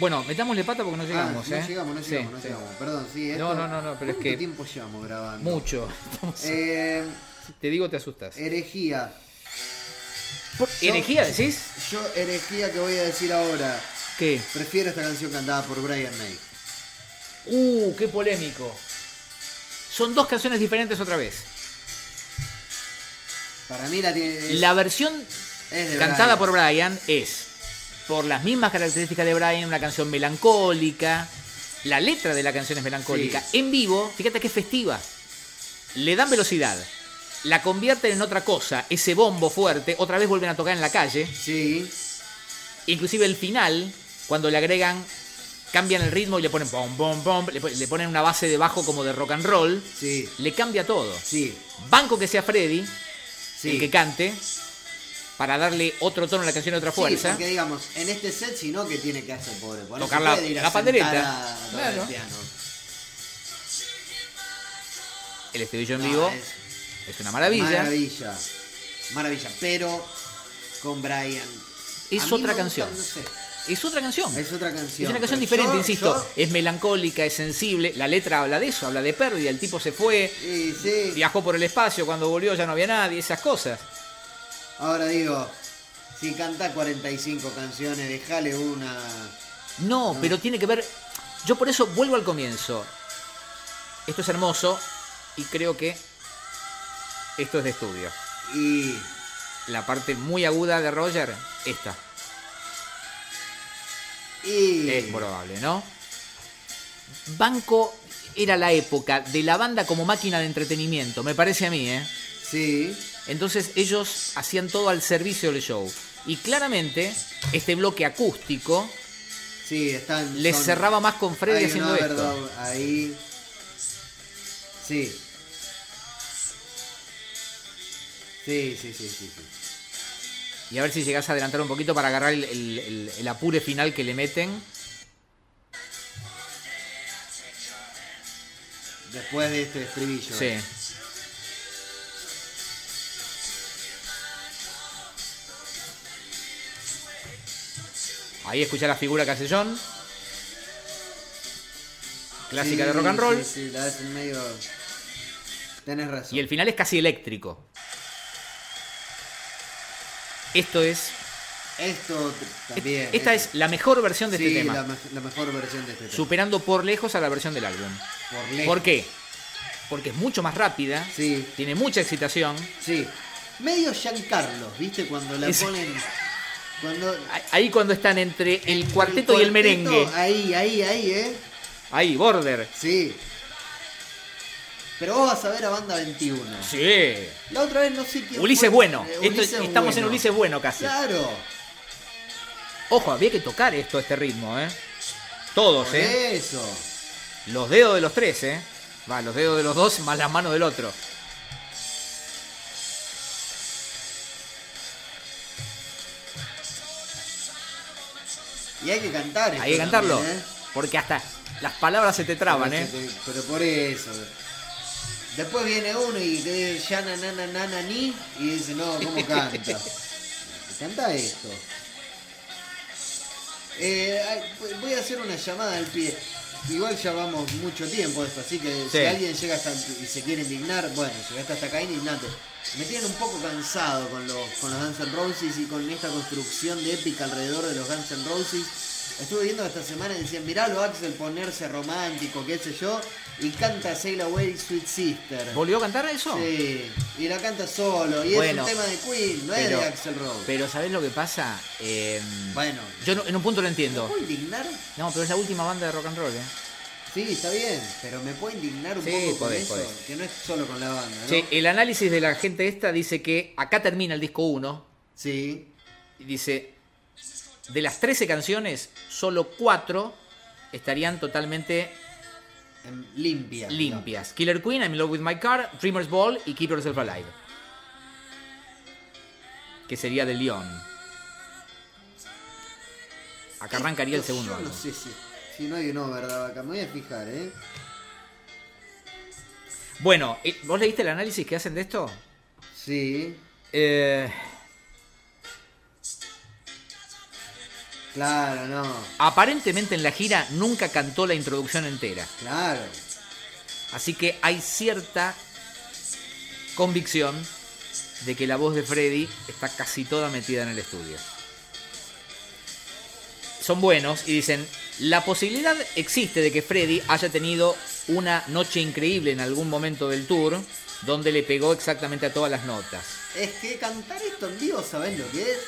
Speaker 1: Bueno, metámosle pata porque no llegamos,
Speaker 2: Ah,
Speaker 1: ¿eh?
Speaker 2: No llegamos, no
Speaker 1: Sí,
Speaker 2: llegamos, no
Speaker 1: sí.
Speaker 2: llegamos. Perdón, sí.
Speaker 1: No, no, no, no, pero es
Speaker 2: ¿cuánto
Speaker 1: que-
Speaker 2: tiempo llevamos grabando?
Speaker 1: Mucho. Estamos-
Speaker 2: Eh,
Speaker 1: Te digo, te asustas.
Speaker 2: herejía.
Speaker 1: ¿Herejía decís?
Speaker 2: Yo, herejía que voy a decir ahora,
Speaker 1: ¿Qué?
Speaker 2: prefiero esta canción cantada por Brian May.
Speaker 1: Uh, qué polémico. Son dos canciones diferentes otra vez.
Speaker 2: Para mí la tiene.
Speaker 1: La versión
Speaker 2: Es de
Speaker 1: cantada
Speaker 2: Brian.
Speaker 1: por Brian es, por las mismas características de Brian, una canción melancólica. La letra de la canción es melancólica.
Speaker 2: Sí.
Speaker 1: En vivo, fíjate que festiva. Le dan velocidad. La convierten en otra cosa. Ese bombo fuerte. Otra vez vuelven a tocar en la calle.
Speaker 2: Sí,
Speaker 1: Inclusive el final, cuando le agregan, cambian el ritmo y le ponen pom, pom, pom, le, pon- le ponen una base de bajo como de rock and roll,
Speaker 2: sí,
Speaker 1: le cambia todo.
Speaker 2: sí,
Speaker 1: Banco que sea Freddy,
Speaker 2: sí.
Speaker 1: el que cante, para darle otro tono a la canción y otra
Speaker 2: Sí,
Speaker 1: fuerza.
Speaker 2: porque digamos, en este set, si no, ¿qué tiene que hacer pobre? Por
Speaker 1: Tocar
Speaker 2: eso
Speaker 1: la-
Speaker 2: puede ir a
Speaker 1: la pandereta.
Speaker 2: sentar a tocar
Speaker 1: Claro.
Speaker 2: el piano.
Speaker 1: El estribillo en
Speaker 2: No,
Speaker 1: vivo
Speaker 2: es
Speaker 1: es, una maravilla.
Speaker 2: Maravilla. Maravilla, pero con Brian.
Speaker 1: Es
Speaker 2: A mí
Speaker 1: otra
Speaker 2: me gusta,
Speaker 1: canción.
Speaker 2: no sé,
Speaker 1: Es otra canción.
Speaker 2: Es otra canción.
Speaker 1: Es una canción
Speaker 2: pero
Speaker 1: diferente,
Speaker 2: yo-
Speaker 1: insisto.
Speaker 2: yo-
Speaker 1: Es melancólica, es sensible. La letra habla de eso, habla de pérdida. El tipo se fue,
Speaker 2: Sí, eh, sí.
Speaker 1: viajó por el espacio, cuando volvió ya no había nadie, esas cosas.
Speaker 2: Ahora digo, si canta 45 canciones, déjale una.
Speaker 1: No, pero tiene que ver. Yo por eso vuelvo al comienzo. Esto es hermoso y creo que esto es de estudio.
Speaker 2: Y.
Speaker 1: La parte muy aguda de Roger, esta.
Speaker 2: y
Speaker 1: Es probable, ¿no? Banco era la época de la banda como máquina de entretenimiento, me parece a mí, ¿eh?
Speaker 2: Sí,
Speaker 1: Entonces ellos hacían todo al servicio del show. Y claramente este bloque acústico
Speaker 2: sí, están.
Speaker 1: les
Speaker 2: son-
Speaker 1: cerraba más con Freddy
Speaker 2: Hay un
Speaker 1: haciendo esto.
Speaker 2: overdub Ahí. Sí. Sí, sí, sí, sí. sí.
Speaker 1: Y a ver si llegás a adelantar un poquito para agarrar el, el- el- el apure final que le meten.
Speaker 2: Después de este estribillo.
Speaker 1: Sí. Ahí escuchá la figura Casellón. Clásica de
Speaker 2: Sí,
Speaker 1: rock and roll.
Speaker 2: Sí, sí, la hacen medio. Tenés razón.
Speaker 1: Y el final es casi eléctrico. Esto es.
Speaker 2: Esto t- también.
Speaker 1: esta
Speaker 2: eh.
Speaker 1: es la mejor versión de
Speaker 2: sí,
Speaker 1: este tema.
Speaker 2: La, me- la mejor versión de este tema.
Speaker 1: Superando por lejos a la versión del álbum.
Speaker 2: Por lejos.
Speaker 1: ¿Por qué? Porque es mucho más rápida.
Speaker 2: Sí.
Speaker 1: Tiene mucha excitación.
Speaker 2: Sí. Medio Giancarlo, ¿viste? Cuando la
Speaker 1: Es-
Speaker 2: ponen. Cuando.
Speaker 1: Ahí cuando están entre el cuarteto y el
Speaker 2: cuarteto,
Speaker 1: merengue.
Speaker 2: Ahí, ahí, ahí, ¿eh?
Speaker 1: Ahí, border.
Speaker 2: Sí. Pero vos vas a ver a Banda 21.
Speaker 1: Sí.
Speaker 2: La otra vez no sé quién.
Speaker 1: Ulises
Speaker 2: fue-
Speaker 1: Bueno.
Speaker 2: eh,
Speaker 1: Esto-
Speaker 2: Ulises
Speaker 1: estamos en
Speaker 2: Bueno.
Speaker 1: Ulises Bueno casi.
Speaker 2: Claro.
Speaker 1: Ojo, había que tocar esto a este ritmo, ¿eh? Todos,
Speaker 2: Por
Speaker 1: ¿eh?
Speaker 2: eso.
Speaker 1: Los dedos de los tres, ¿eh? Va, los dedos de los dos más las manos del otro.
Speaker 2: Y hay que cantar. esto
Speaker 1: Hay que cantarlo.
Speaker 2: también, ¿eh?
Speaker 1: Porque hasta las palabras se te traban,
Speaker 2: pero,
Speaker 1: ¿eh?
Speaker 2: se te- pero por eso. Después viene uno y te dice ya na na na na na, ni y dice no, ¿cómo canta? encanta esto. Eh, ay, voy a hacer una llamada al pie. Igual ya vamos mucho tiempo esto, así que
Speaker 1: Sí.
Speaker 2: si alguien llega hasta y se quiere indignar, bueno, llegaste hasta acá indignante. Me tienen un poco cansado con los, con los Guns N' Roses y con esta construcción de épica alrededor de los Guns N' Roses. Estuve viendo esta semana y decían, mirá lo Axel ponerse romántico, qué sé yo, y canta Sail Away Sweet Sister.
Speaker 1: ¿Volvió a cantar eso?
Speaker 2: Sí, y la canta solo, y
Speaker 1: Bueno,
Speaker 2: es un tema de Queen, no es de Axel Rose.
Speaker 1: pero ¿sabés lo que pasa? Eh,
Speaker 2: bueno,
Speaker 1: yo no- en un punto lo entiendo.
Speaker 2: ¿puedo indignar?
Speaker 1: No, pero es la última banda de rock and roll, ¿eh?
Speaker 2: Sí, está bien, pero me puedo indignar un
Speaker 1: Sí,
Speaker 2: poco con
Speaker 1: podés,
Speaker 2: eso,
Speaker 1: podés.
Speaker 2: que no es solo con la banda, ¿no?
Speaker 1: Che, el análisis de la gente esta dice que acá termina el disco 1
Speaker 2: Sí.
Speaker 1: y dice, de las 13 canciones, solo 4 estarían totalmente
Speaker 2: em, Limpia.
Speaker 1: limpias. Killer Queen, I'm in love with my car, Dreamer's Ball y Keep Yourself Alive. Que sería de Leon. Acá
Speaker 2: digamos.
Speaker 1: arrancaría el
Speaker 2: Esto
Speaker 1: segundo.
Speaker 2: Yo no
Speaker 1: álbum.
Speaker 2: sé si, si no hay un overdub acá, me voy a fijar, ¿eh?
Speaker 1: Bueno, eh, ¿vos leíste el análisis que hacen de esto?
Speaker 2: Sí,
Speaker 1: Eh,
Speaker 2: claro, no,
Speaker 1: aparentemente en la gira nunca cantó la introducción entera.
Speaker 2: claro.
Speaker 1: Así que hay cierta convicción de que la voz de Freddy está casi toda metida en el estudio. Son buenos y dicen, la posibilidad existe de que Freddy haya tenido una noche increíble en algún momento del tour, donde le pegó exactamente a todas las notas.
Speaker 2: Es que cantar esto en vivo, ¿sabés lo que es?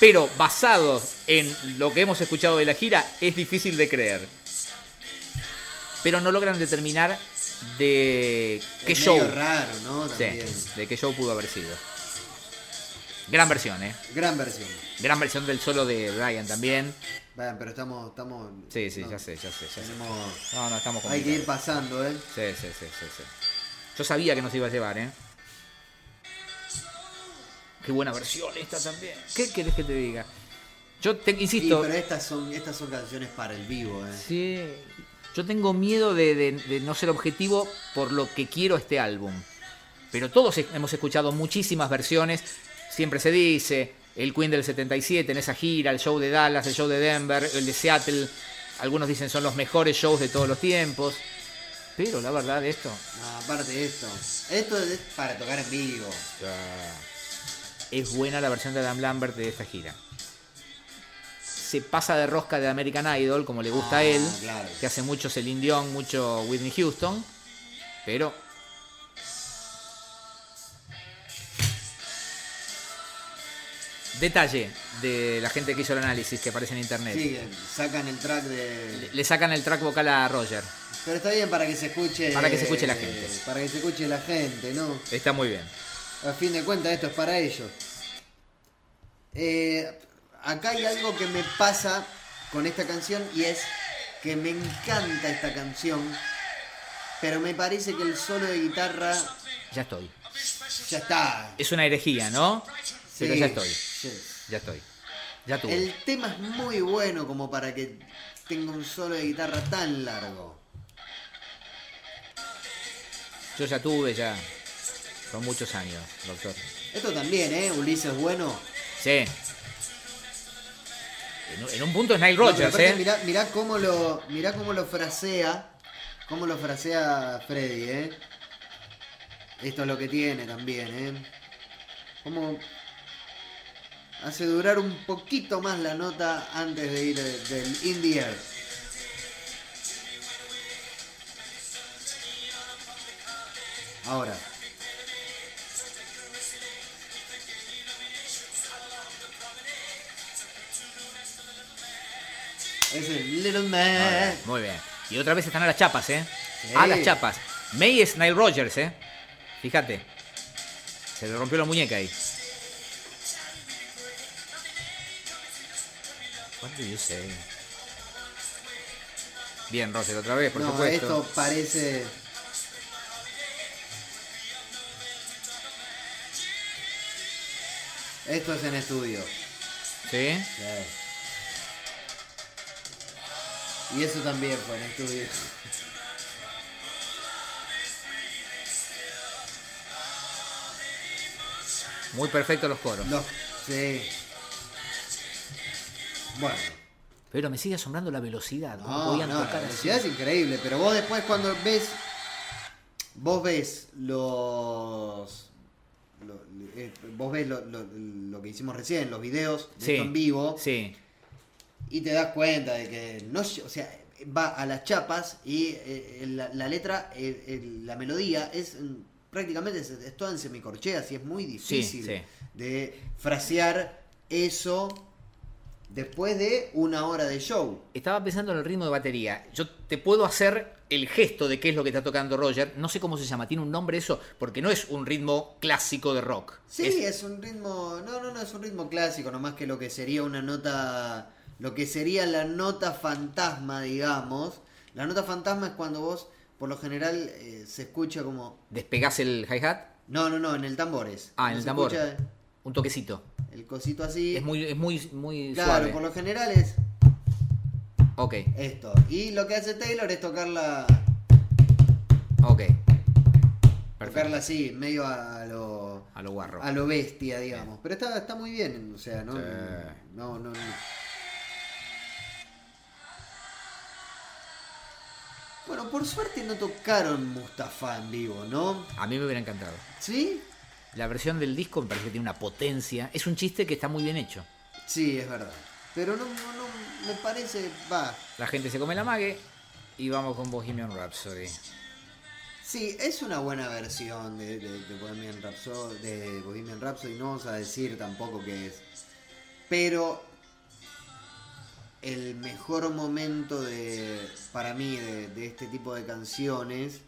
Speaker 1: Pero basado en lo que hemos escuchado de la gira, es difícil de creer. Pero no logran determinar de qué
Speaker 2: es
Speaker 1: show.
Speaker 2: medio raro, ¿no?
Speaker 1: Sí,
Speaker 2: También.
Speaker 1: de qué show pudo haber sido. Gran versión, ¿eh?
Speaker 2: Gran versión.
Speaker 1: Gran versión del solo de Brian también.
Speaker 2: Bueno, pero estamos, estamos.
Speaker 1: Sí, sí,
Speaker 2: no,
Speaker 1: ya sé, ya sé, ya sé.
Speaker 2: tenemos-
Speaker 1: No, no, estamos con
Speaker 2: Hay que ir pasando, ¿eh?
Speaker 1: Sí, sí, sí, sí, sí. Yo sabía que nos iba a llevar, ¿eh? Qué buena versión esta también. ¿Qué querés que te diga? Yo te
Speaker 2: Sí,
Speaker 1: insisto.
Speaker 2: pero estas son, estas son canciones para el vivo, ¿eh?
Speaker 1: Sí. Yo tengo miedo de, de- de no ser objetivo por lo que quiero este álbum. Pero todos he- hemos escuchado muchísimas versiones. Siempre se dice, el Queen del 77 en esa gira, el show de Dallas, el show de Denver, el de Seattle. Algunos dicen son los mejores shows de todos los tiempos. Pero la verdad esto...
Speaker 2: No, aparte de esto, esto es para tocar en vivo.
Speaker 1: Es buena la versión de Adam Lambert de esta gira. Se pasa de rosca de American Idol, como le gusta
Speaker 2: Ah,
Speaker 1: a él,
Speaker 2: claro.
Speaker 1: que hace mucho Celine Dion, mucho Whitney Houston, pero detalle de la gente que hizo el análisis que aparece en internet.
Speaker 2: Sí, sacan el track
Speaker 1: Le-
Speaker 2: de.
Speaker 1: Le sacan el track vocal a Roger.
Speaker 2: Pero está bien para que se escuche. eh,
Speaker 1: Para que se escuche la gente.
Speaker 2: Para que se escuche la gente, ¿no?
Speaker 1: Está muy bien.
Speaker 2: A fin de cuentas, esto es para ellos. Eh, acá hay algo que me pasa con esta canción y es que me encanta esta canción, pero me parece que el solo de guitarra
Speaker 1: Ya estoy.
Speaker 2: ya está.
Speaker 1: Es una herejía, ¿no? Pero
Speaker 2: Sí,
Speaker 1: ya estoy.
Speaker 2: sí.
Speaker 1: Ya estoy. Ya tuve.
Speaker 2: El tema es muy bueno como para que tenga un solo de guitarra tan largo.
Speaker 1: Yo ya tuve, ya. Son muchos años, doctor.
Speaker 2: Esto también, ¿eh? Ulises bueno.
Speaker 1: Sí. En, un- en un punto es Nile
Speaker 2: No, pero
Speaker 1: Rogers,
Speaker 2: aparte
Speaker 1: ¿eh?
Speaker 2: mirá, mirá cómo lo, mirá cómo lo frasea, cómo lo frasea Freddy, ¿eh? Esto es lo que tiene también, ¿eh? Cómo hace durar un poquito más la nota antes de ir eh, del In the Air. Ahora. Es el Little Man.
Speaker 1: Ahora, Muy bien. Y otra vez están a las chapas, ¿eh?
Speaker 2: eh. Sí.
Speaker 1: A las chapas. May es Nile Rogers, ¿eh? Fíjate. Se le rompió la muñeca ahí. What do you say? Bien, Roger, otra vez, por
Speaker 2: no,
Speaker 1: supuesto.
Speaker 2: esto parece. Esto es en estudio.
Speaker 1: Sí.
Speaker 2: Y eso también fue en estudio.
Speaker 1: Muy perfecto los coros.
Speaker 2: No, sí. Bueno,
Speaker 1: Pero me sigue asombrando la velocidad. ¿Cómo
Speaker 2: no,
Speaker 1: podían
Speaker 2: no, la
Speaker 1: tocar así?
Speaker 2: velocidad es increíble, pero vos después cuando ves, vos ves los, lo- eh, vos ves lo, lo- lo que hicimos recién, los videos de
Speaker 1: Sí,
Speaker 2: esto en vivo,
Speaker 1: Sí.
Speaker 2: y te das cuenta de que no, lle- o sea, va a las chapas y eh, la, la letra, eh, eh, la melodía es mm, prácticamente es, es toda en semicorcheas y es muy difícil
Speaker 1: sí.
Speaker 2: de frasear eso después de una hora de show.
Speaker 1: Estaba pensando en el ritmo de batería. Yo te puedo hacer el gesto de qué es lo que está tocando Roger. No sé cómo se llama, tiene un nombre eso, porque no es un ritmo clásico de rock.
Speaker 2: Sí,
Speaker 1: Es-
Speaker 2: es, un ritmo. No, no, no, es un ritmo clásico, nomás que lo que sería una nota. Lo que sería la nota fantasma, digamos. La nota fantasma es cuando vos, por lo general, eh, se escucha como.
Speaker 1: despegás el hi-hat,
Speaker 2: No, no, no, en el tambor es.
Speaker 1: Ah, en el
Speaker 2: Se
Speaker 1: tambor.
Speaker 2: escucha
Speaker 1: un toquecito.
Speaker 2: el cosito así.
Speaker 1: Es muy, es muy, muy
Speaker 2: claro,
Speaker 1: suave.
Speaker 2: por lo general es
Speaker 1: Ok,
Speaker 2: esto. Y lo que hace Taylor es tocarla.
Speaker 1: ok. Perfecto.
Speaker 2: Tocarla así, medio a lo.
Speaker 1: A lo guarro.
Speaker 2: A lo bestia, digamos. Pero está, está muy bien, o sea, no.
Speaker 1: Sí.
Speaker 2: No, no, no. Bueno, por suerte no tocaron Mustafa en vivo, ¿no?
Speaker 1: A mí me hubiera encantado.
Speaker 2: ¿Sí?
Speaker 1: La versión del disco me parece que tiene una potencia. Es un chiste que está muy bien hecho.
Speaker 2: Sí, es verdad. Pero no, no, no me parece. Va.
Speaker 1: La gente se come la mague y vamos con Bohemian Rhapsody.
Speaker 2: Sí, es una buena versión de, de- de Bohemian Rhapsody, de Bohemian Rhapsody, no vamos a decir tampoco que es. Pero el mejor momento de para mí de, de este tipo de canciones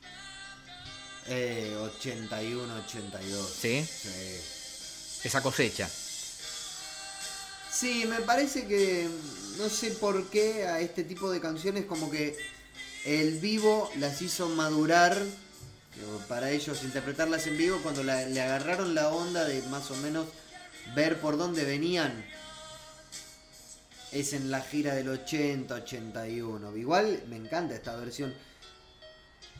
Speaker 2: eh, 81-82.
Speaker 1: ¿Sí?
Speaker 2: Sí.
Speaker 1: Esa cosecha.
Speaker 2: Sí, me parece que no sé por qué a este tipo de canciones como que el vivo las hizo madurar digo, para ellos interpretarlas en vivo cuando la- le agarraron la onda de más o menos ver por dónde venían. Es en la gira del 80-81. Igual me encanta esta versión.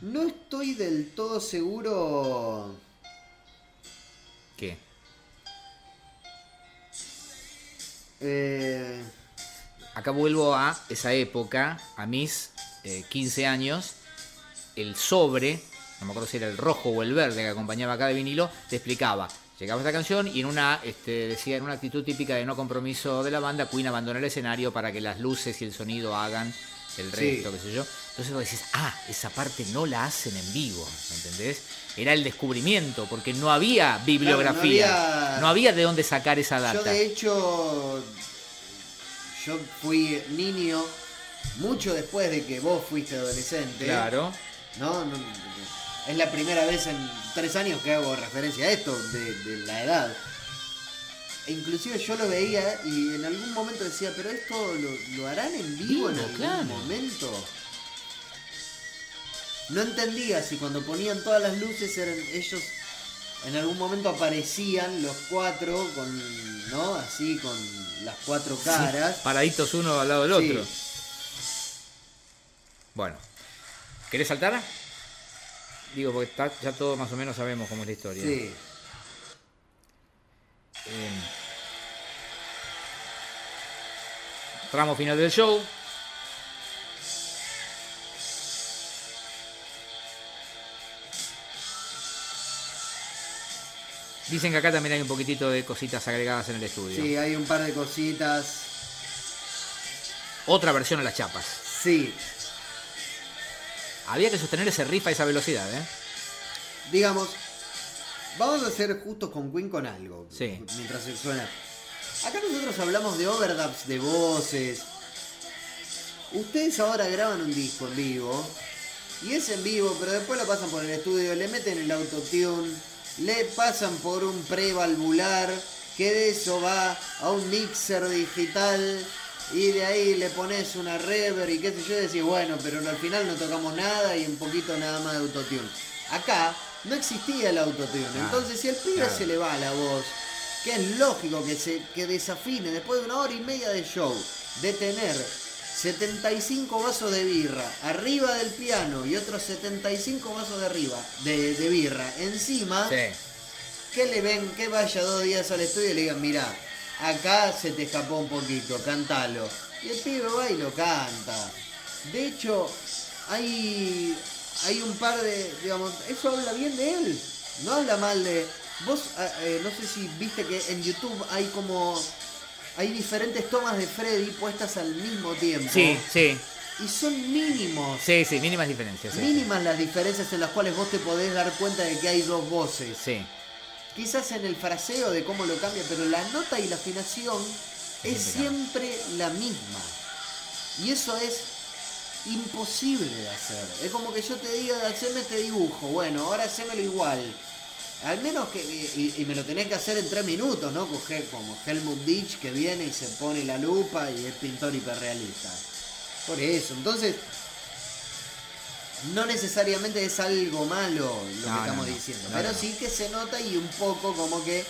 Speaker 2: No estoy del todo seguro.
Speaker 1: ¿Qué?
Speaker 2: eh,
Speaker 1: Acá vuelvo a esa época, a mis eh, 15 años, el sobre, no me acuerdo si era el rojo o el verde que acompañaba acá de vinilo, te explicaba. Llegaba esta canción y en una, este, decía, en una actitud típica de no compromiso de la banda, Queen abandonó el escenario para que las luces y el sonido hagan el
Speaker 2: Sí.
Speaker 1: resto, qué sé yo. Entonces vos decís, ah, esa parte no la hacen en vivo, ¿me ¿entendés? Era el descubrimiento, porque no había bibliografía, no había,
Speaker 2: había-
Speaker 1: de dónde sacar esa data.
Speaker 2: Yo de hecho, yo fui niño mucho después de que vos fuiste adolescente.
Speaker 1: Claro.
Speaker 2: No, no, es la primera vez en tres años que hago referencia a esto, de, de la edad. E inclusive yo lo veía y en algún momento decía, pero esto lo, lo harán en vivo en
Speaker 1: Vivo,
Speaker 2: algún
Speaker 1: claro.
Speaker 2: momento. No entendía si cuando ponían todas las luces eran ellos en algún momento aparecían los cuatro con no así con las cuatro caras.
Speaker 1: Paraditos uno al lado del
Speaker 2: Sí.
Speaker 1: otro. Bueno. ¿Querés saltar? Digo, porque está- ya todos más o menos sabemos cómo es la historia.
Speaker 2: Sí.
Speaker 1: Em, tramo final del show. Dicen que acá también hay un poquitito de cositas agregadas en el estudio.
Speaker 2: Sí, hay un par de cositas.
Speaker 1: Otra versión a las chapas.
Speaker 2: Sí.
Speaker 1: Había que sostener ese riff a esa velocidad, ¿eh?
Speaker 2: digamos, vamos a ser justos con Queen con algo.
Speaker 1: Sí.
Speaker 2: Mientras se suena. Acá nosotros hablamos de overdubs de voces. Ustedes ahora graban un disco en vivo. Y es en vivo, pero después lo pasan por el estudio, le meten el autotune, le pasan por un prevalvular, que de eso va a un mixer digital. Y de ahí le pones una reverb y qué sé yo, y decís, bueno, pero al final no tocamos nada y un poquito nada más de autotune. Acá no existía el autotune, entonces si el pibe
Speaker 1: claro.
Speaker 2: se le va la voz, que es lógico que, se, que desafine después de una hora y media de show, de tener 75 vasos de birra arriba del piano y otros 75 vasos de arriba de, de birra encima,
Speaker 1: Sí.
Speaker 2: que le ven que vaya dos días al estudio y le digan, mira, acá se te escapó un poquito, cántalo. Y el pibe va y lo canta. De hecho, hay, hay un par de, digamos, eso habla bien de él, no habla mal de... Vos, ah, eh, no sé si viste que en YouTube hay como... Hay diferentes tomas de Freddy puestas al mismo tiempo.
Speaker 1: Sí, sí,
Speaker 2: Y son mínimos.
Speaker 1: sí, sí, mínimas diferencias. sí, sí.
Speaker 2: Mínimas las diferencias en las cuales vos te podés dar cuenta de que hay dos voces.
Speaker 1: Sí.
Speaker 2: Quizás en el fraseo de cómo lo cambia, pero la nota y la afinación es siempre la misma. Y eso es imposible de hacer. Es como que yo te diga, haceme este dibujo. Bueno, ahora hacémelo igual. Al menos que. Y, y- y me lo tenés que hacer en tres minutos, ¿no? Coge como Helmut Ditch que viene y se pone la lupa y es pintor hiperrealista. Por eso. Entonces. No necesariamente es algo malo
Speaker 1: No,
Speaker 2: lo que
Speaker 1: no,
Speaker 2: estamos
Speaker 1: no.
Speaker 2: diciendo,
Speaker 1: No,
Speaker 2: pero
Speaker 1: no, no.
Speaker 2: sí que se nota y un poco como que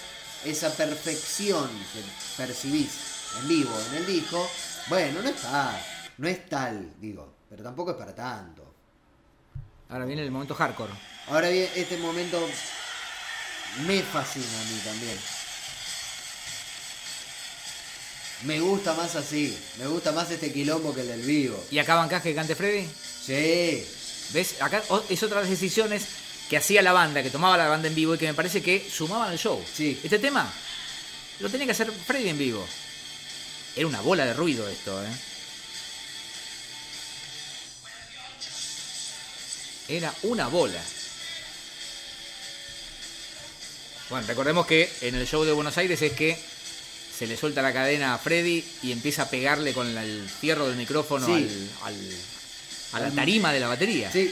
Speaker 2: esa perfección que percibís en vivo, en el disco, bueno, no está, no es tal, digo, pero tampoco es para tanto.
Speaker 1: Ahora viene el momento hardcore.
Speaker 2: Ahora bien, este momento me fascina a mí también. Me gusta más así, me gusta más este quilombo que el del vivo.
Speaker 1: ¿Y acá bancás que cante Freddy?
Speaker 2: Sí,
Speaker 1: ¿Ves? Acá o- es otra de las decisiones que hacía la banda, que tomaba la banda en vivo y que me parece que sumaban al show.
Speaker 2: Sí.
Speaker 1: Este tema lo tenía que hacer Freddy en vivo. Era una bola de ruido esto, ¿eh? Era una bola. Bueno, recordemos que en el show de Buenos Aires es que se le suelta la cadena a Freddy y empieza a pegarle con la- el fierro del micrófono
Speaker 2: Sí.
Speaker 1: al- al- a la tarima de la batería
Speaker 2: sí,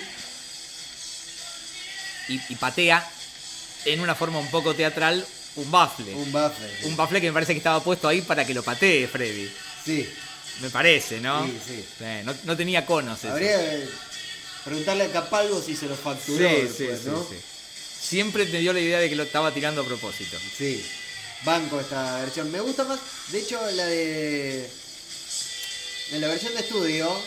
Speaker 1: y, y patea en una forma un poco teatral un baffle.
Speaker 2: un buffer. sí.
Speaker 1: Un baffle que me parece que estaba puesto ahí para que lo patee Freddy.
Speaker 2: Sí.
Speaker 1: Me parece, ¿no?
Speaker 2: Sí, sí.
Speaker 1: no, no tenía conos eso.
Speaker 2: Habría que preguntarle a Capalgo si se lo
Speaker 1: Sí,
Speaker 2: facturó.
Speaker 1: sí,
Speaker 2: después,
Speaker 1: sí,
Speaker 2: pues, ¿no?
Speaker 1: sí. Siempre me dio la idea de que lo estaba tirando a propósito.
Speaker 2: Sí, banco esta versión. Me gusta más, de hecho, la de. En la versión de estudio,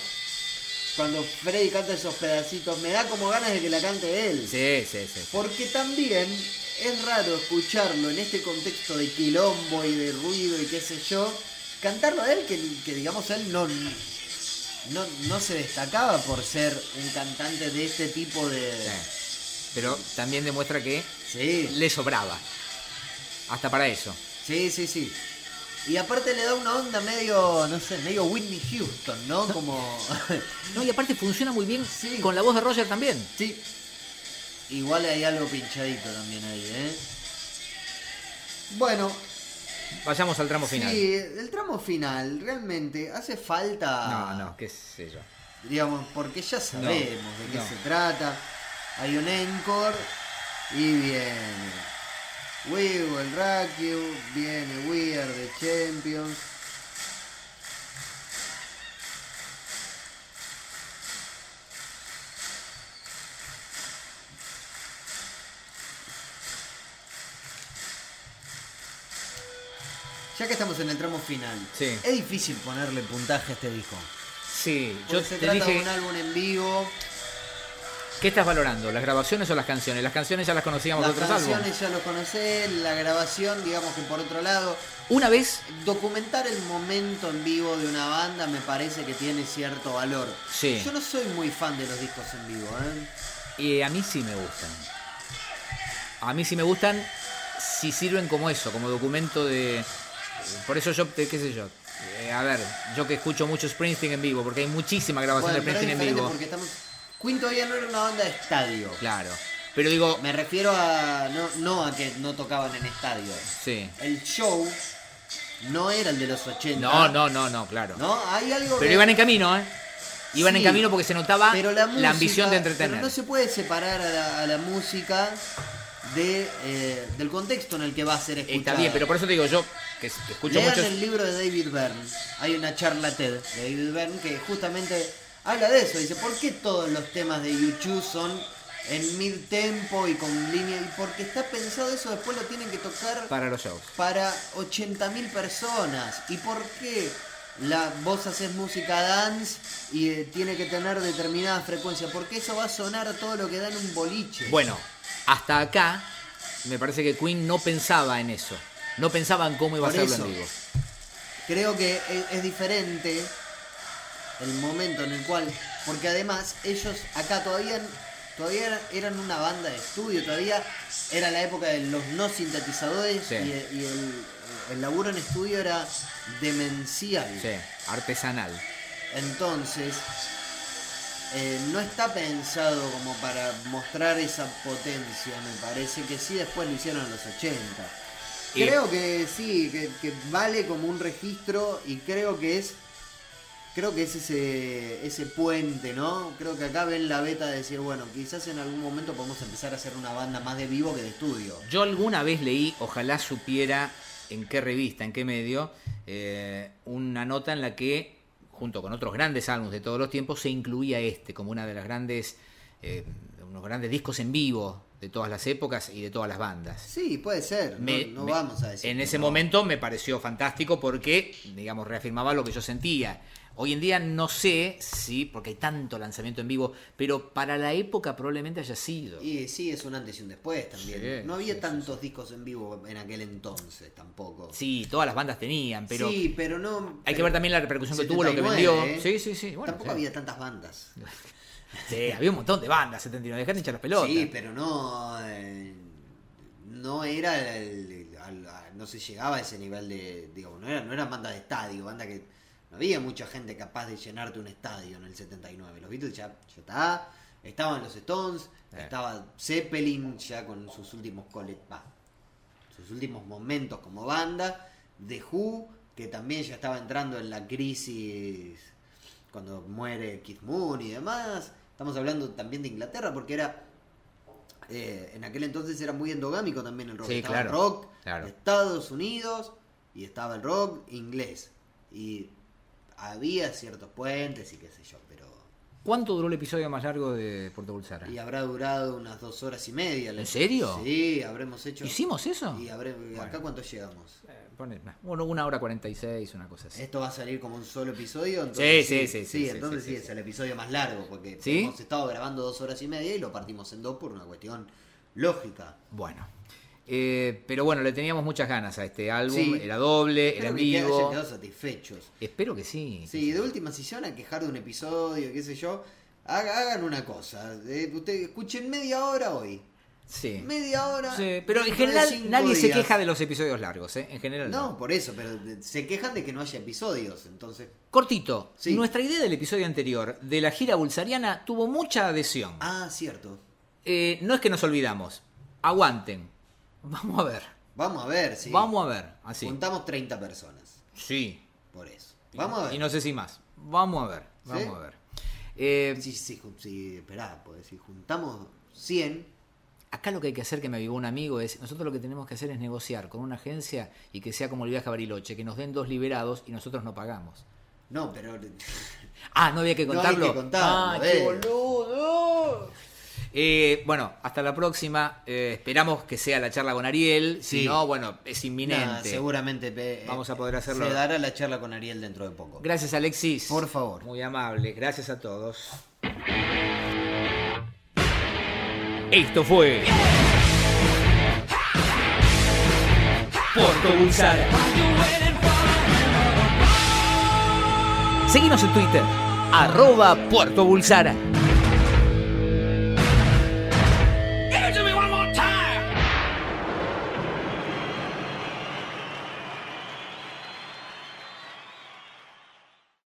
Speaker 2: cuando Freddy canta esos pedacitos, me da como ganas de que la cante él.
Speaker 1: Sí, sí, sí.
Speaker 2: Porque también es raro escucharlo en este contexto de quilombo y de ruido y qué sé yo, cantarlo a él, que, que digamos él no, no, no se destacaba por ser un cantante de este tipo de.
Speaker 1: Sí. Pero también demuestra que
Speaker 2: Sí.
Speaker 1: le sobraba. Hasta para eso.
Speaker 2: Sí, sí, sí. Y aparte le da una onda medio, no sé, medio Whitney Houston, ¿no? Como.
Speaker 1: No, y aparte funciona muy bien
Speaker 2: Sí.
Speaker 1: con la voz de Roger también.
Speaker 2: sí. Igual hay algo pinchadito también ahí, ¿eh? Bueno,
Speaker 1: Vayamos al tramo final.
Speaker 2: sí, el tramo final realmente hace falta.
Speaker 1: No, no, qué sé yo.
Speaker 2: Digamos, porque ya sabemos de qué
Speaker 1: no.
Speaker 2: se trata. Hay un encore y viene. We will rock you, viene We are the champions. Ya que estamos en el tramo final,
Speaker 1: Sí.
Speaker 2: es difícil ponerle puntaje a este disco.
Speaker 1: Sí,
Speaker 2: Porque
Speaker 1: yo
Speaker 2: se
Speaker 1: te
Speaker 2: trata de
Speaker 1: dije...
Speaker 2: un álbum en vivo.
Speaker 1: ¿Qué estás valorando? ¿Las grabaciones o las canciones? Las canciones ya las conocíamos
Speaker 2: Las
Speaker 1: de otros álbumes.
Speaker 2: canciones ya lo conocés, la grabación, digamos que por otro lado.
Speaker 1: Una vez,
Speaker 2: Documentar el momento en vivo de una banda me parece que tiene cierto valor.
Speaker 1: Sí.
Speaker 2: Yo no soy muy fan de los discos en vivo, ¿eh?
Speaker 1: eh, a mí sí me gustan. A mí sí me gustan si sirven como eso, como documento de... Por eso yo, te- qué sé yo. Eh, a ver, yo que escucho mucho Springsteen en vivo, porque hay muchísima grabación
Speaker 2: Bueno,
Speaker 1: de
Speaker 2: pero es
Speaker 1: Springsteen en
Speaker 2: diferente
Speaker 1: vivo.
Speaker 2: porque estamos. Queen todavía no era una banda de estadio.
Speaker 1: Claro. Pero digo,
Speaker 2: Me refiero a. No, no a que no tocaban en estadio.
Speaker 1: sí.
Speaker 2: El show no era el de los 80.
Speaker 1: No, no, no, no, claro.
Speaker 2: ¿No? Hay algo
Speaker 1: Pero
Speaker 2: que-
Speaker 1: iban en camino, ¿eh? Iban en
Speaker 2: Sí,
Speaker 1: camino porque se notaba
Speaker 2: pero
Speaker 1: la,
Speaker 2: la, música-
Speaker 1: ambición de entretener.
Speaker 2: Pero no se puede separar a la, a la música de, eh, del contexto en el que va a ser escuchada.
Speaker 1: Está bien, pero por eso te digo yo, que, que escucho
Speaker 2: Lean
Speaker 1: muchos...
Speaker 2: el libro de David Byrne. Hay una charla TED de David Byrne que justamente habla de eso. Dice, ¿por qué todos los temas de YouTube son en mid tempo y con línea? Y porque está pensado eso, después lo tienen que tocar
Speaker 1: Para los shows.
Speaker 2: para 80.000 personas. ¿Y por qué la, vos haces música dance y eh, tiene que tener determinada frecuencia? Porque eso va a sonar todo lo que da en un boliche.
Speaker 1: Bueno, hasta acá me parece que Queen no pensaba en eso. No pensaban cómo iba a
Speaker 2: Por
Speaker 1: serlo
Speaker 2: eso.
Speaker 1: en vivo.
Speaker 2: Creo que es, es diferente el momento en el cual, porque además ellos acá todavía, todavía era- eran una banda de estudio, todavía era la época de los no sintetizadores
Speaker 1: Sí.
Speaker 2: y, eh, y el, el laburo en estudio era demencial.
Speaker 1: Sí, artesanal.
Speaker 2: Entonces, eh, no está pensado como para mostrar esa potencia, me parece que sí, después lo hicieron en los 80.
Speaker 1: Y-
Speaker 2: Creo que sí, que, que vale como un registro y creo que es creo que es ese, ese puente, ¿no? Creo que acá ven la beta de decir, bueno, quizás en algún momento podemos empezar a hacer una banda más de vivo que de estudio.
Speaker 1: Yo alguna vez leí, ojalá supiera en qué revista, en qué medio, eh, una nota en la que, junto con otros grandes álbumes de todos los tiempos, se incluía este como una de las grandes, eh, unos grandes discos en vivo de todas las épocas y de todas las bandas.
Speaker 2: Sí, puede ser, no-
Speaker 1: Me-
Speaker 2: no,
Speaker 1: me-
Speaker 2: vamos a decir.
Speaker 1: En
Speaker 2: que
Speaker 1: ese
Speaker 2: no.
Speaker 1: momento me pareció fantástico porque, digamos, reafirmaba lo que yo sentía. Hoy en día no sé si, porque hay tanto lanzamiento en vivo, pero para la época probablemente haya sido.
Speaker 2: Y sí, es un antes y un después también.
Speaker 1: Sí,
Speaker 2: no había
Speaker 1: sí, sí,
Speaker 2: tantos discos en vivo en aquel entonces tampoco.
Speaker 1: Sí, todas las bandas tenían, pero
Speaker 2: sí, pero no.
Speaker 1: hay que ver también la repercusión que tuvo, lo que
Speaker 2: 79,
Speaker 1: vendió.
Speaker 2: ¿eh?
Speaker 1: Sí, sí, sí. bueno,
Speaker 2: tampoco
Speaker 1: sí.
Speaker 2: había tantas bandas.
Speaker 1: Sí, había un montón de bandas, 79. Dejaron hinchar las pelotas.
Speaker 2: Sí, pero no. eh, no era. el- al- a- no se llegaba a ese nivel de. Digo, no era, no eran bandas de estadio, banda que. No había mucha gente capaz de llenarte un estadio en el 79. Los Beatles ya, ya está. Estaban los Stones.
Speaker 1: Eh.
Speaker 2: Estaba Zeppelin ya con sus últimos colet. va, sus últimos momentos como banda. The Who, que también ya estaba entrando en la crisis cuando muere Keith Moon y demás. Estamos hablando también de Inglaterra porque era. eh, en aquel entonces era muy endogámico también el rock.
Speaker 1: Sí,
Speaker 2: estaba el
Speaker 1: claro,
Speaker 2: rock
Speaker 1: claro.
Speaker 2: de Estados Unidos y estaba el rock inglés. Y había ciertos puentes y qué sé yo, pero.
Speaker 1: ¿Cuánto duró el episodio más largo de Puerto Bulsara?
Speaker 2: Y habrá durado unas dos horas y media.
Speaker 1: Ah. ¿En serio?
Speaker 2: Sí, habremos hecho.
Speaker 1: ¿Hicimos eso?
Speaker 2: Y habré- ¿Acá
Speaker 1: Bueno.
Speaker 2: cuánto llegamos?
Speaker 1: Eh, pone- bueno, una hora 46, una cosa así.
Speaker 2: Esto va a salir como un solo episodio.
Speaker 1: Sí,
Speaker 2: Entonces,
Speaker 1: sí, sí, sí, sí,
Speaker 2: entonces
Speaker 1: sí,
Speaker 2: sí,
Speaker 1: sí,
Speaker 2: es
Speaker 1: sí.
Speaker 2: el episodio más largo, porque
Speaker 1: ¿Sí?
Speaker 2: hemos estado grabando dos horas y media y lo partimos en dos por una cuestión lógica.
Speaker 1: Bueno. Eh, pero bueno, le teníamos muchas ganas a este álbum.
Speaker 2: Sí.
Speaker 1: Era doble,
Speaker 2: Espero
Speaker 1: era en
Speaker 2: que que hayan
Speaker 1: vivo.
Speaker 2: quedado satisfechos.
Speaker 1: Espero que sí.
Speaker 2: Sí, de última, si se van a quejar de un episodio, qué sé yo, haga- hagan una cosa. Eh, ustedes escuchen media hora hoy.
Speaker 1: Sí.
Speaker 2: Media hora.
Speaker 1: Sí, Pero en
Speaker 2: dentro de cinco
Speaker 1: general nadie se
Speaker 2: días.
Speaker 1: queja de los episodios largos, ¿eh? En general no.
Speaker 2: No, por eso, pero de- se quejan de que no haya episodios, entonces.
Speaker 1: Cortito,
Speaker 2: Sí.
Speaker 1: nuestra idea del episodio anterior de la gira bulsariana tuvo mucha adhesión.
Speaker 2: Ah, cierto.
Speaker 1: Eh, no es que nos olvidamos. Aguanten. Vamos a ver.
Speaker 2: Vamos a ver, sí.
Speaker 1: Vamos a ver. Así.
Speaker 2: Juntamos 30 personas.
Speaker 1: Sí.
Speaker 2: Por eso. Vamos a ver.
Speaker 1: Y no sé si más. Vamos a ver. Vamos a ver. Eh,
Speaker 2: Si, si, ju- si- esperá, pues si juntamos 100,
Speaker 1: Acá lo que hay que hacer, que me avivó un amigo, es nosotros lo que tenemos que hacer es negociar con una agencia y que sea como el viaje a Bariloche, que nos den dos liberados y nosotros no pagamos.
Speaker 2: no, pero
Speaker 1: Ah, no había que
Speaker 2: No
Speaker 1: contarlo.
Speaker 2: hay que contarlo,
Speaker 1: Ah, qué
Speaker 2: eh.
Speaker 1: boludo. Eh, bueno, hasta la próxima. Eh, esperamos que sea la charla con Ariel. Si
Speaker 2: Sí.
Speaker 1: no, bueno, es inminente.
Speaker 2: nada, seguramente pe- eh,
Speaker 1: Vamos a poder hacerlo.
Speaker 2: Se dará la charla con Ariel dentro de poco.
Speaker 1: Gracias, Alexis.
Speaker 2: Por favor.
Speaker 1: Muy amable. Gracias a todos. Esto fue. Porto Bulsara. Seguimos en Twitter. Arroba Puerto Bulsara.